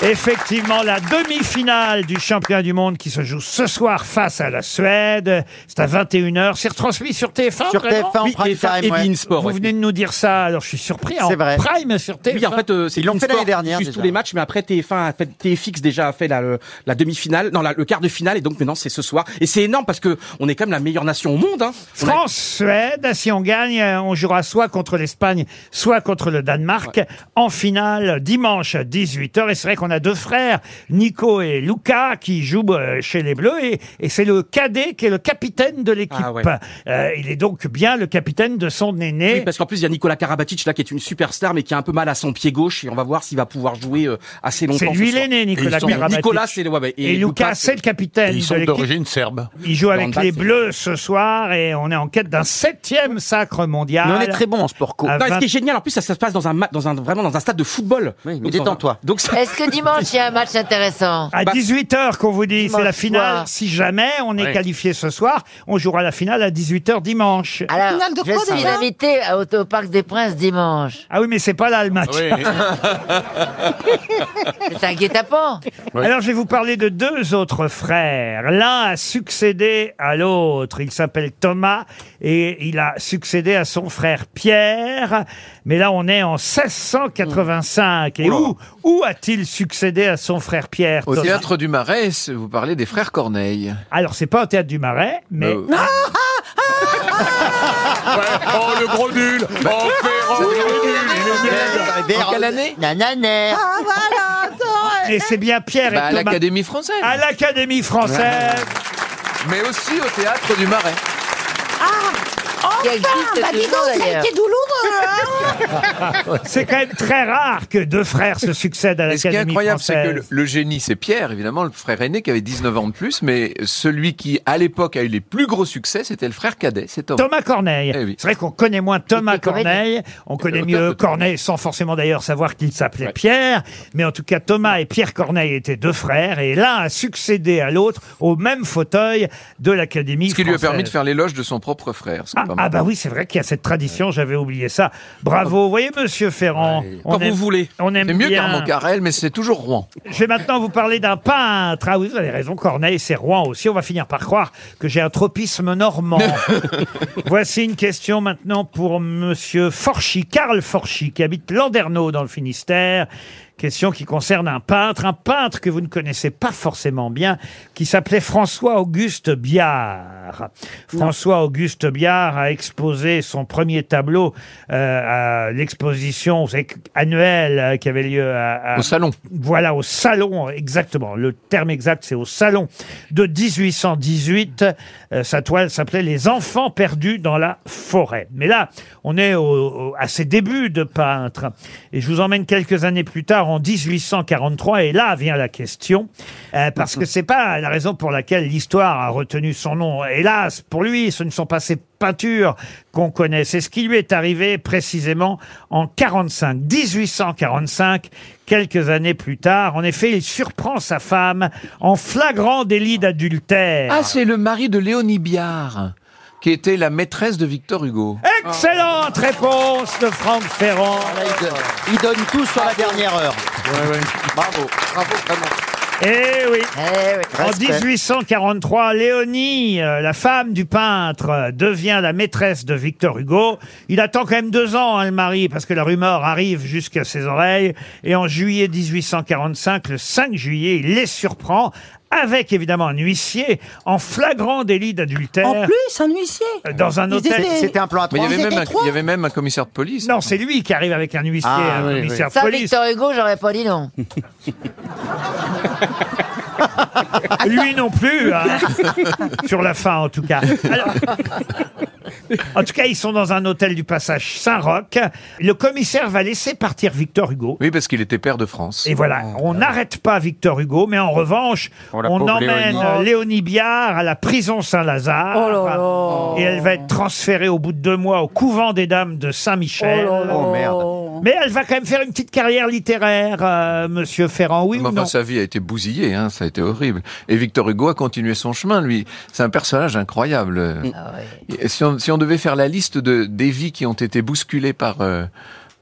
Speaker 2: Effectivement, la demi-finale du championnat du monde qui se joue ce soir face à la Suède. C'est à 21h. C'est retransmis sur TF1
Speaker 5: Sur
Speaker 2: vraiment
Speaker 5: TF1 en Oui, prime TF1 time, et ouais. Beansport,
Speaker 2: Vous
Speaker 5: ouais.
Speaker 2: venez de nous dire ça, alors je suis surpris. en
Speaker 7: C'est vrai.
Speaker 2: Prime sur TF1
Speaker 7: Oui, en fait, euh, c'est
Speaker 2: Ils l'ont fait
Speaker 7: Beansport
Speaker 2: l'année dernière,
Speaker 7: diffuse
Speaker 2: déjà.
Speaker 7: tous les matchs, mais après TF1 a fait TFX déjà a fait la, le- la demi-finale, non la- le quart de finale, et donc maintenant c'est ce soir. Et c'est énorme parce que on est quand même la meilleure nation au monde. Hein. On a-
Speaker 2: France-Suède, si on gagne, euh, on jouera soit contre l'Espagne, soit contre le Danemark, en finale dimanche à 18h. Et c'est vrai qu'on a deux frères, Nico et Luca, qui jouent euh, chez les Bleus. Et, et c'est le cadet qui est le capitaine de l'équipe.
Speaker 7: Ah ouais.
Speaker 2: Euh, il est donc bien le capitaine de son aîné.
Speaker 7: Oui, parce qu'en plus il y a Nicolas Karabatic là qui est une superstar, mais qui a un peu mal à son pied gauche, et on va voir s'il va pouvoir jouer euh, assez longtemps.
Speaker 2: C'est lui
Speaker 7: ce soir.
Speaker 2: l'aîné, Nicolas
Speaker 7: Et ils sont-
Speaker 2: Karabatic.
Speaker 7: Nicolas, c'est le- ouais, ouais,
Speaker 2: Et Lucas, c'est le capitaine
Speaker 7: Et
Speaker 2: de l'équipe.
Speaker 9: serbe.
Speaker 2: Il joue avec
Speaker 7: Dans le
Speaker 2: les
Speaker 7: bas,
Speaker 2: Bleus ce soir et on est en quête d'un septième sacre mondial.
Speaker 7: Mais on est très bon en
Speaker 5: sport
Speaker 7: Non,
Speaker 2: À
Speaker 7: et ce
Speaker 2: 20
Speaker 7: qui est génial, en plus, ça se passe dans un, ma- dans un vraiment dans un stade de football. Oui, mais
Speaker 5: détends-toi.
Speaker 7: Donc, ça-
Speaker 3: Est-ce que dimanche il y a un match intéressant
Speaker 8: Bah.
Speaker 7: Bah,
Speaker 2: À 18h qu'on vous dit, c'est la
Speaker 3: Dimanche
Speaker 2: finale.
Speaker 3: soir.
Speaker 2: Si jamais on est
Speaker 3: Oui.
Speaker 2: qualifié ce soir, on jouera la finale à 18h dimanche.
Speaker 3: Alors, je suis invité à- au, au Parc des Princes dimanche.
Speaker 2: Ah oui, mais c'est pas là le match.
Speaker 3: C'est un guet-apens.
Speaker 2: Alors, je vais vous parler de deux autres frères. L'un a succédé à l'autre. Il s'appelle Thomas et il a succédé à son frère Pierre. Mais là, on est en 1685. Et
Speaker 6: Oh là
Speaker 2: où, où a-t-il succédé à son frère Pierre
Speaker 6: Au
Speaker 2: Thomas
Speaker 6: théâtre du Marais, vous parlez des frères Corneille.
Speaker 2: Alors, c'est pas au théâtre du Marais, mais.
Speaker 6: Euh,
Speaker 9: oh, le gros
Speaker 2: [laughs]
Speaker 9: nul Oh, Ferrand, le nul Il est nul
Speaker 3: année Nanana.
Speaker 2: Ah, Et c'est bien Pierre
Speaker 6: Bah, à
Speaker 2: et Thomas.
Speaker 6: l'Académie française.
Speaker 2: À l'Académie française.
Speaker 6: [laughs] Mais aussi au théâtre du Marais.
Speaker 3: Qui existe
Speaker 4: Ah, bah, dis donc,
Speaker 3: toujours,
Speaker 4: ça a été
Speaker 3: d'ailleurs.
Speaker 4: hein.
Speaker 2: C'est quand même très rare que deux frères se succèdent à
Speaker 6: Et ce qui est
Speaker 2: l'Académie
Speaker 6: incroyable, c'est que
Speaker 2: française.
Speaker 6: le, le génie, c'est Pierre, évidemment, le frère aîné qui avait 19 ans de plus, mais celui qui, à l'époque, a eu les plus gros succès, c'était le frère cadet, c'est Thomas.
Speaker 2: Thomas Corneille.
Speaker 6: Eh
Speaker 2: C'est vrai qu'on connaît moins Thomas Corneille, on connaît
Speaker 6: l'auteur de
Speaker 2: mieux Corneille sans forcément d'ailleurs savoir qu'il s'appelait Pierre, mais en tout cas Thomas et Pierre Corneille étaient deux frères et l'un a succédé à l'autre au même fauteuil de l'Académie
Speaker 6: Ce qui lui a
Speaker 2: française.
Speaker 6: permis de faire l'éloge de son propre frère. ce qui est
Speaker 2: Ah,
Speaker 6: pas mal.
Speaker 2: ah bah oui, c'est vrai qu'il y a cette tradition, j'avais oublié ça. Bravo, vous voyez monsieur Ferrand. on
Speaker 6: Quand
Speaker 2: aime-
Speaker 6: vous voulez.
Speaker 2: On aime
Speaker 6: C'est mieux
Speaker 2: bien.
Speaker 6: qu'Armand Carrel, mais c'est toujours Rouen.
Speaker 2: Je vais maintenant vous parler d'un peintre. Ah oui, vous avez raison, Corneille, c'est Rouen aussi. On va finir par croire que j'ai un tropisme
Speaker 6: [laughs]
Speaker 2: normand. Voici une question maintenant pour monsieur Forchy, Karl Forchy, qui habite Landerneau dans le Finistère. Question qui concerne un peintre, un peintre que vous ne connaissez pas forcément bien, qui s'appelait François-Auguste Biard. François-Auguste Biard a exposé son premier tableau euh, à l'exposition vous savez, annuelle euh, qui avait lieu à, à-
Speaker 6: Au salon.
Speaker 2: Voilà, au salon, exactement. Le terme exact, c'est au salon de 1818. Euh, sa toile s'appelait Les enfants perdus dans la forêt. Mais là, on est au- au- à ses débuts de peintre. Et je vous emmène quelques années plus tard, en 1843. Et là vient la question, euh, parce que c'est pas la raison pour laquelle l'histoire a retenu son nom. Hélas, pour lui, ce ne sont pas ses peintures qu'on connaît. C'est ce qui lui est arrivé précisément en 45, 1845, quelques années plus tard. En effet, il surprend sa femme en flagrant délit d'adultère.
Speaker 6: Ah, c'est le mari de Léonie Biard, Hein. qui était la maîtresse de Victor Hugo.
Speaker 2: Excellente réponse de Franck Ferrand.
Speaker 5: Il donne tout sur la dernière heure. Bravo. Bravo, vraiment.
Speaker 2: Eh oui. En
Speaker 5: Respect.
Speaker 2: 1843, Léonie, euh, la femme du peintre, euh, devient la maîtresse de Victor Hugo. Il attend quand même deux ans, hein, le mari, parce que la rumeur arrive jusqu'à ses oreilles. Et en juillet 1845, le 5 juillet, il les surprend avec évidemment un huissier en flagrant délit d'adultère.
Speaker 8: En plus, un huissier.
Speaker 2: Euh, dans un
Speaker 8: Ils
Speaker 2: hôtel.
Speaker 8: étaient-
Speaker 2: C'était un plan à
Speaker 6: Mais il y
Speaker 2: trois.
Speaker 6: avait
Speaker 2: Ils
Speaker 6: même un-
Speaker 2: étaient trois.
Speaker 6: il y avait même un commissaire de police.
Speaker 2: Non, c'est lui qui arrive avec un huissier,
Speaker 6: Ah,
Speaker 2: un
Speaker 6: oui,
Speaker 2: commissaire de
Speaker 3: Ça,
Speaker 2: police.
Speaker 3: Victor Hugo, j'aurais pas dit non.
Speaker 2: [laughs] Lui non plus, hein. sur la fin en tout cas. Alors, en tout cas, ils sont dans un hôtel du passage Saint-Roch. Le commissaire va laisser partir Victor Hugo.
Speaker 6: Oui, parce qu'il était père de France. Ah,
Speaker 2: Et voilà, on n'arrête pas Victor Hugo, mais en revanche,
Speaker 6: Oh, la
Speaker 2: on
Speaker 6: pauvre
Speaker 2: emmène
Speaker 6: Léonie.
Speaker 2: euh, Léonie Biard à la prison Saint-Lazare. Et elle va être transférée au bout de deux mois au couvent des dames de Saint-Michel.
Speaker 6: Oh, merde.
Speaker 2: Mais elle va quand même faire une petite carrière littéraire, euh, monsieur Ferrand, oui ou
Speaker 6: Mais enfin,
Speaker 2: non
Speaker 6: Ah bah, sa vie a été bousillée, hein, ça a été horrible. Et Victor Hugo a continué son chemin, lui. C'est un personnage incroyable.
Speaker 8: Ah
Speaker 6: Et Si, on, si on devait faire la liste de, des vies qui ont été bousculées par, euh,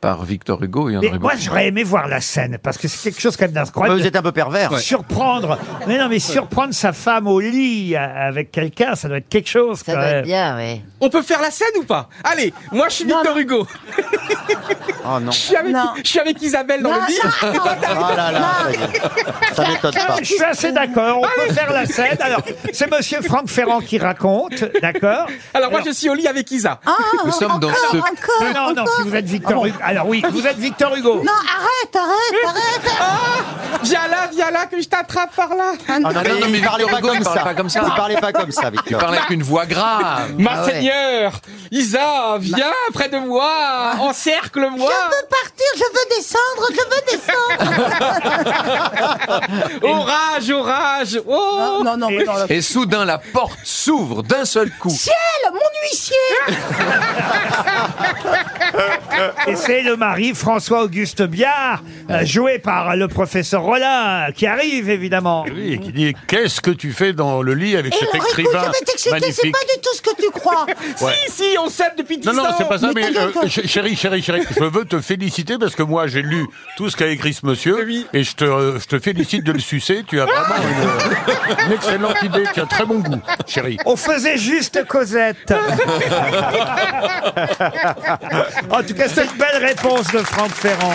Speaker 6: par Victor Hugo, il y en
Speaker 2: Mais
Speaker 6: aurait
Speaker 2: moi,
Speaker 6: beaucoup. [laughs]
Speaker 2: j'aurais aimé voir la scène, parce que c'est quelque chose quand même d'incroyable.
Speaker 6: Vous êtes un peu pervers. Ouais.
Speaker 2: Surprendre. Mais non, mais surprendre sa femme au lit euh, avec quelqu'un, ça doit être quelque chose. Ça
Speaker 7: doit être
Speaker 2: bien, oui.
Speaker 7: On peut faire la scène ou pas Allez, moi je suis Victor Hugo.
Speaker 5: Oh non.
Speaker 7: Je suis avec,
Speaker 5: Non.
Speaker 7: je suis avec Isabelle dans
Speaker 5: Non,
Speaker 7: le lit.
Speaker 5: non.
Speaker 7: Et [laughs] toi, t'arrives
Speaker 5: Oh là là,
Speaker 7: dans-
Speaker 5: ça y est. Ça m'étonne pas.
Speaker 2: Je suis assez d'accord, Euh, on peut
Speaker 7: Allez.
Speaker 2: faire la scène. Alors, c'est monsieur Franck Ferrand qui raconte, d'accord
Speaker 7: Alors, moi, je suis au lit avec Isa.
Speaker 2: Ah,
Speaker 7: Nous sommes dans encore, ce- encore,
Speaker 2: non, non,
Speaker 7: encore.
Speaker 2: si vous êtes
Speaker 5: Ah
Speaker 2: Victor Hugo. Alors oui, vous êtes Victor Hugo.
Speaker 7: Non,
Speaker 8: Ah,
Speaker 7: arrête, arrête, arrête. Ah, viens là, viens là, que je t'attrape par là.
Speaker 5: Ah non, mais il parlait pas comme ça. Il parlait pas comme ça, Victor.
Speaker 6: Il parlait avec une voix grave.
Speaker 7: Ma
Speaker 6: Ah ouais.
Speaker 7: seigneur, Isa, viens près de moi, encercle-moi.
Speaker 8: Ah. Je veux partir, je veux descendre, je veux descendre.
Speaker 6: Oh,
Speaker 7: Orage, orage. Oh
Speaker 8: non, non, mais non, là-
Speaker 6: Et soudain, la porte s'ouvre d'un seul coup.
Speaker 8: Ciel, mon huissier
Speaker 2: Et c'est le mari François-Auguste Biard, euh, joué par le professeur Rollin, euh, qui arrive évidemment.
Speaker 9: Oui, et qui dit Qu'est-ce que tu fais dans le lit avec
Speaker 8: Et
Speaker 9: cet
Speaker 8: alors, écoute,
Speaker 9: écrivain
Speaker 8: je vais t'exciter, c'est
Speaker 9: magnifique
Speaker 8: pas du tout ce que tu crois.
Speaker 9: Ouais.
Speaker 7: Si, si, on sait depuis 10
Speaker 9: Non, non,
Speaker 7: ans.
Speaker 9: c'est pas ça, mais,
Speaker 7: ta gueule,
Speaker 9: euh,
Speaker 7: toi.
Speaker 9: ch- chérie, chérie, chérie, je veux te féliciter parce que moi, j'ai lu tout ce qu'a écrit ce monsieur et je te, euh, je te félicite de le sucer. Tu as vraiment une, une excellente idée, tu as très bon goût, chérie.
Speaker 2: On faisait juste Cosette. en tout cas, c'est une belle réponse de Franck Ferrand.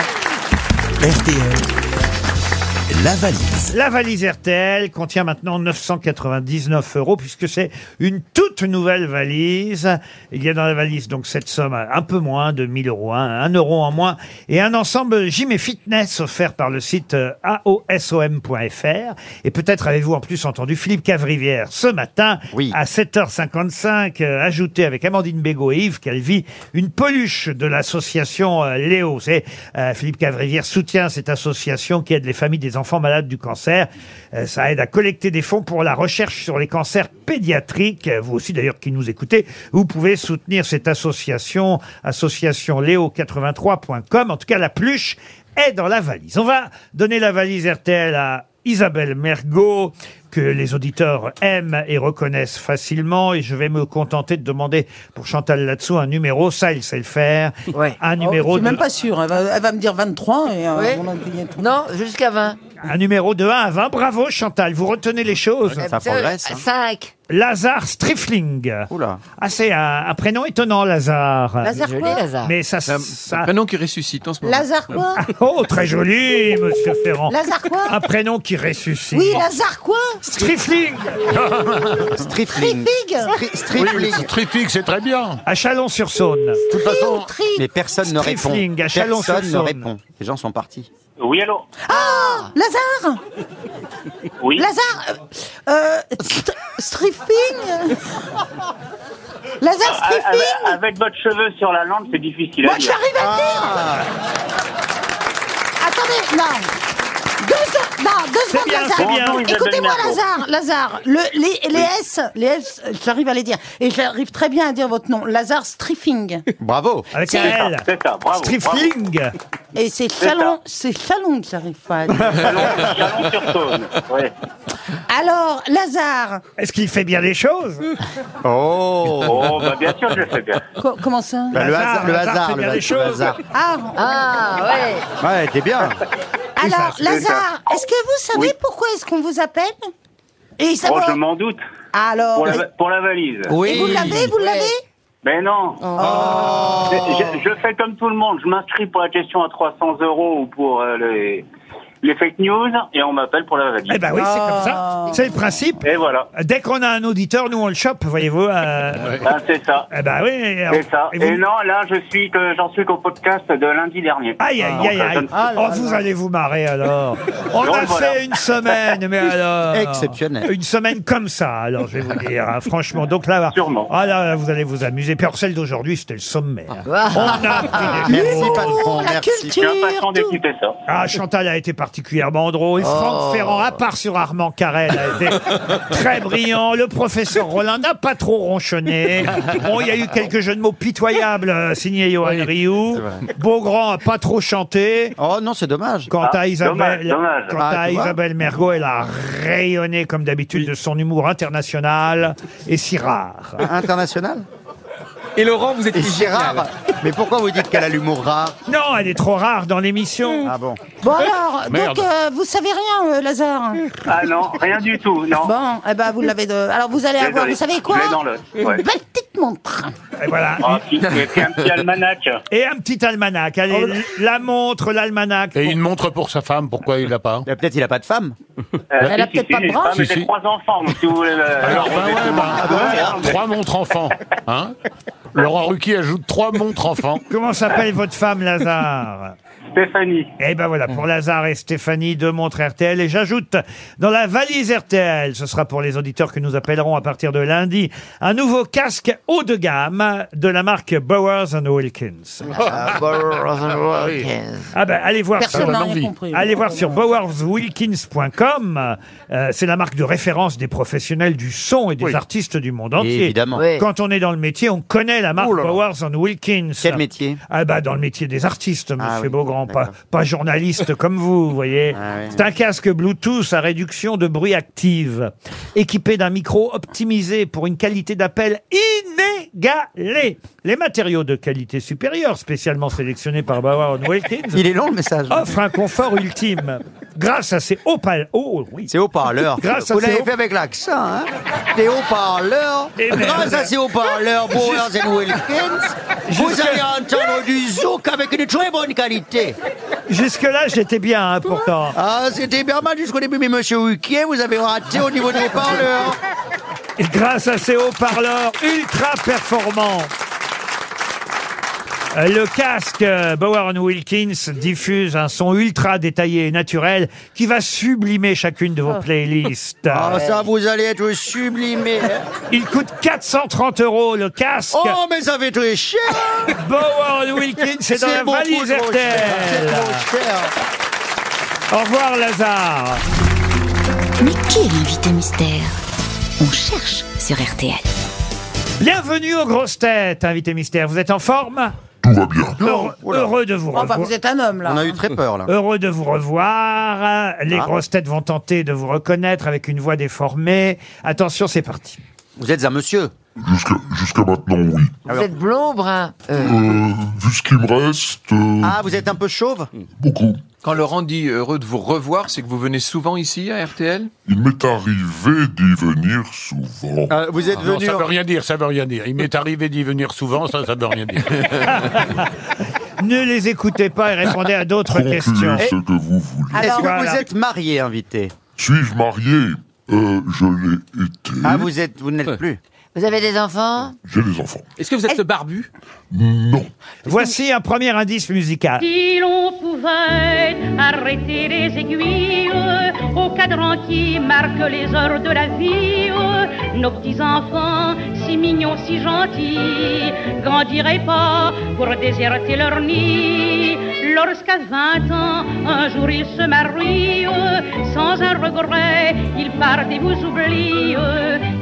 Speaker 1: La valise.
Speaker 2: La valise RTL contient maintenant 999 euros puisque c'est une toute nouvelle valise. Il y a dans la valise donc cette somme un peu moins de 1000 euros, hein, un euro en moins et un ensemble gym et fitness offert par le site euh, aosom.fr. Et peut-être avez-vous en plus entendu Philippe Cavrivière ce matin à 7h55 euh, ajouter avec Amandine Bégaud et Yves Calvi une peluche de l'association euh, Léo. C'est euh, Philippe Cavrivière soutient cette association qui aide les familles des enfants malades du cancer. Euh, ça aide à collecter des fonds pour la recherche sur les cancers pédiatriques. Euh, Vous aussi d'ailleurs qui nous écoutez, vous pouvez soutenir cette association, association léo83.com. En tout cas, la peluche est dans la valise. On va donner la valise RTL à Isabelle Mergot, que les auditeurs aiment et reconnaissent facilement. Et je vais me contenter de demander pour Chantal là-dessous un numéro. Ça, elle sait le faire. Un
Speaker 8: Je
Speaker 2: numéro
Speaker 8: suis
Speaker 2: de...
Speaker 8: Oh, même pas sûr. hein. Elle va, elle va me dire 23 et euh,
Speaker 3: Oui.
Speaker 8: on a gagné tout.
Speaker 3: Non, jusqu'à 20.
Speaker 2: Un numéro de 1 à 20. Bravo, Chantal. Vous retenez les choses.
Speaker 3: Euh,
Speaker 2: hein.
Speaker 6: hein.
Speaker 3: Cinq.
Speaker 2: Lazare Strifling. Ah, c'est un, un prénom étonnant, Lazare.
Speaker 3: Lazare Joli, quoi Lazare.
Speaker 2: Mais ça,
Speaker 6: C'est un-
Speaker 2: ça...
Speaker 6: un prénom qui ressuscite en ce moment.
Speaker 8: Lazare quoi
Speaker 2: [laughs] Oh, très joli, monsieur Ferrand.
Speaker 8: Lazare quoi
Speaker 2: Un prénom qui ressuscite.
Speaker 8: Oui,
Speaker 6: [laughs]
Speaker 8: Lazare quoi
Speaker 2: Strifling
Speaker 8: Strifling.
Speaker 9: Oui, le triptyque, c'est très bien.
Speaker 2: À Chalon-sur-Saône.
Speaker 5: toute façon,
Speaker 8: tri-
Speaker 5: mais personne ne répond.
Speaker 2: Strifling, à Chalon-sur-Saône.
Speaker 5: Personne ne répond. Les gens sont partis.
Speaker 11: Oui, allô
Speaker 8: Ah Lazare
Speaker 11: Oui.
Speaker 8: Lazare euh, euh, st- Strifling Lazare
Speaker 11: Ah, avec-
Speaker 8: Strifling
Speaker 11: Avec votre cheveu sur la langue, c'est difficile à
Speaker 8: Moi,
Speaker 11: dire.
Speaker 8: j'arrive à le
Speaker 5: Ah.
Speaker 8: Attendez, non deux, se- non, deux secondes,
Speaker 11: bien, ah. c'est bien.
Speaker 8: Lazare.
Speaker 11: Bonjour, Isabelle
Speaker 8: Écoutez-moi,
Speaker 11: Mergo.
Speaker 8: Lazare, Lazare. Le, les, les S, les S, j'arrive à les dire. Et j'arrive très bien à dire votre nom. Lazare Strifling.
Speaker 5: Bravo.
Speaker 2: Avec
Speaker 8: C'est
Speaker 2: un
Speaker 8: ça,
Speaker 2: L.
Speaker 11: c'est ça, bravo,
Speaker 2: Strifling.
Speaker 8: Et c'est
Speaker 11: C'est
Speaker 8: Chalon, c'est Chalon que j'arrive pas à
Speaker 11: [laughs]
Speaker 8: dire.
Speaker 11: Chalon-sur-Saône. Ouais.
Speaker 8: Alors, Lazare,
Speaker 2: Est-ce qu'il fait Eh bien les choses
Speaker 5: Oh
Speaker 11: Oh, bah bien sûr, je le fais bien.
Speaker 8: co- comment ça
Speaker 5: Bah, le hasard, le
Speaker 2: hasard,
Speaker 5: hasard,
Speaker 2: c'est
Speaker 5: le,
Speaker 2: bien les
Speaker 5: le
Speaker 2: choses.
Speaker 5: hasard.
Speaker 8: Ah,
Speaker 3: Ah, ouais.
Speaker 5: Ouais, t'es bien.
Speaker 8: Alors,
Speaker 11: c'est
Speaker 8: Lazare, est-ce que vous savez
Speaker 11: Oui.
Speaker 8: pourquoi est-ce qu'on vous appelle Et ça
Speaker 11: Oh,
Speaker 8: va-
Speaker 11: je m'en doute.
Speaker 8: Alors,
Speaker 11: Pour la, pour la valise.
Speaker 8: et vous l'avez, vous l'avez Oh.
Speaker 11: Mais non. Je, je fais comme tout le monde. Je m'inscris pour la question à 300 euros ou pour euh, les, les fake news et on m'appelle pour la valise.
Speaker 2: Eh ben oui, c'est comme ça.
Speaker 8: Oh.
Speaker 2: C'est le principe.
Speaker 11: Et voilà.
Speaker 2: Dès qu'on a un auditeur, nous on le chope, voyez-vous. euh,
Speaker 11: Ah, c'est ça.
Speaker 2: Eh ben oui. et-
Speaker 11: C'est ça.
Speaker 2: et
Speaker 11: Et,
Speaker 2: vous-
Speaker 11: non, là, je suis que j'en suis qu'au podcast de lundi dernier.
Speaker 2: Aïe,
Speaker 11: Donc,
Speaker 2: aïe, aïe,
Speaker 11: euh, je
Speaker 2: aïe.
Speaker 11: ne-
Speaker 2: Oh, vous allez vous marrer alors. On
Speaker 11: Donc,
Speaker 2: a
Speaker 11: voilà.
Speaker 2: fait une semaine, mais alors.
Speaker 5: Exceptionnel.
Speaker 2: Une semaine comme ça, alors, je vais vous dire, hein, franchement. Donc là, ah, là, là, vous allez vous amuser. Puis alors, celle d'aujourd'hui, c'était le sommet.
Speaker 4: Ah.
Speaker 2: On a appris des
Speaker 5: Merci,
Speaker 2: choses.
Speaker 5: patron. Merci.
Speaker 11: Je suis impatient d'écouter ça.
Speaker 2: Ah, Chantal a été particulièrement drôle. Franck Ferrand, à part sur Armand Carrel, a
Speaker 4: [laughs]
Speaker 2: été très brillant. Le professeur Rollin n'a pas trop ronchonné. Bon, il y a eu quelques jeux de mots pitoyables euh, signés Johan Rioux. Beaugrand a Oh, pas trop chanté.
Speaker 5: Oh non, c'est dommage.
Speaker 2: Quant
Speaker 5: Ah,
Speaker 2: à Isabelle,
Speaker 5: dommage, dommage.
Speaker 2: Quant
Speaker 5: Ah,
Speaker 2: à
Speaker 5: tu vois.
Speaker 2: Isabelle Mergot, elle a rayonné comme d'habitude de son humour international et si rare.
Speaker 5: International
Speaker 7: Et Laurent, vous êtes
Speaker 5: Et Gérard, mais pourquoi vous dites qu'elle a l'humour rare
Speaker 2: Non, elle est trop rare dans l'émission.
Speaker 5: Ah bon
Speaker 8: Bon alors,
Speaker 5: Merde.
Speaker 8: donc euh, vous savez rien, euh,
Speaker 11: [laughs]
Speaker 8: Lazare
Speaker 17: Ah non, rien du tout, non.
Speaker 8: Bon, eh ben vous l'avez de. Alors vous allez
Speaker 17: Je l'ai
Speaker 8: avoir,
Speaker 17: dans
Speaker 8: vous
Speaker 17: les-
Speaker 8: savez quoi
Speaker 17: je l'ai dans le- ouais.
Speaker 8: Une belle petite montre.
Speaker 2: Et voilà.
Speaker 17: Ah, puis- et puis un petit almanach. Euh,
Speaker 2: Et un petit almanach. Allez, l-
Speaker 5: Oh.
Speaker 2: la montre, l'almanach.
Speaker 9: Et une montre pour sa femme, pourquoi il l'a pas
Speaker 5: Peut-être il a pas de femme.
Speaker 17: Euh,
Speaker 2: Elle a
Speaker 17: si,
Speaker 2: peut-être
Speaker 17: si,
Speaker 2: pas de
Speaker 17: si,
Speaker 2: bras.
Speaker 17: j'ai
Speaker 9: Si, si.
Speaker 17: trois enfants, donc si vous voulez. euh, le-
Speaker 9: Alors, ben
Speaker 5: bah
Speaker 17: arroser tout
Speaker 9: ouais,
Speaker 17: le
Speaker 9: ben,
Speaker 17: monde.
Speaker 9: trois montres enfants. Hein Laurent Ruquier ajoute trois montres enfants.
Speaker 2: Comment s'appelle votre femme, Lazare
Speaker 17: Stéphanie.
Speaker 2: Eh ben voilà, pour Lazare et Stéphanie, deux montres RTL. Et j'ajoute, dans la valise RTL, ce sera pour les auditeurs que nous appellerons à partir de lundi, un nouveau casque haut de gamme de la marque Bowers Wilkins.
Speaker 8: [laughs]
Speaker 2: Ah ben, allez voir
Speaker 8: bah, Personne
Speaker 2: sur,
Speaker 8: n'a rien compris.
Speaker 2: allez voir sur bowerswilkins.com. Euh, c'est la marque de référence des professionnels du son et des artistes du monde entier.
Speaker 5: Évidemment. Oui.
Speaker 2: Quand on est dans le métier, on connaît la marque
Speaker 5: Ouh là là.
Speaker 2: Bowers Wilkins.
Speaker 5: Quel métier Ah
Speaker 2: Ah bah dans le métier des artistes, monsieur
Speaker 5: oui, Ah
Speaker 2: Beaugrand, pas, pas journaliste comme vous, vous voyez. C'est un casque Bluetooth à réduction de bruit active, équipé d'un micro optimisé pour une qualité d'appel inégalée. Les matériaux de qualité supérieure, spécialement sélectionnés par Bauer Wilkins.
Speaker 5: Il est long le message.
Speaker 2: Offre un confort ultime grâce à ses haut-parleurs. Oh, oui.
Speaker 5: C'est haut-parleur.
Speaker 2: Grâce à
Speaker 5: Vous
Speaker 2: ses
Speaker 5: l'avez
Speaker 2: haut-
Speaker 5: fait avec l'accent, hein Les haut-parleurs.
Speaker 2: Eh merde.
Speaker 5: Grâce à ces haut-parleurs,
Speaker 2: [laughs]
Speaker 5: Bowers
Speaker 2: Jusque-
Speaker 5: and Wilkins, vous
Speaker 2: Jusque-
Speaker 5: allez entendre du zouk avec une très bonne qualité.
Speaker 2: Jusque-là, j'étais bien, hein, pourtant.
Speaker 5: Ah, c'était bien mal jusqu'au début, mais monsieur Ruquier, vous avez raté au niveau des
Speaker 2: [laughs]
Speaker 5: haut-parleurs.
Speaker 2: Et grâce à ces haut-parleurs ultra performants. euh, Le casque euh, Bauer Wilkins diffuse un son ultra détaillé et naturel qui va sublimer chacune de vos playlists.
Speaker 5: Oh. Ah, ça, vous allez être sublimé. hein.
Speaker 2: Il coûte 430 euros le casque.
Speaker 5: Oh, mais ça fait très cher.
Speaker 2: Bauer Wilkins, c'est dans la
Speaker 5: beaucoup
Speaker 2: valise
Speaker 5: trop cher.
Speaker 2: RTL.
Speaker 5: C'est trop cher.
Speaker 2: Au revoir Lazare.
Speaker 16: Mais qui est l'invité mystère On cherche sur RTL.
Speaker 2: Bienvenue aux grosses têtes, invité mystère. Vous êtes en forme Tout va bien. Heureux, heureux de vous
Speaker 8: Oh, bah,
Speaker 2: revoir.
Speaker 8: vous êtes un homme là.
Speaker 5: On a eu très peur, là.
Speaker 2: Heureux de vous revoir. Les
Speaker 5: Ah.
Speaker 2: grosses têtes vont tenter de vous reconnaître avec une voix déformée. Attention, c'est parti.
Speaker 5: Vous êtes un monsieur.
Speaker 18: Jusqu'à jusqu'à [laughs] maintenant, oui.
Speaker 3: Vous êtes blond, brun
Speaker 18: Euh, vu ce qui me reste, euh,
Speaker 5: Ah, vous êtes un peu chauve
Speaker 18: beaucoup.
Speaker 6: Quand Laurent dit heureux de vous revoir, c'est que vous venez souvent ici à RTL
Speaker 18: Il m'est arrivé d'y venir souvent.
Speaker 5: Euh, Vous êtes
Speaker 9: Ah non,
Speaker 5: venu.
Speaker 9: ça veut rien dire, ça veut rien dire. Il m'est arrivé d'y venir souvent, ça, ça veut rien
Speaker 2: [laughs]
Speaker 9: dire.
Speaker 2: Ne les écoutez pas et répondez à d'autres
Speaker 18: Concluez
Speaker 2: questions.
Speaker 18: ce que vous voulez.
Speaker 5: Est-ce que
Speaker 2: Voilà.
Speaker 5: vous êtes marié, invité
Speaker 18: Suis-je marié Euh, Je l'ai été.
Speaker 5: Ah, vous êtes, vous n'êtes plus.
Speaker 3: Vous avez des enfants
Speaker 18: J'ai des enfants.
Speaker 7: Est-ce que vous êtes barbu
Speaker 18: Non.
Speaker 2: Voici un premier indice musical.
Speaker 19: Si l'on pouvait arrêter les aiguilles au cadran qui marque les heures de la vie, nos petits enfants, si mignons, si gentils, grandiraient pas pour déserter leur nid. Lorsqu'à 20 ans, un jour ils se marient, sans un regret, ils partent et vous oublient.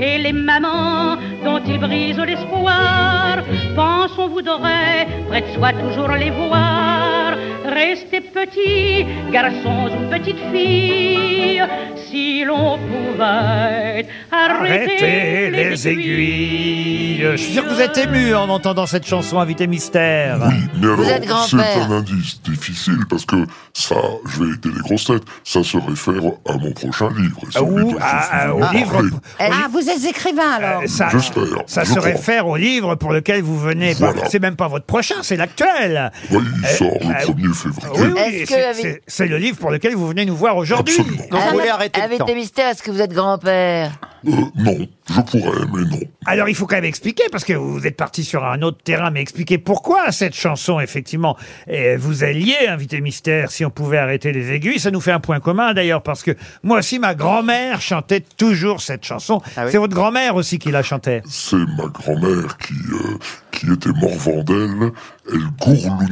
Speaker 19: Et les mamans dont ils brisent l'espoir, pensent on voudrait près de soi toujours les voir. Restez petits, garçons ou petites filles, si l'on pouvait arrêter,
Speaker 2: Arrêtez les aiguilles. Je suis sûr que vous êtes ému en entendant cette chanson, invité mystère.
Speaker 18: Mais alors,
Speaker 3: êtes
Speaker 18: c'est
Speaker 3: grand-père.
Speaker 18: un indice difficile parce que ça, je vais aider les grosses têtes, ça se réfère à mon prochain livre. et celui
Speaker 2: Ou
Speaker 18: dont je
Speaker 2: à-
Speaker 18: suis
Speaker 2: à- au
Speaker 18: venu
Speaker 2: livre. Euh,
Speaker 18: parler.
Speaker 8: Ah, vous êtes écrivain alors.
Speaker 2: ah, Ça,
Speaker 18: J'espère,
Speaker 2: ça
Speaker 18: je
Speaker 2: se
Speaker 18: crois.
Speaker 2: réfère au livre pour lequel vous venez.
Speaker 18: Voilà.
Speaker 2: C'est même pas votre prochain, c'est l'actuel.
Speaker 18: Oui, il sort le
Speaker 2: euh,
Speaker 18: 1er février.
Speaker 2: Oui, oui,
Speaker 3: Est-ce que
Speaker 2: c'est-
Speaker 3: avec-
Speaker 2: c'est- c'est le livre pour lequel vous venez nous voir aujourd'hui.
Speaker 3: Ah,
Speaker 18: Absolument.
Speaker 5: Donc, vous voulez arrêter le
Speaker 3: Avec
Speaker 5: temps.
Speaker 3: des mystères, est-ce que vous êtes grand-père
Speaker 18: Euh, non, je pourrais, mais non.
Speaker 2: Alors il faut quand même expliquer, parce que vous êtes parti sur un autre terrain, mais expliquer pourquoi cette chanson, effectivement, eh, vous alliez, invité mystère, si on pouvait arrêter les aiguilles. Ça nous fait un point commun d'ailleurs, parce que moi aussi, ma grand-mère chantait toujours cette chanson.
Speaker 5: Ah oui
Speaker 2: C'est votre grand-mère aussi qui la chantait.
Speaker 18: C'est ma grand-mère qui, euh, qui était morvandelle. Elle gourlounait,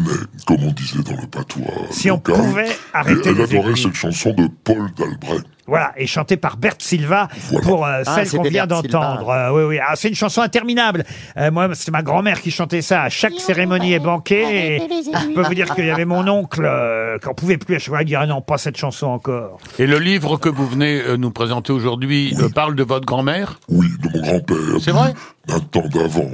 Speaker 18: comme on disait dans le patois.
Speaker 2: Si on
Speaker 18: local.
Speaker 2: pouvait
Speaker 18: Et
Speaker 2: arrêter
Speaker 18: Elle
Speaker 2: les
Speaker 18: adorait
Speaker 2: aiguilles.
Speaker 18: cette chanson de Paul d'Albret.
Speaker 2: Voilà, et chantée par Berthe Silva pour euh,
Speaker 5: Ah,
Speaker 2: celle qu'on
Speaker 5: c'était
Speaker 2: vient
Speaker 5: Berthe Silva.
Speaker 2: d'entendre. Euh, oui, oui. Ah, c'est une chanson interminable. Euh, moi, c'est ma grand-mère qui chantait ça à chaque cérémonie et banquet. Et je peux vous dire qu'il y avait mon oncle euh, euh, qu'on pouvait plus à chaque fois dire ah non, pas cette chanson encore.
Speaker 9: Et le livre que vous venez euh, nous présenter aujourd'hui euh, parle de votre grand-mère
Speaker 18: Oui, de mon grand-père. C'est vrai Un temps d'avant,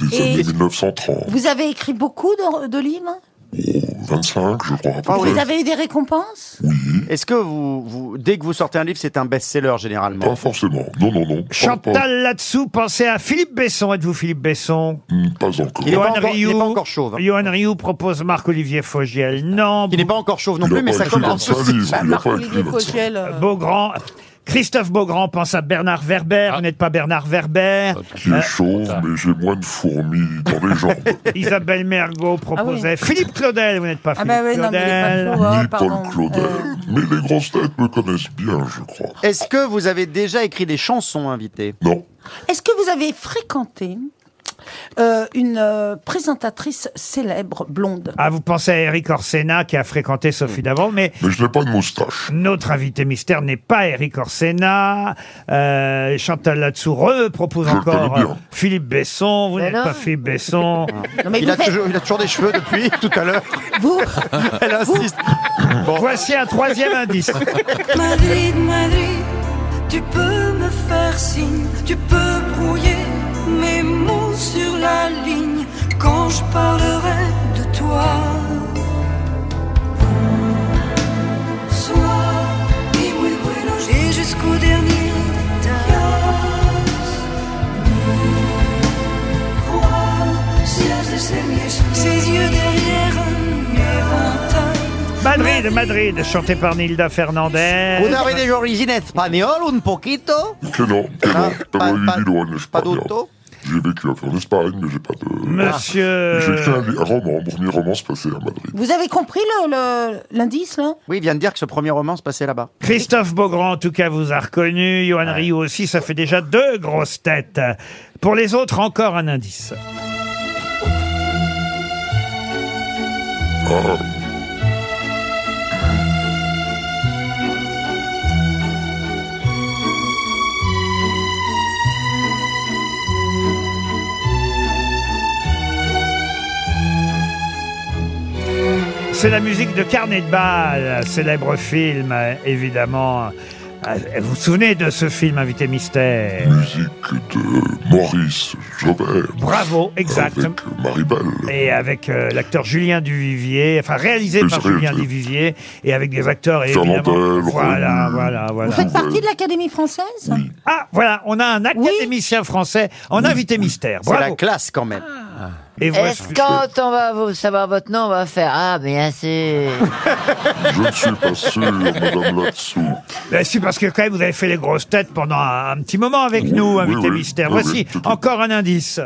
Speaker 18: des, des
Speaker 8: Et-
Speaker 18: années 1930.
Speaker 8: Vous avez écrit beaucoup de, de livres
Speaker 18: 25, je crois, à
Speaker 5: Ah
Speaker 18: peu
Speaker 8: Vous
Speaker 18: près.
Speaker 8: avez eu des récompenses
Speaker 5: Est-ce que vous, vous- dès que vous sortez un livre, c'est un best-seller généralement Pas
Speaker 18: forcément. Non, non, non.
Speaker 2: Chantal là-dessous, pensez à Philippe Besson. Êtes-vous Philippe Besson
Speaker 18: Pas encore.
Speaker 5: Il est pas encore- il est pas encore chauve, hein.
Speaker 2: Johan Rioux propose Marc-Olivier Fogiel. Non. Il n'est
Speaker 5: pas encore chauve
Speaker 2: non
Speaker 18: Il plus, a mais pas ça écrit commence dans sa aussi. liste, il a pas écrit dans sa-
Speaker 2: Beaugrand. Christophe Beaugrand pense à Bernard
Speaker 5: Ah.
Speaker 2: Werber. Vous n'êtes pas Bernard Werber.
Speaker 18: Qui
Speaker 2: Euh,
Speaker 18: est chauve, mais j'ai moins de fourmis dans les jambes.
Speaker 2: [laughs]
Speaker 5: [laughs]
Speaker 2: Isabelle Mergot proposait. Philippe Claudel. Vous n'êtes pas
Speaker 18: Ah
Speaker 2: Philippe
Speaker 18: bah oui, non, mais il est pas
Speaker 2: Claudel.
Speaker 18: chauve, hein, Ni pardon. Paul Claudel.
Speaker 5: euh.
Speaker 18: Mais les grosses têtes me connaissent bien, je crois.
Speaker 5: Est-ce que vous avez déjà écrit des chansons invitées
Speaker 18: Non.
Speaker 8: Est-ce que vous avez fréquenté euh, une euh, présentatrice célèbre blonde
Speaker 2: Ah, vous pensez à Eric Orsena qui a fréquenté
Speaker 18: Hmm.
Speaker 2: Sophie d'avant, mais.
Speaker 18: Mais je n'ai pas de moustache.
Speaker 2: Notre invité mystère n'est pas Eric Orsena. Euh, Chantal Latsou repropose encore
Speaker 5: connais bien.
Speaker 2: euh, Philippe Besson. Vous
Speaker 5: Mais
Speaker 2: n'êtes
Speaker 5: non.
Speaker 2: pas Philippe Besson.
Speaker 8: [laughs] Non, mais
Speaker 5: il,
Speaker 8: vous
Speaker 5: a
Speaker 8: faites-
Speaker 5: toujours, il a toujours des cheveux depuis [laughs] tout à l'heure.
Speaker 8: Vous
Speaker 5: [laughs] Elle insiste.
Speaker 2: [laughs] Voici un troisième
Speaker 8: [laughs]
Speaker 2: indice.
Speaker 4: [laughs] Madrid, Madrid, tu peux me faire signe, tu peux brouiller mes mots sur la ligne quand je parlerai de toi. Sois y muy bueno, j'ai jusqu'au dernier tasse. Crois, siège de ses mièges, ses yeux derrière un éventail.
Speaker 2: Madrid, Madrid, chanté par Nilda Fernandez.
Speaker 5: Vous avez des origines espagnoles, un poquito
Speaker 18: Que eh non, que non. Tengo vivido en España.
Speaker 5: d'auto
Speaker 18: J'ai vécu à en Espagne, mais j'ai pas de... Ah,
Speaker 2: Monsieur-
Speaker 18: J'ai écrit un, li- un roman, mon premier roman se passait à Madrid.
Speaker 8: Vous avez compris le- le- l'indice, là
Speaker 5: Oui, il vient de dire que ce premier roman se passait là-bas.
Speaker 2: Christophe Beaugrand, en tout cas, vous a reconnu. Johan Rioux aussi, ça fait déjà deux grosses têtes. Pour les autres, encore un indice.
Speaker 18: Ah,
Speaker 2: C'est la musique de Carnet de Bal, célèbre film, euh, évidemment. Euh, Vous vous souvenez de ce film, Invité Mystère
Speaker 18: Musique de Maurice Jobert.
Speaker 2: Bravo, exact.
Speaker 18: Avec Maribel.
Speaker 2: Et avec euh, l'acteur Julien Duvivier, enfin réalisé
Speaker 18: Oui,
Speaker 2: par
Speaker 18: c'est vrai,
Speaker 2: Julien
Speaker 18: c'est-
Speaker 2: Duvivier, et avec des acteurs et
Speaker 18: Fernandel,
Speaker 2: évidemment. Voilà,
Speaker 18: Renu,
Speaker 2: voilà, voilà.
Speaker 8: Vous faites partie de l'Académie française
Speaker 2: Ah, voilà, on a un académicien français en invité mystère.
Speaker 5: C'est la
Speaker 2: Bravo.
Speaker 5: classe quand même.
Speaker 2: Et voici-
Speaker 3: Est-ce quand on va vous savoir votre nom, on va faire Ah, bien sûr.
Speaker 18: Je ne suis pas sûr, madame Latsou.
Speaker 2: Ben, si, parce que quand même, vous avez fait les grosses têtes pendant un, un petit moment avec nous, invité
Speaker 18: oui,
Speaker 2: mystère.
Speaker 18: oui,
Speaker 2: Voici
Speaker 18: oui, tout à fait.
Speaker 2: encore un indice.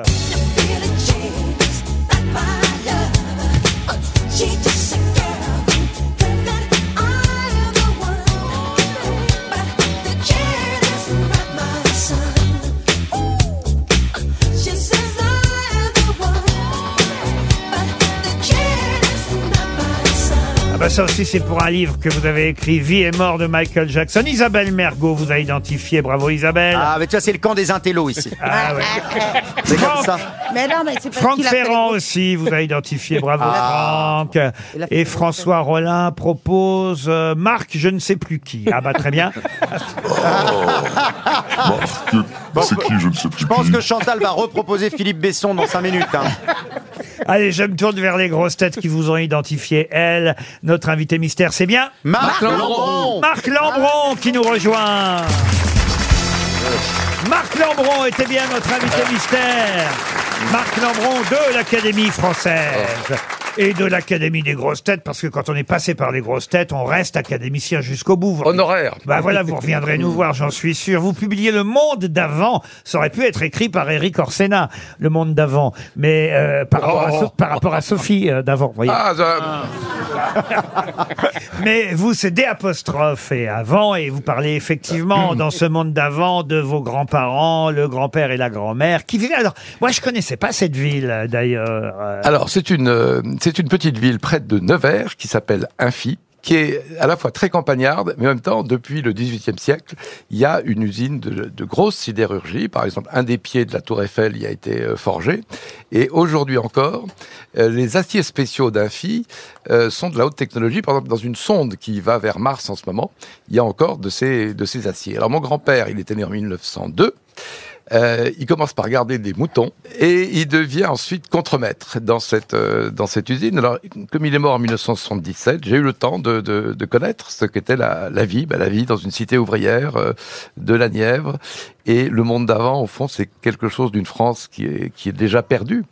Speaker 2: Ah bah ça aussi c'est pour un livre que vous avez écrit Vie et mort de Michael Jackson. Isabelle Mergot vous a identifié, bravo Isabelle.
Speaker 5: Ah, mais tu vois, c'est le camp des intellos ici.
Speaker 2: [laughs] Ah ouais.
Speaker 5: C'est comme ça.
Speaker 8: Mais non, mais c'est parce
Speaker 2: Franck
Speaker 8: qu'il a fait les
Speaker 2: Ferrand
Speaker 8: grosses-
Speaker 2: aussi vous
Speaker 8: [laughs]
Speaker 2: a identifié, bravo
Speaker 8: Ah.
Speaker 2: Franck. Et François Rollin propose euh, Marc je ne sais plus qui. Ah bah
Speaker 8: [laughs]
Speaker 2: très bien.
Speaker 18: 어. C'est qui, je ne sais plus.
Speaker 5: Je pense que Chantal va reproposer Philippe Besson dans 5 minutes. hein.
Speaker 2: Allez, je me tourne vers les grosses têtes qui vous ont identifié. Elle, notre invité mystère, c'est bien
Speaker 5: Marc Lambron.
Speaker 2: Marc Lambron qui nous rejoint. Marc Lambron était bien notre invité mystère. Marc Lambron de l'Académie française. Et de l'Académie des grosses têtes, parce que quand on est passé par les grosses têtes, on reste académicien jusqu'au bout. Vous-
Speaker 6: Honoraire.
Speaker 2: Bah voilà, vous reviendrez nous voir, j'en suis sûr. Vous publiez Le Monde d'avant. Ça aurait pu être écrit par Eric Orsena, Le Monde d'avant. Mais euh, par, rapport à So- par rapport à Sophie euh, d'avant, vous voyez.
Speaker 6: Oh. Ah, ça-
Speaker 2: Mais vous, c'est des apostrophes et avant, et vous parlez effectivement dans ce monde d'avant de vos grands-parents, le grand-père et la grand-mère, qui vivaient. Alors, moi, je connaissais pas cette ville, euh, d'ailleurs. euh,
Speaker 6: Alors, c'est une, euh, c'est une petite ville près de Nevers qui s'appelle Infi.
Speaker 20: qui est à la fois très campagnarde, mais en même temps, depuis le XVIIIe siècle, il y a une usine de, de grosse sidérurgie. Par exemple, un des pieds de la Tour Eiffel y a été euh, forgé. Et aujourd'hui encore, euh, les aciers spéciaux d'Infi euh, sont de la haute technologie. Par exemple, dans une sonde qui va vers Mars en ce moment, il y a encore de ces, de ces aciers. Alors, mon grand-père, il était né en 1902. Euh, il commence par garder des moutons et il devient ensuite contremaître dans cette euh, dans cette usine. Alors, comme il est mort en 1977, j'ai eu le temps de, de, de connaître ce qu'était la, la vie, Bah, la vie dans une cité ouvrière euh, de la Nièvre et le monde d'avant. Au fond, c'est quelque chose d'une France qui est qui est déjà perdue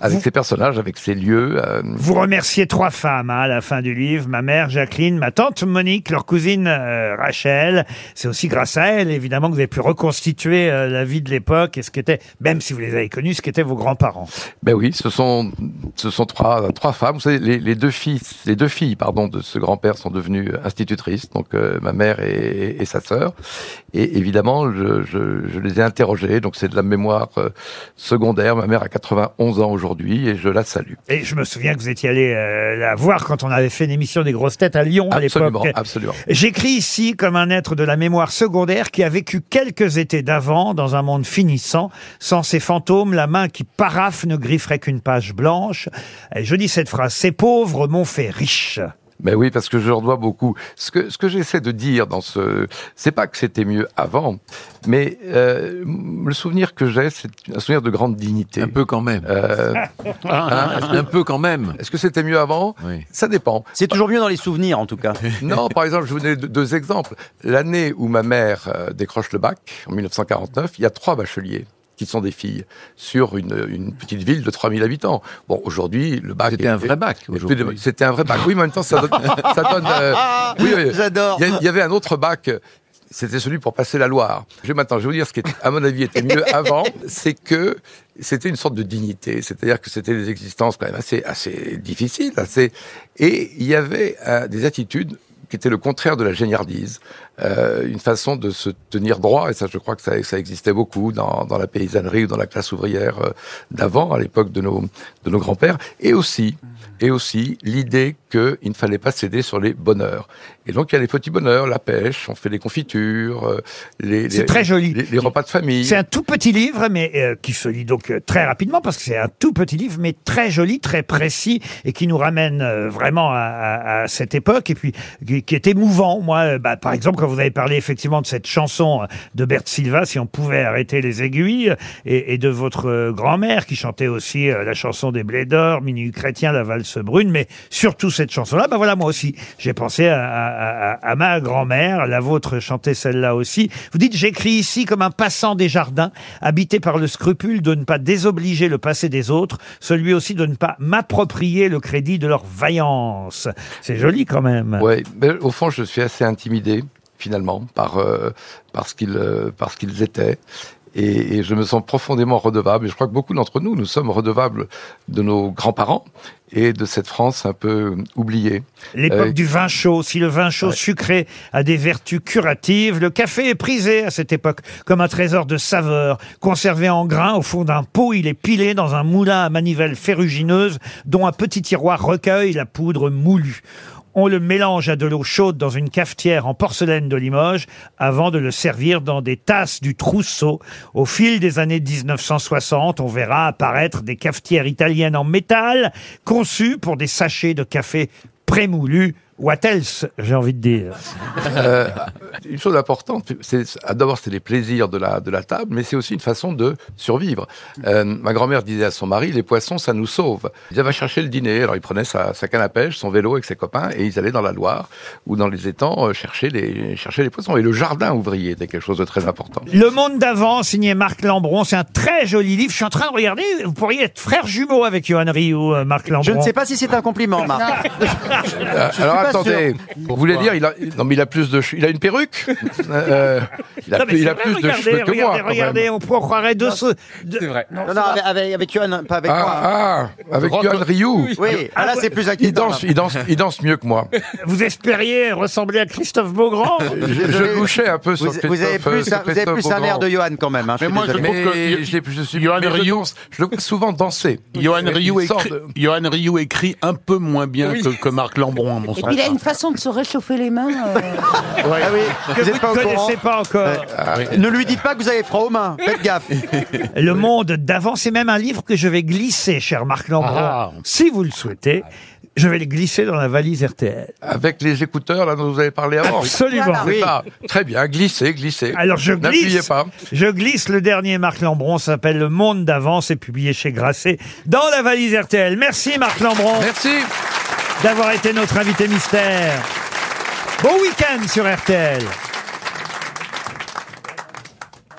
Speaker 20: avec ses personnages, avec ses lieux. euh,
Speaker 2: Vous remerciez trois femmes hein, à la fin du livre, ma mère Jacqueline, ma tante Monique, leur cousine euh, Rachel. C'est aussi grâce à elles, évidemment, que vous avez pu reconstituer euh, la vie de l'époque et ce qu'était, même si vous les avez connues, ce qu'étaient vos grands-parents.
Speaker 20: Ben oui, ce sont ce sont trois trois femmes. Vous savez, les, les deux fils, les deux filles, pardon, de ce grand-père sont devenues institutrices, donc euh, ma mère et, et sa sœur. Et évidemment, je, je, je les ai interrogées. Donc c'est de la mémoire euh, secondaire. Ma mère a 91 ans aujourd'hui et je la salue.
Speaker 2: Et je me souviens que vous étiez allé euh, la voir quand on avait fait une émission des grosses têtes à Lyon à l'époque.
Speaker 20: Absolument, absolument.
Speaker 2: J'écris ici comme un être de la mémoire secondaire qui a vécu quelques étés d'avant dans un monde finissant. Sans ces fantômes, la main qui paraffe ne grifferait qu'une page blanche. Et je dis cette phrase, ces pauvres m'ont fait riche.
Speaker 20: Ben oui, parce que je leur dois beaucoup. Ce que, ce que j'essaie de dire dans ce, c'est pas que c'était mieux avant, mais euh, le souvenir que j'ai, c'est un souvenir de grande dignité. Euh, hein, Un peu quand même.
Speaker 6: Un peu
Speaker 20: quand même. Est-ce que c'était mieux avant Ça dépend. C'est toujours mieux dans les souvenirs, en tout cas. [laughs] non, par exemple, je vous donne deux, deux exemples. L'année où ma mère euh, décroche le bac, en 1949, il y a trois bacheliers qui sont des filles, sur une, une petite ville de 3000 habitants. Bon, aujourd'hui, le bac... C'était
Speaker 6: un vrai bac, aujourd'hui.
Speaker 20: C'était un vrai bac. Oui, mais en même temps,
Speaker 6: [laughs]
Speaker 20: ça donne... ça donne, euh, oui, oui.
Speaker 6: J'adore.
Speaker 20: Il y a- il y, avait un autre bac... C'était celui pour passer la Loire. Je vais maintenant, je vais vous dire ce qui, est, à mon avis, était [laughs] mieux avant, c'est que c'était une sorte de dignité. C'est-à-dire que c'était des existences quand même assez, assez difficiles, assez. Et il y avait euh, des attitudes qui étaient le contraire de la géniardise, Euh, une façon de se tenir droit. Et ça, je crois que ça, ça existait beaucoup dans, dans la paysannerie ou dans la classe ouvrière euh, d'avant, à l'époque de nos, de nos grands-pères. Et aussi, et aussi l'idée qu'il ne fallait pas céder sur les bonheurs. Et donc il y a les petits bonheurs, la pêche, on fait les confitures, euh, les,
Speaker 2: C'est
Speaker 20: les-
Speaker 2: très joli.
Speaker 20: les- les repas de famille.
Speaker 2: C'est un tout petit livre, mais euh, qui se lit donc euh, très rapidement parce que c'est un tout petit livre, mais très joli, très précis et qui nous ramène euh, vraiment à, à- à cette époque et puis qui, qui est émouvant. Moi, euh, bah, par exemple, quand vous avez parlé effectivement de cette chanson euh, de Bert Silva, si on pouvait arrêter les aiguilles, euh, et, et de votre euh, grand-mère qui chantait aussi euh, la chanson des Blés d'Or, Minuit chrétien, la valse brune, mais surtout cette chanson-là, bah voilà, moi aussi, j'ai pensé à, à- à- à ma grand-mère, la vôtre chantait celle-là aussi. Vous dites, j'écris ici comme un passant des jardins, habité par le scrupule de ne pas désobliger le passé des autres, celui aussi de ne pas m'approprier le crédit de leur vaillance. C'est joli quand même.
Speaker 20: Ouais, mais au fond, je suis assez intimidé finalement par euh, par ce qu'ils euh, par ce qu'ils étaient. Et, et je me sens profondément redevable. Et je crois que beaucoup d'entre nous, nous sommes redevables de nos grands-parents et de cette France un peu oubliée.
Speaker 2: L'époque
Speaker 20: Euh,
Speaker 2: du vin chaud. Si le vin chaud sucré a des vertus curatives, le café est prisé à cette époque comme un trésor de saveurs. Conservé en grains au fond d'un pot, il est pilé dans un moulin à manivelle ferrugineuse dont un petit tiroir recueille la poudre moulue. On le mélange à de l'eau chaude dans une cafetière en porcelaine de Limoges avant de le servir dans des tasses du trousseau. Au fil des années 1960, on verra apparaître des cafetières italiennes en métal conçues pour des sachets de café prémoulu. What else, j'ai envie de dire.
Speaker 20: Euh, une chose importante, c'est ah, d'abord c'est les plaisirs de la de la table, mais c'est aussi une façon de survivre. Euh, ma grand-mère disait à son mari les poissons ça nous sauve. Il va chercher le dîner, alors il prenait sa, sa canne à pêche, son vélo avec ses copains et ils allaient dans la Loire ou dans les étangs euh, chercher les chercher les poissons. Et le jardin ouvrier était quelque chose de très important.
Speaker 2: Le monde d'avant, signé Marc Lambron, c'est un très joli livre. Je suis en train de regarder, vous pourriez être frère jumeau avec Johan Rioux, euh, Marc Lambron.
Speaker 5: Je ne sais pas si c'est un compliment, Marc.
Speaker 20: Euh,
Speaker 5: suis
Speaker 20: alors
Speaker 5: pas
Speaker 20: attendez,
Speaker 5: sûr.
Speaker 20: vous voulez dire il a non mais il a plus de che- il a une perruque. Euh, [laughs] il a,
Speaker 2: Non, mais
Speaker 20: plus- il
Speaker 2: c'est
Speaker 20: a
Speaker 2: vrai,
Speaker 20: plus de
Speaker 2: regardez,
Speaker 20: cheveux que moi.
Speaker 2: regardez,
Speaker 20: quand même.
Speaker 2: regardez, on pourrait croirait deux sauts.
Speaker 20: C'est vrai.
Speaker 5: Non, non, avec, avec, avec Johan, pas avec
Speaker 20: Ah,
Speaker 5: moi.
Speaker 20: ah, avec Johan Rioux.
Speaker 5: Oui, ah, là c'est plus
Speaker 20: Il
Speaker 5: inquiétant.
Speaker 20: danse, il danse, il danse mieux que
Speaker 5: [laughs]
Speaker 20: moi.
Speaker 2: Vous espériez ressembler à Christophe Beaugrand
Speaker 20: Euh, Je, je louchais un peu sur
Speaker 5: Vous- vous avez
Speaker 20: Christophe,
Speaker 5: plus
Speaker 20: euh, sur
Speaker 5: un- vous avez
Speaker 20: Christophe
Speaker 5: plus un
Speaker 20: Beaugrand.
Speaker 5: air de Johan quand même, hein, je suis désolé.
Speaker 20: mais
Speaker 5: Mais
Speaker 20: je l'ai- je suis-
Speaker 5: Johan
Speaker 20: mais je
Speaker 5: Rioux-
Speaker 20: danse, je le vois souvent danser.
Speaker 9: Johan
Speaker 20: Il
Speaker 9: Rioux
Speaker 20: sort
Speaker 9: écrit,
Speaker 20: de-
Speaker 9: Johan Rioux écrit un peu moins bien
Speaker 20: Oui.
Speaker 9: que, que Marc Lambron, à mon
Speaker 20: Et
Speaker 9: sens.
Speaker 20: puis
Speaker 8: il a une façon de se réchauffer les mains. euh.
Speaker 5: Ah oui,
Speaker 2: Que vous
Speaker 5: êtes pas au
Speaker 2: ne connaissez
Speaker 5: courant.
Speaker 2: pas encore.
Speaker 5: Ouais.
Speaker 20: Ah,
Speaker 5: Ne lui dites pas que vous avez froid aux mains.
Speaker 20: [laughs]
Speaker 5: Faites gaffe.
Speaker 2: Le monde d'avant, c'est même un livre que je vais glisser, cher Marc Lambron.
Speaker 20: Ah.
Speaker 2: Si vous le souhaitez, je vais le glisser dans la valise RTL.
Speaker 20: Avec les écouteurs, là, dont vous avez parlé avant.
Speaker 2: Absolument.
Speaker 20: Ah, C'est
Speaker 2: Oui.
Speaker 20: ça. Très bien, glissez, glissez.
Speaker 2: Alors je
Speaker 20: N'appuyez
Speaker 2: glisse,
Speaker 20: pas.
Speaker 2: je glisse le dernier Marc Lambron, ça s'appelle Le Monde d'avant, c'est publié chez Grasset dans la valise RTL. Merci Marc Lambron.
Speaker 20: Merci
Speaker 2: d'avoir été notre invité mystère. Bon week-end sur RTL.